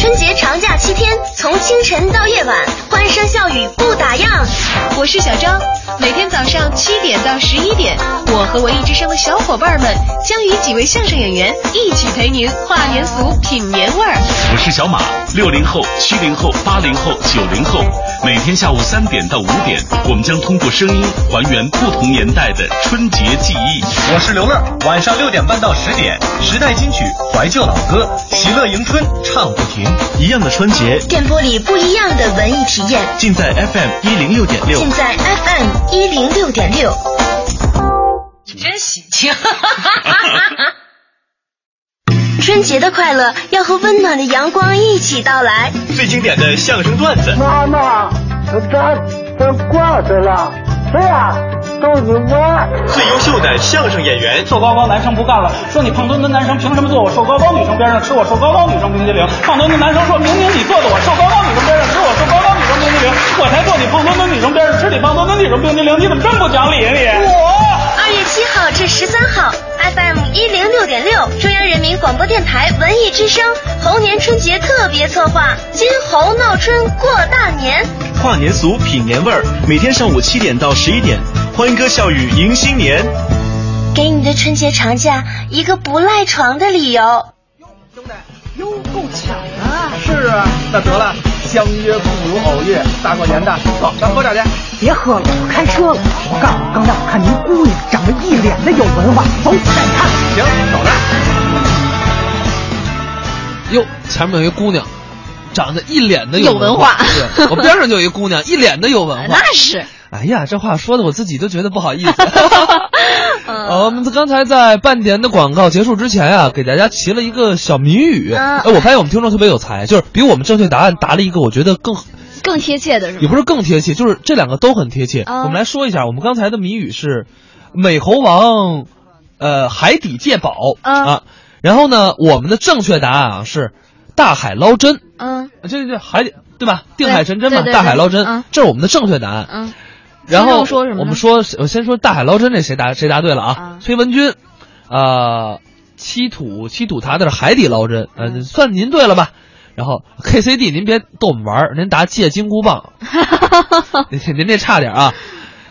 Speaker 12: 春节长假七天，从清晨到夜晚，欢声笑语不打烊。
Speaker 32: 我是小张，每天早上七点到十一点，我和文艺之声的小伙伴们将与几位相声演员一起陪您跨年俗、品年味儿。
Speaker 33: 我是小马，六零后、七零后、八零后、九零后，每天下午三点到五点，我们将通过声音还原不同年代的春节记忆。
Speaker 34: 我是刘乐，晚上六点半到十点，时代金曲、怀旧老歌，喜乐迎春，唱不停。
Speaker 35: 一样的春节，
Speaker 12: 电波里不一样的文艺体验，
Speaker 35: 尽在 FM 一零六点六，
Speaker 12: 尽在 FM 一零六点六。
Speaker 32: 真喜庆！
Speaker 12: 春节的快乐要和温暖的阳光一起到来。
Speaker 10: 最经典的相声段子，
Speaker 23: 妈妈，咱咱挂着了，谁呀、都你妈！
Speaker 10: 最优秀的相声演员，
Speaker 14: 瘦高高男生不干了，说你胖墩墩男生凭什么坐我瘦高高女生边上吃我瘦高高女生冰激凌？胖墩墩男生说明明你坐在我瘦高高女生边上吃我瘦高高女生冰激凌，我才坐你胖墩墩女生边上吃你胖墩墩女生冰激凌，你怎么这么不讲理啊你？
Speaker 12: 二月七号至十三号，FM 一零六点六，中央人民广播电台文艺之声猴年春节特别策划《金猴闹春过大年》。
Speaker 35: 跨年俗品年味儿，每天上午七点到十一点，欢歌笑语迎新年。
Speaker 12: 给你的春节长假一个不赖床的理由。
Speaker 36: 哟，够抢啊！是啊，那得了，相约不如偶遇，大过年的，走，咱喝点去。
Speaker 5: 别喝了，我开车了。我告诉你，刚才我看您姑娘长得一脸的有文化，走，带你看。
Speaker 36: 行，走着。
Speaker 1: 哟，前面有一姑娘，长得一脸的
Speaker 2: 有
Speaker 1: 文
Speaker 2: 文化
Speaker 1: 对我边上就有一姑娘，一脸的有文化。
Speaker 2: <laughs> 那是。
Speaker 1: 哎呀，这话说的我自己都觉得不好
Speaker 2: <laughs>
Speaker 1: 意思。呃，我们刚才在半点的广告结束之前啊，给大家起了一个小谜语。
Speaker 2: 嗯
Speaker 1: 哎，我发现我们听众特别有才，就是比我们正确答案答了一个，我觉得更
Speaker 2: 更贴切的是吗？
Speaker 1: 也不是更贴切，就是这两个都很贴切。
Speaker 2: 嗯
Speaker 1: 我们来说一下，我们刚才的谜语是“美猴王”，呃，海底借宝、
Speaker 2: 嗯
Speaker 1: 啊。然后呢，我们的正确答案啊是“大海捞针”。
Speaker 2: 嗯，
Speaker 1: 这这海底对吧？定海神针嘛，
Speaker 2: 对对对
Speaker 1: 大海捞针，
Speaker 2: 嗯
Speaker 1: 这是我们的正确答案。
Speaker 2: 嗯，
Speaker 1: 然
Speaker 2: 听
Speaker 1: 后
Speaker 2: 众说什么呢
Speaker 1: 我们说，我先说大海捞针这谁答谁答对了啊？崔文军，呃，七土七土他那是海底捞针，
Speaker 2: 嗯
Speaker 1: 呃，算您对了吧？然后 KCD 您别逗我们玩儿，您答借金箍
Speaker 2: <laughs>
Speaker 1: 棒，您您这差点啊。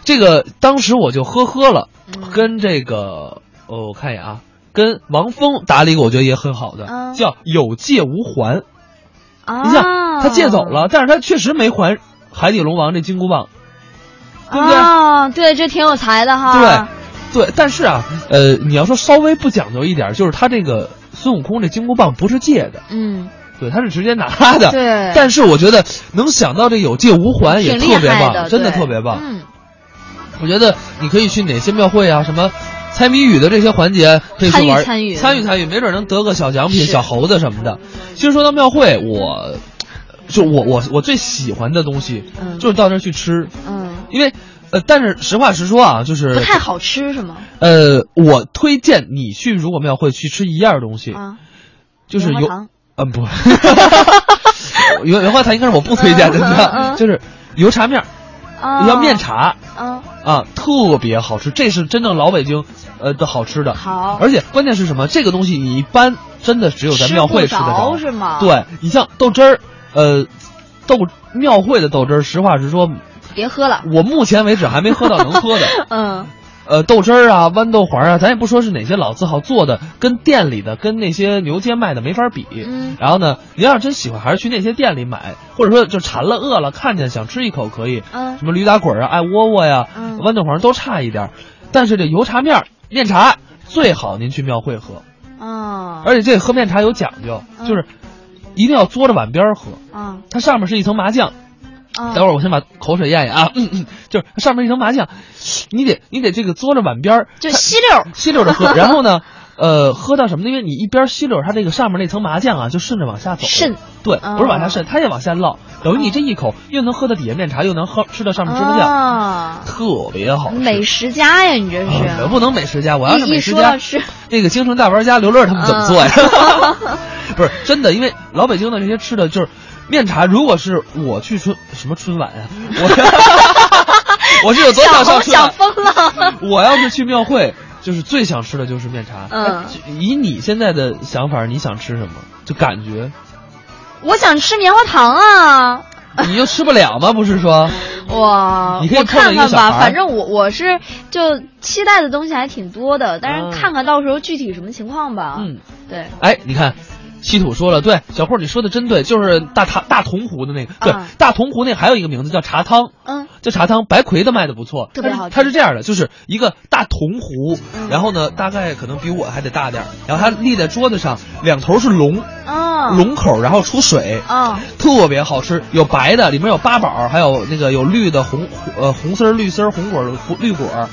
Speaker 1: 这个当时我就呵呵了，
Speaker 2: 嗯
Speaker 1: 跟这个哦，我看一眼啊，跟王峰答了一个我觉得也很好的，
Speaker 2: 嗯
Speaker 1: 叫有借无还。
Speaker 2: 啊，
Speaker 1: 你想他借走了，但是他确实没还海底龙王这金箍棒，对不对？
Speaker 2: 哦，对，这挺有才的哈。
Speaker 1: 对，对，但是啊，呃，你要说稍微不讲究一点儿，就是他这个孙悟空这金箍棒不是借的，
Speaker 2: 嗯，
Speaker 1: 对，他是直接拿的。
Speaker 2: 对
Speaker 1: 但是我觉得能想到这有借无还也
Speaker 2: 挺
Speaker 1: 特
Speaker 2: 厉
Speaker 1: 别
Speaker 2: 害
Speaker 1: 棒，
Speaker 2: 的，
Speaker 1: 真的
Speaker 2: 对
Speaker 1: 特别棒。
Speaker 2: 嗯，
Speaker 1: 我觉得你可以去哪些庙会啊，什么猜谜语的这些环节可以去玩，
Speaker 2: 参与参与
Speaker 1: 参与参与没准能得个小奖品、小猴子什么的。其实说到庙会，我就我我我最喜欢的东西、
Speaker 2: 嗯
Speaker 1: 就是到那儿去吃，
Speaker 2: 嗯，
Speaker 1: 因为呃，但是实话实说啊，就是
Speaker 2: 不太好吃是吗？
Speaker 1: 呃，我推荐你去如果庙会去吃一样东西，
Speaker 2: 啊，
Speaker 1: 就是
Speaker 2: 棉花
Speaker 1: 油
Speaker 2: 糖，
Speaker 1: 嗯不， <laughs> 原原话糖应该是我不推荐的，
Speaker 2: 嗯嗯嗯
Speaker 1: 就是油茶面儿，
Speaker 2: 啊，
Speaker 1: 要面茶
Speaker 2: 啊，
Speaker 1: 啊，特别好吃，这是真正老北京呃的好吃的。
Speaker 2: 好
Speaker 1: 而且关键是什么？这个东西你一般真的只有在庙会吃得
Speaker 2: 吃
Speaker 1: 着，
Speaker 2: 不着是吗
Speaker 1: 对你像豆汁儿，呃，豆庙会的豆汁儿，实话实说，
Speaker 2: 别喝了。
Speaker 1: 我目前为止还没喝到能喝的。
Speaker 2: <laughs> 嗯，
Speaker 1: 呃，豆汁儿啊，豌豆黄啊，咱也不说是哪些老字号做的，跟店里的、跟那些牛街卖的没法比。
Speaker 2: 嗯
Speaker 1: 然后呢，您要是真喜欢，还是去那些店里买，或者说就馋了、饿了，看见想吃一口可以。
Speaker 2: 嗯
Speaker 1: 什么驴打滚儿啊、爱窝窝呀、
Speaker 2: 嗯
Speaker 1: 豌豆黄都差一点儿，但是这油茶面儿、面茶最好您去庙会喝，
Speaker 2: 啊，
Speaker 1: 而且这喝面茶有讲究，
Speaker 2: 嗯
Speaker 1: 就是一定要嘬着碗边儿喝，
Speaker 2: 啊，
Speaker 1: 它上面是一层麻酱，
Speaker 2: 嗯
Speaker 1: 等会儿我先把口水咽咽啊，嗯嗯，就是上面一层麻酱，你得你得这个嘬着碗边儿，
Speaker 2: 就吸溜儿
Speaker 1: 吸溜着
Speaker 2: <laughs>
Speaker 1: 喝，然后呢，呃，喝到什么呢？因为你一边吸溜，它这个上面那层麻酱啊，就顺着往下走，
Speaker 2: 渗，
Speaker 1: 对，
Speaker 2: 哦
Speaker 1: 不是往下渗，它也往下落，等于你这一口又能喝到底下面茶，又能喝吃到上面芝麻酱，
Speaker 2: 啊，
Speaker 1: 特别好。
Speaker 2: 美食家呀，你这是。
Speaker 1: 可不能美食家，我要是
Speaker 2: 啊一
Speaker 1: 美
Speaker 2: 一
Speaker 1: 食
Speaker 2: 说
Speaker 1: 家
Speaker 2: 到吃，
Speaker 1: 那个京城大玩家刘乐他们怎么做呀？
Speaker 2: 嗯
Speaker 1: <laughs> 不是真的，因为老北京的这些吃的就是面茶，如果是我去春什么春晚呀、啊我 <laughs> 我是有多想上春晚？
Speaker 2: 疯了。
Speaker 1: <laughs> 我要是去庙会，就是最想吃的就是面茶。
Speaker 2: 嗯
Speaker 1: 哎以你现在的想法，你想吃什么？就感觉
Speaker 2: 我想吃棉花糖啊。
Speaker 1: 你又吃不了吗？不是说，
Speaker 2: 我
Speaker 1: 你可以
Speaker 2: 我
Speaker 1: 碰到
Speaker 2: 看
Speaker 1: 一个
Speaker 2: 看
Speaker 1: 小
Speaker 2: 吧，
Speaker 1: 孩儿
Speaker 2: 反正我我是就期待的东西还挺多的，但是看看到时候具体什么情况吧。
Speaker 1: 嗯，
Speaker 2: 对，
Speaker 1: 哎，你看。稀土说了，对，小霍你说的真对，就是大糖大铜壶的那个，对，
Speaker 2: 啊
Speaker 1: 大铜壶那还有一个名字叫茶汤，
Speaker 2: 嗯，
Speaker 1: 这茶汤白魁的卖的不错，
Speaker 2: 特别好吃嗯
Speaker 1: 它是这样的，就是一个大铜壶，然后呢，大概可能比我还得大点儿，然后它立在桌子上，两头是龙，
Speaker 2: 嗯，
Speaker 1: 龙口，然后出水，
Speaker 2: 嗯，
Speaker 1: 特别好吃，有白的，里面有八宝，还有那个有绿的红呃红丝儿、绿丝儿、红果儿、红绿果儿，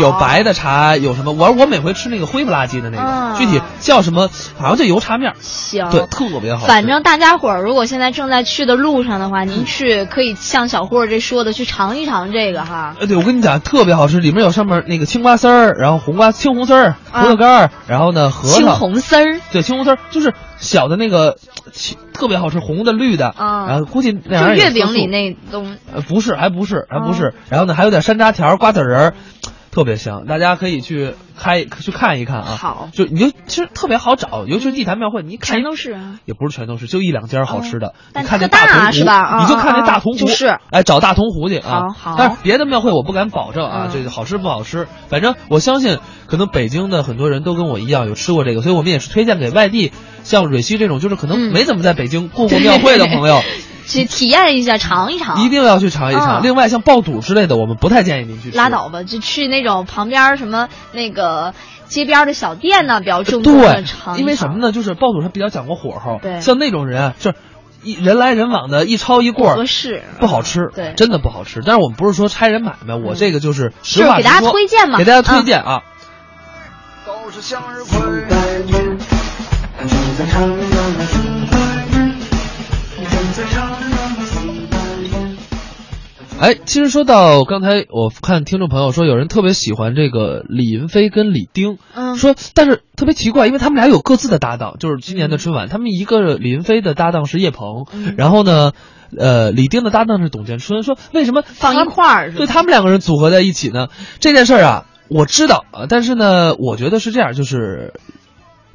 Speaker 1: 有白的茶，有什么？我我每回吃那个灰不拉几的那个，
Speaker 2: 嗯
Speaker 1: 具体叫什么？好像叫油茶面儿，
Speaker 2: 行。
Speaker 1: 对，特别好吃。
Speaker 2: 反正大家伙儿如果现在正在去的路上的话，
Speaker 1: 嗯
Speaker 2: 您去可以像小霍这说的去尝一尝这个哈。
Speaker 1: 呃，对，我跟你讲，特别好吃，里面有上面那个青瓜丝儿，然后红瓜、青红丝儿、葡萄干儿，然后呢核
Speaker 2: 嗯
Speaker 1: 桃、
Speaker 2: 青红丝儿，
Speaker 1: 对，青红丝儿就是小的那个，青特别好吃，红的、绿的，
Speaker 2: 啊
Speaker 1: 然后估计那
Speaker 2: 就
Speaker 1: 玩意儿也
Speaker 2: 月
Speaker 1: 色
Speaker 2: 饼
Speaker 1: 素
Speaker 2: 里那东
Speaker 1: 呃，不是，还不是，还不
Speaker 2: 哦
Speaker 1: 是。然后呢，还有点山楂条、瓜子仁儿，特别香，大家可以去开去看一看啊。
Speaker 2: 好，
Speaker 1: 就你就其实特别好找，尤其是地坛庙会，你一看
Speaker 2: 全都是啊。哦
Speaker 1: 也不是全都是，就一两家好吃的。
Speaker 2: 但
Speaker 1: 你看
Speaker 2: 特
Speaker 1: 那
Speaker 2: 大
Speaker 1: 铜壶
Speaker 2: 是吧
Speaker 1: 你就看那
Speaker 2: 啊啊
Speaker 1: 大铜壶，
Speaker 2: 就是
Speaker 1: 哎，找大铜壶去啊。
Speaker 2: 好好嗯
Speaker 1: 但是别的庙会我不敢保证啊，这个好吃不好吃，反正我相信，可能北京的很多人都跟我一样有吃过这个，所以我们也是推荐给外地，像蕊希这种就是可能
Speaker 2: 嗯
Speaker 1: 没怎么在北京过过庙会的朋友。
Speaker 2: <laughs> 去体验一下，尝一尝。
Speaker 1: 一定要去尝一尝。
Speaker 2: 嗯
Speaker 1: 另外，像爆肚之类的，我们不太建议您去吃。
Speaker 2: 拉倒吧，就去那种旁边儿什么那个街边儿的小店呢，比较正宗的尝
Speaker 1: 对，
Speaker 2: 一
Speaker 1: 因为
Speaker 2: 尝
Speaker 1: 什么呢？就是爆肚它比较讲究火候，
Speaker 2: 对
Speaker 1: 像那种人啊，就是一人来人往的，一抄一过儿，
Speaker 2: 不合适
Speaker 1: 不好吃，
Speaker 2: 对嗯
Speaker 1: 真的不好吃。但是我们不是说拆人买卖，我这个就是实话
Speaker 2: 就是给
Speaker 1: 实
Speaker 2: 大家
Speaker 1: 说
Speaker 2: 推荐嘛
Speaker 1: 给大家推
Speaker 2: 嗯
Speaker 1: 荐啊。
Speaker 23: 都是向日葵。正在徜徉的四百年，正在徜徉的四百年。
Speaker 1: 哎，其实说到刚才，我看听众朋友说有人特别喜欢这个李云飞跟李丁，
Speaker 2: 嗯
Speaker 1: 说但是特别奇怪，因为他们俩有各自的搭档，就是今年的
Speaker 2: 嗯
Speaker 1: 春晚，他们一个李云飞的搭档是叶鹏，然后呢。呃，李丁的搭档是董建春，说为什么
Speaker 2: 放一块儿是吧
Speaker 1: 对他们两个人组合在一起呢？这件事儿啊，我知道啊，但是呢，我觉得是这样，就是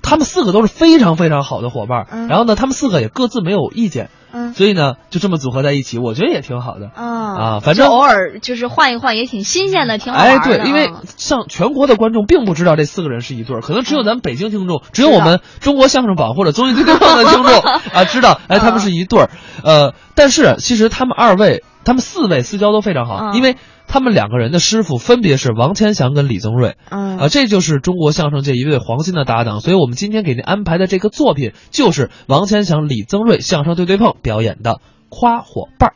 Speaker 1: 他们四个都是非常非常好的伙伴儿，
Speaker 2: 嗯
Speaker 1: 然后呢，他们四个也各自没有意见，
Speaker 2: 嗯
Speaker 1: 所以呢，就这么组合在一起，我觉得也挺好的。
Speaker 2: 啊
Speaker 1: 啊反正
Speaker 2: 就偶尔就是换一换也挺新鲜的，挺好玩
Speaker 1: 哎，
Speaker 2: 的。嗯
Speaker 1: 对，因为像全国的观众并不知道这四个人是一对儿，可能只
Speaker 2: 嗯
Speaker 1: 有咱们北京听众，只有我们中国相声榜或者综艺对对碰的
Speaker 2: <laughs>
Speaker 1: 听众啊知道，哎，
Speaker 2: 嗯
Speaker 1: 他们是一对儿。呃，但是其实他们二位，他们四位私交都非常好，
Speaker 2: 嗯
Speaker 1: 因为他们两个人的师傅分别是王千祥跟李宗瑞。
Speaker 2: 嗯
Speaker 1: 啊，这就是中国相声界一对黄金的搭档，所以我们今天给您安排的这个作品就是王千祥、李增瑞相声对对碰表演的《夸伙伴儿》。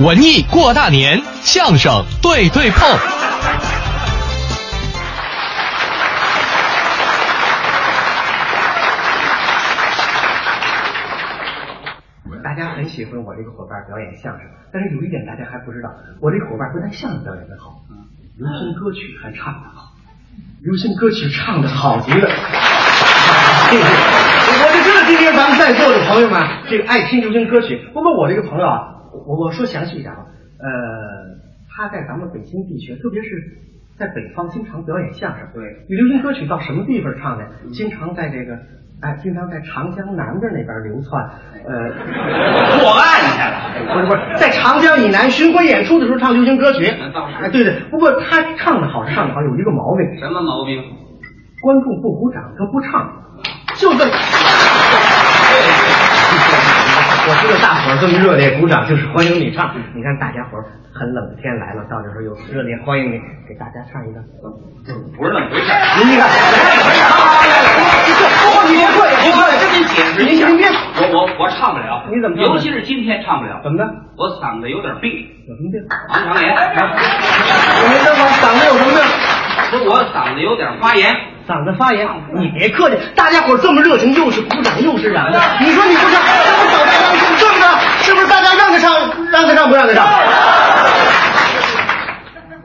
Speaker 10: 文艺过大年，相
Speaker 35: 啊
Speaker 10: 声对对碰。
Speaker 5: 大家很喜欢我这个伙伴表演相声，但是有一点大家还不知道，我这个伙伴不但相声表演的好，流行歌曲还唱得好，流行歌曲唱得好极了。我就知道今天咱们在座的朋友们，这个爱听流行歌曲。不过我这个朋友啊，我我说详细一点啊，呃，他在咱们北京地区，特别是在北方，经常表演相声。对，流行歌曲到什么地方唱呢？经常在这个。哎，经常在长江南边那边流窜，呃，破案去了。不是不是，在长江以南巡回演出的时候唱流行歌曲，哎，对对。不过他唱的好是唱的好，有一个毛病，什么毛病？观众不鼓掌，他不唱，就这么。我知道大伙儿这么热烈鼓掌，就是欢迎你唱。你看大家伙儿很冷的天来了，到这时候又热烈欢迎你，给大家唱一个。不是那么回事，您看，
Speaker 28: 哎
Speaker 5: 您看，好好好，这这不过您别客气，您客气，这得解释一下。您别，我我我
Speaker 14: 唱
Speaker 5: 唱
Speaker 14: 不了。
Speaker 5: 你怎么唱
Speaker 14: 尤其是今天唱不了。
Speaker 5: 怎么的？
Speaker 14: 我嗓子有点病。
Speaker 5: 有什么病？
Speaker 14: 王长年，啊
Speaker 5: 你没办法，嗓子有什么病？
Speaker 14: 是我嗓子有点发炎。
Speaker 5: 嗓子发炎，你别客气，大家伙这么热情，又是鼓掌又是嚷的，你说你不唱，这不找大家正正的，是不是？大家让他唱，让他唱不让他唱？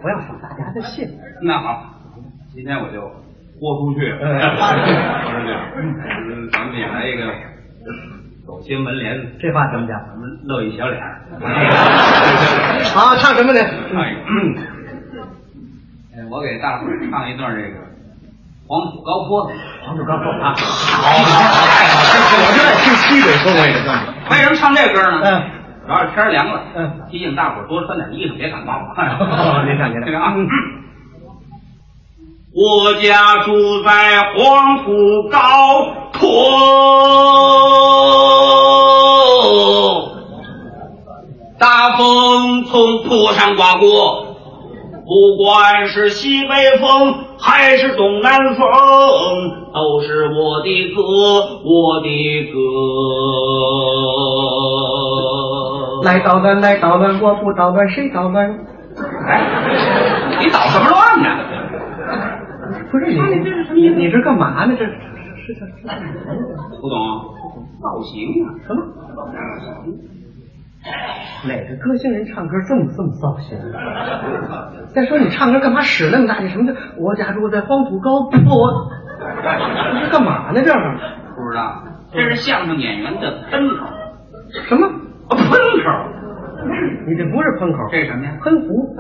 Speaker 5: 不要说大家的信，
Speaker 14: 那好，今天我就豁出去。
Speaker 5: 哎
Speaker 14: 我说这样，嗯咱们也来一个走亲门帘子，
Speaker 5: 这话怎么讲？
Speaker 14: 咱们露一小脸儿。
Speaker 5: <laughs> 啊，唱什么呢？
Speaker 14: 唱一个，哎我给大伙儿唱一段这个黄土高坡。
Speaker 5: 黄土高坡 <laughs>
Speaker 14: 啊，
Speaker 5: 我就爱听西北风味的。
Speaker 14: 为什么唱这歌呢？嗯，主要是天儿凉了，嗯，提醒大伙儿多穿点衣裳，别感冒了。
Speaker 5: <laughs> 哦您看您看
Speaker 14: 这个啊。我家住在黄土高坡，大风从坡上刮过，不管是西北风还是东南风，都是我的歌，我的歌。
Speaker 5: 来捣乱，来捣乱，我不捣乱，谁捣乱？
Speaker 14: 哎，你捣什么乱呢？
Speaker 5: 不是你，你你这干嘛呢？这是是是
Speaker 14: 不懂啊造型啊？
Speaker 5: 什么？哪个歌星人唱歌这么这么造型？再说你唱歌干嘛使那么大劲？什么的？我家住在黄土高坡，你这干嘛呢？这是
Speaker 14: 不知道，这是相声演员的喷口，
Speaker 5: 什么？
Speaker 14: 啊，喷口，
Speaker 5: 你这不是喷口，
Speaker 14: 这是什么呀？
Speaker 5: 喷壶。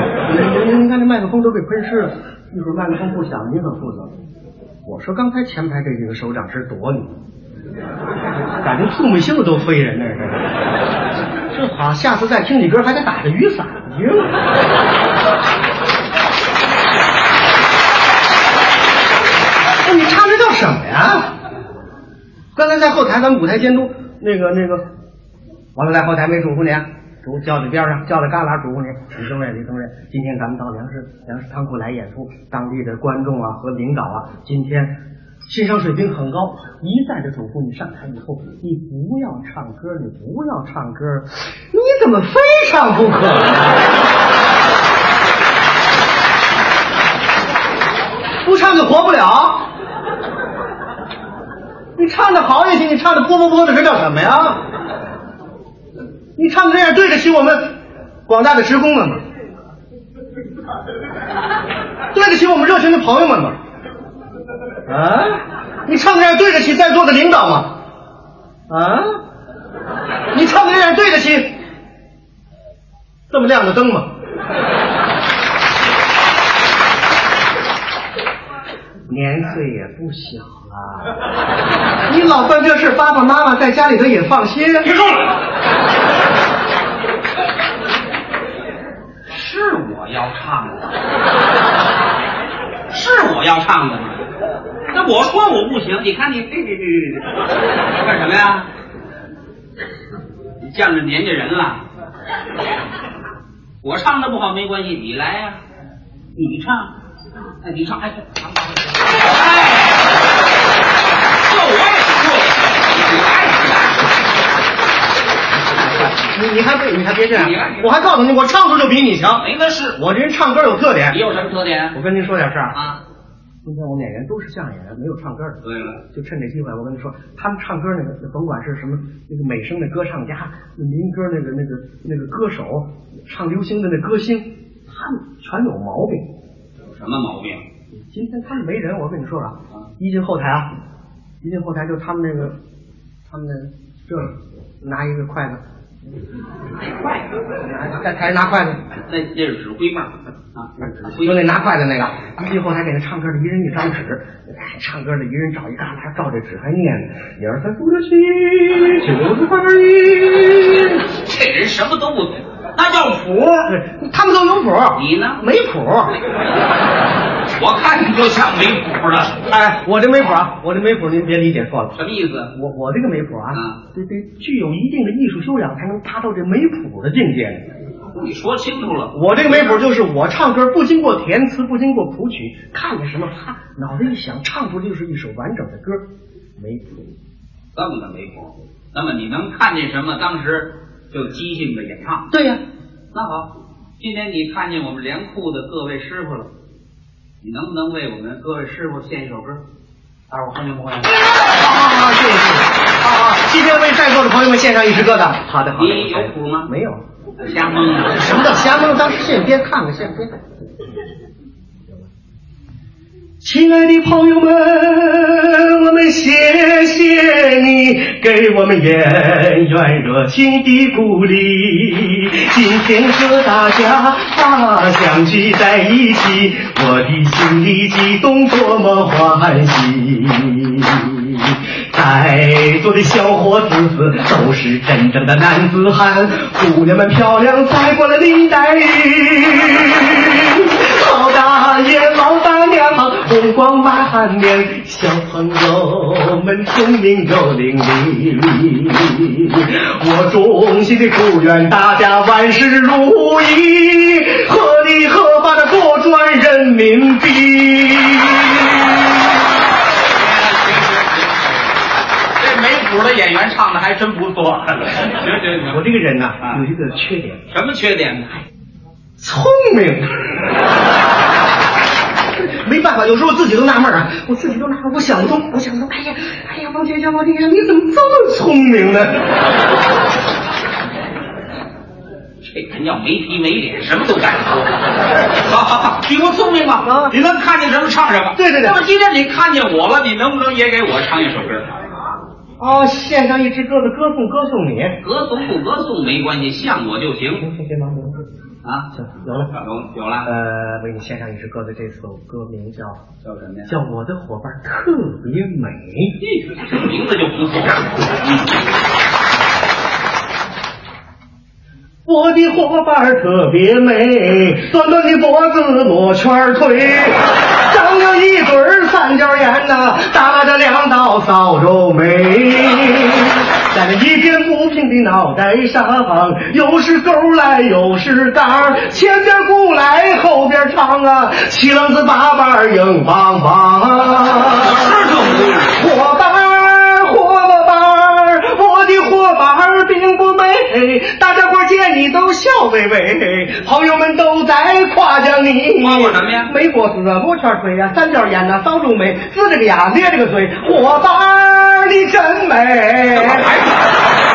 Speaker 5: <laughs> 您看这麦克风都被喷湿了，一会儿麦克风不响，您可负责。我说刚才前排这几个手掌是躲你，感觉唾沫星子都飞人那是。这好，下次再听你歌还得打着雨伞去哎，你唱这叫什么呀？刚才在后台咱们舞台监督那个那个，完了在后台没嘱咐您，嘱咐叫在边上，叫在旮旯嘱咐您，李政委李政委，今天咱们到粮食粮食仓库来演出，当地的观众啊和领导啊，今天欣赏水平很高，一再的嘱咐你上台以后，你不要唱歌，你不要唱歌，你怎么非唱不可？不唱就活不了。你唱的好也行，你唱的波波波的，这叫什么呀？你唱的这样对得起我们广大的职工们吗？对得起我们热情的朋友们吗？啊，你唱的这样对得起在座的领导吗？啊，你唱的这样对得起这么亮的灯吗？年岁也不小了，你老办这事，爸爸妈妈在家里头也放心。
Speaker 14: 别说了，是我要唱的，是我要唱的吗？那我说我不行，你看你这这这干什么呀？你见着年纪人了，我唱的不好没关系，你来呀、你唱，哎，你唱，哎，这我也不会，你来你来，
Speaker 5: 你你还别你还别这样
Speaker 14: 你来你，来啊
Speaker 5: 我还告诉你，我唱的就比你强。
Speaker 14: 没得是。
Speaker 5: 我这人唱歌有特点
Speaker 14: 你。有什么特点
Speaker 5: 我跟您说点事儿啊，
Speaker 14: 啊？
Speaker 5: 今天我们演员都是相声演员，没有唱歌的。
Speaker 14: 对了，
Speaker 5: 就趁这机会，我跟你说，他们唱歌那个，甭管是什么那个美声的歌唱家、民歌那个那个那个歌手、唱流行的那歌星，他们全有毛病。
Speaker 14: 有什么毛病？
Speaker 5: 今天他们没人，我跟你说啊，一进后台啊，一进后台就他们那个，他们那个这拿一个筷子，
Speaker 14: 筷子，
Speaker 5: 拿在台上拿筷子，
Speaker 14: 那那是指挥棒啊，那是指挥
Speaker 5: 就那拿筷子那个，一进后台给那唱歌的一人一张纸，哎唱歌的一人找一旮旯照这纸还念呢，一二三四五六七九十八十一，
Speaker 14: 这人什么都不懂，那叫谱。
Speaker 5: 谱，他们都有谱，
Speaker 14: 你呢？
Speaker 5: 没谱。
Speaker 14: 我看你就像没谱的，
Speaker 5: 哎，我这没谱啊，我这没谱，您别理解错了。
Speaker 14: 什么意思？
Speaker 5: 我我这个没谱啊
Speaker 14: 啊，
Speaker 5: 得得具有一定的艺术修养，才能达到这没谱的境界。
Speaker 14: 你说清楚了，
Speaker 5: 我这个没谱就是我唱歌不经过填词，不经过谱曲，看见什么啪，脑子一想，唱出就是一首完整的歌，没谱。
Speaker 14: 这么个没谱，那么你能看见什么？当时就即兴的演
Speaker 5: <laughs>
Speaker 14: 唱。
Speaker 5: 对呀、
Speaker 14: 啊那好，今天你看见我们粮库的各位师傅了，你能不能为我们各位师傅献一首歌？大伙儿欢迎不欢迎？
Speaker 5: 好好好，啊谢谢谢
Speaker 3: 啊
Speaker 5: 谢。好好，今天为在座的朋友们献上一支歌的。好的好的。
Speaker 14: 你有谱吗？
Speaker 5: 没有。
Speaker 14: 瞎蒙的。
Speaker 5: 什么叫瞎蒙？当时现编看看现编。
Speaker 3: 亲爱的朋友们，我们谢谢你给我们源源热情的鼓励。今天和大家啊相聚在一起，我的心里激动，多么欢喜！在座的小伙子都是真正的男子汉，姑娘们漂亮，赛过了林黛玉。老大爷，老大娘，红光满面，小朋友们聪明又伶俐。我衷心的祝愿大家万事如意，合理合法的多赚人民币。
Speaker 14: 这没谱的演员唱的还真不错。行行行，
Speaker 5: 我这个人呐、有一个缺点，
Speaker 14: 什么缺点呢？
Speaker 5: 聪明。没办法，有时候自己都纳闷啊，我自己都纳闷，我想不通，我想不通，哎呀，哎呀，王学家，王学家，你怎么这么聪明呢？
Speaker 14: 这人要没皮没脸，什么都敢说。好好好，你不聪明吗？啊，你能看见什么唱什么。
Speaker 5: 对对对
Speaker 14: 那么今天你看见我了，你能不能也给我唱一首歌？
Speaker 5: 哦，献上一支歌的歌颂歌颂你。
Speaker 14: 歌颂不歌颂没关系，像我就行
Speaker 5: 行行忙忙
Speaker 14: 啊。
Speaker 5: 有了
Speaker 14: 有有了。
Speaker 5: 呃，为你献上一支歌的这首歌名叫
Speaker 14: 叫什么呀？
Speaker 5: 叫我的伙伴特别美。
Speaker 14: 这名字就不错。
Speaker 3: 我的伙伴儿特别美，短短的脖子裸圈儿腿，长着一对儿三角眼呐、搭着两道扫帚眉，在那一片不平的脑袋上，有时勾来有时当儿，前边鼓来后边唱啊，七棱子八瓣儿硬邦邦。伙伴儿，伙伴儿，我的伙伴儿并不美，大家伙儿见你都笑微微，朋友们都在夸奖你。
Speaker 14: 夸我什么呀？
Speaker 5: 没脖子啊，摸圈腿呀、三角眼呐、扫帚眉，呲着个牙，咧着个嘴，伙伴儿你真美。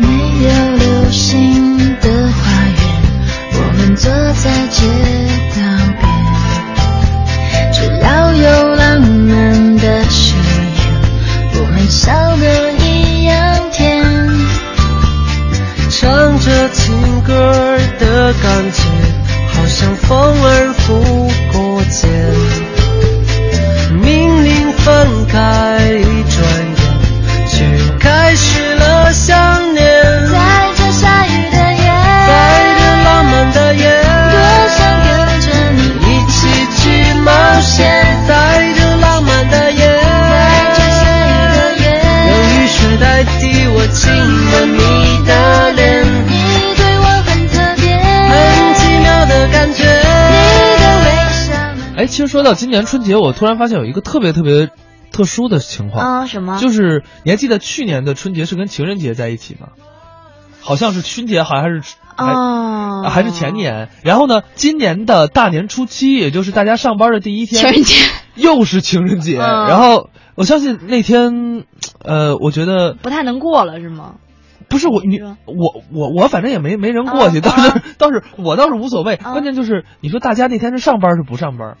Speaker 37: 没有流星的花园，我们坐在街道边，只要有浪漫的誓言，我们笑得一样甜。
Speaker 23: 唱着情歌儿的感觉，好像风儿拂过肩。命令分开，一转眼却又开始了想念。
Speaker 37: 在这下雨的夜，
Speaker 23: 在这浪漫的夜，
Speaker 37: 多想跟着你
Speaker 23: 一起去冒险。在这浪漫的夜，
Speaker 37: 在这下雨的夜，
Speaker 23: 用雨水代替我亲吻你的脸，
Speaker 37: 你对我很特别，
Speaker 23: 很奇妙的感觉。
Speaker 37: 你的微笑。
Speaker 1: 哎，其实说到今年春节，我突然发现有一个特别特别特殊的情况
Speaker 2: 啊什么
Speaker 1: 就是你还记得去年的春节是跟情人节在一起吗？好像是春节，好像还是还、
Speaker 2: 哦
Speaker 1: 啊还是前年。然后呢，今年的大年初七，也就是大家上班的第一天，
Speaker 2: 情人节
Speaker 1: 又是情人节。
Speaker 2: 嗯
Speaker 1: 然后我相信那天，呃，我觉得
Speaker 2: 不太能过了是吗？
Speaker 1: 不是我你我我我反正也没没人过
Speaker 2: 啊
Speaker 1: 去，倒是倒是我倒是无所谓。关键就是你说大家那天是上班是不上班？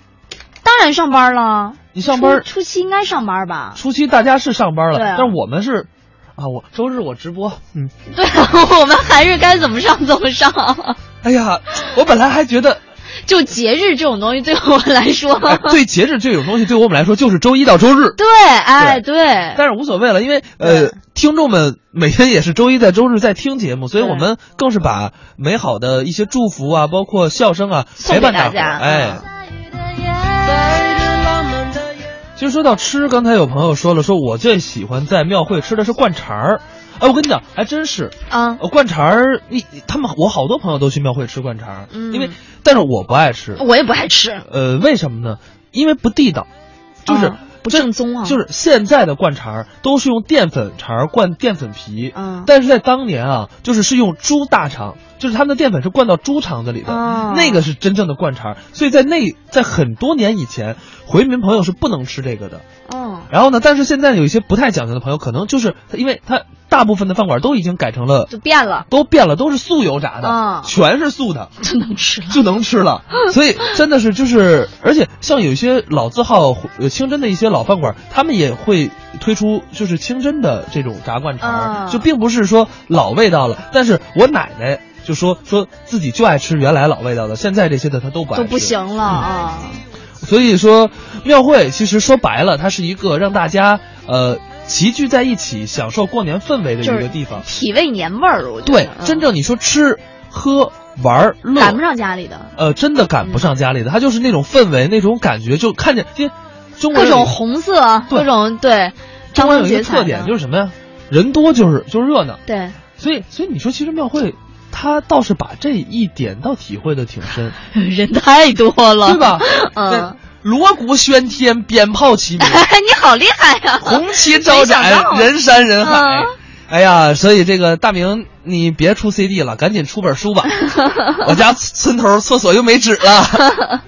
Speaker 2: 当然上班了。
Speaker 1: 你上班
Speaker 2: 初初七应该上班
Speaker 1: <laughs>
Speaker 2: 吧？
Speaker 1: 初七大家是上班了，
Speaker 2: 对啊
Speaker 1: 但是我们是，啊，我周日我直播，嗯，
Speaker 2: 对，我们还是该怎么上怎么上。
Speaker 1: 哎呀，我本来还觉得，
Speaker 2: <laughs> 就节日这种东西对我来说，
Speaker 1: <laughs> 哎对节日这种东西对我们来说就是周一到周日，
Speaker 2: <laughs> 对，哎，对，
Speaker 1: 但是无所谓了，因为呃，听众们每天也是周一在周日在听节目，所以我们更是把美好的一些祝福啊，包括笑声啊，
Speaker 37: 送
Speaker 1: 陪
Speaker 37: 给
Speaker 1: 伴伙
Speaker 37: 大家
Speaker 1: 儿哎，
Speaker 2: 嗯
Speaker 37: 在这浪
Speaker 1: 其实说到吃，刚才有朋友说了，说我最喜欢在庙会吃的是灌肠儿。哎，我跟你讲，还真是
Speaker 2: 啊，
Speaker 1: 呃灌肠儿，你他们我好多朋友都去庙会吃灌肠儿，
Speaker 2: 嗯
Speaker 1: 因为但是我不爱吃，
Speaker 2: 我也不爱吃，
Speaker 1: 呃，为什么呢？因为不地道，就是、
Speaker 2: 啊不正宗啊
Speaker 1: 就是现在的灌肠儿都是用淀粉肠儿灌淀粉皮，
Speaker 2: 啊
Speaker 1: 但是在当年啊，就是是用猪大肠，就是他们的淀粉是灌到猪肠子里的，
Speaker 2: 啊
Speaker 1: 那个是真正的灌肠儿。所以在那在很多年以前，回民朋友是不能吃这个的。
Speaker 2: 嗯，
Speaker 1: 然后呢，但是现在有一些不太讲究的朋友，可能就是因为他大部分的饭馆都已经改成了
Speaker 2: 就变了。
Speaker 1: 都变了，都是素油炸的，
Speaker 2: 啊
Speaker 1: 全是素的，
Speaker 2: <laughs> 就能吃了，
Speaker 1: 就能吃
Speaker 2: <laughs>
Speaker 1: 了。所以真的是就是，而且像有一些老字号、呃清真的一些老饭馆，他们也会推出就是清真的这种炸灌肠，
Speaker 2: 啊
Speaker 1: 就并不是说老味道了。但是我奶奶就说说自己就爱吃原来老味道的，现在这些的她都不爱
Speaker 2: 都
Speaker 1: 吃，
Speaker 2: 不行了
Speaker 1: 哎嗯
Speaker 2: 啊。
Speaker 1: 所以说，庙会其实说白了，它是一个让大家呃齐聚在一起享受过年氛围的一
Speaker 2: 就是
Speaker 1: 个地方。
Speaker 2: 体味年味儿，我觉得
Speaker 1: 对，真正你说吃喝玩儿乐，
Speaker 2: 赶不上家里的，
Speaker 1: 呃，真的赶不上家里的，它就是那种氛围，那种感觉，就看见因为中国
Speaker 2: 各
Speaker 1: 人有
Speaker 2: 种红色，各种对，张
Speaker 1: 中国
Speaker 2: 灯
Speaker 1: 人
Speaker 2: 结啊
Speaker 1: 有一个
Speaker 2: 彩
Speaker 1: 特
Speaker 2: 的
Speaker 1: 点就是什么呀？人多就是就热闹，
Speaker 2: 对，
Speaker 1: 所以所以你说其实庙会。他倒是把这一点倒体会的挺深，
Speaker 2: <laughs> 人太多了，
Speaker 1: 对吧？
Speaker 2: 嗯，
Speaker 1: 对，锣鼓喧天，鞭炮齐
Speaker 2: <laughs>
Speaker 1: 鸣，
Speaker 2: 你好厉害呀，
Speaker 1: 红旗招
Speaker 2: 没想
Speaker 1: 展
Speaker 2: 到，啊
Speaker 1: 人山人海。
Speaker 2: 嗯
Speaker 1: 哎呀，所以这个大明，你
Speaker 2: <laughs>
Speaker 1: 别出 CD 了，赶紧出本书吧。我家村头厕所又没纸了。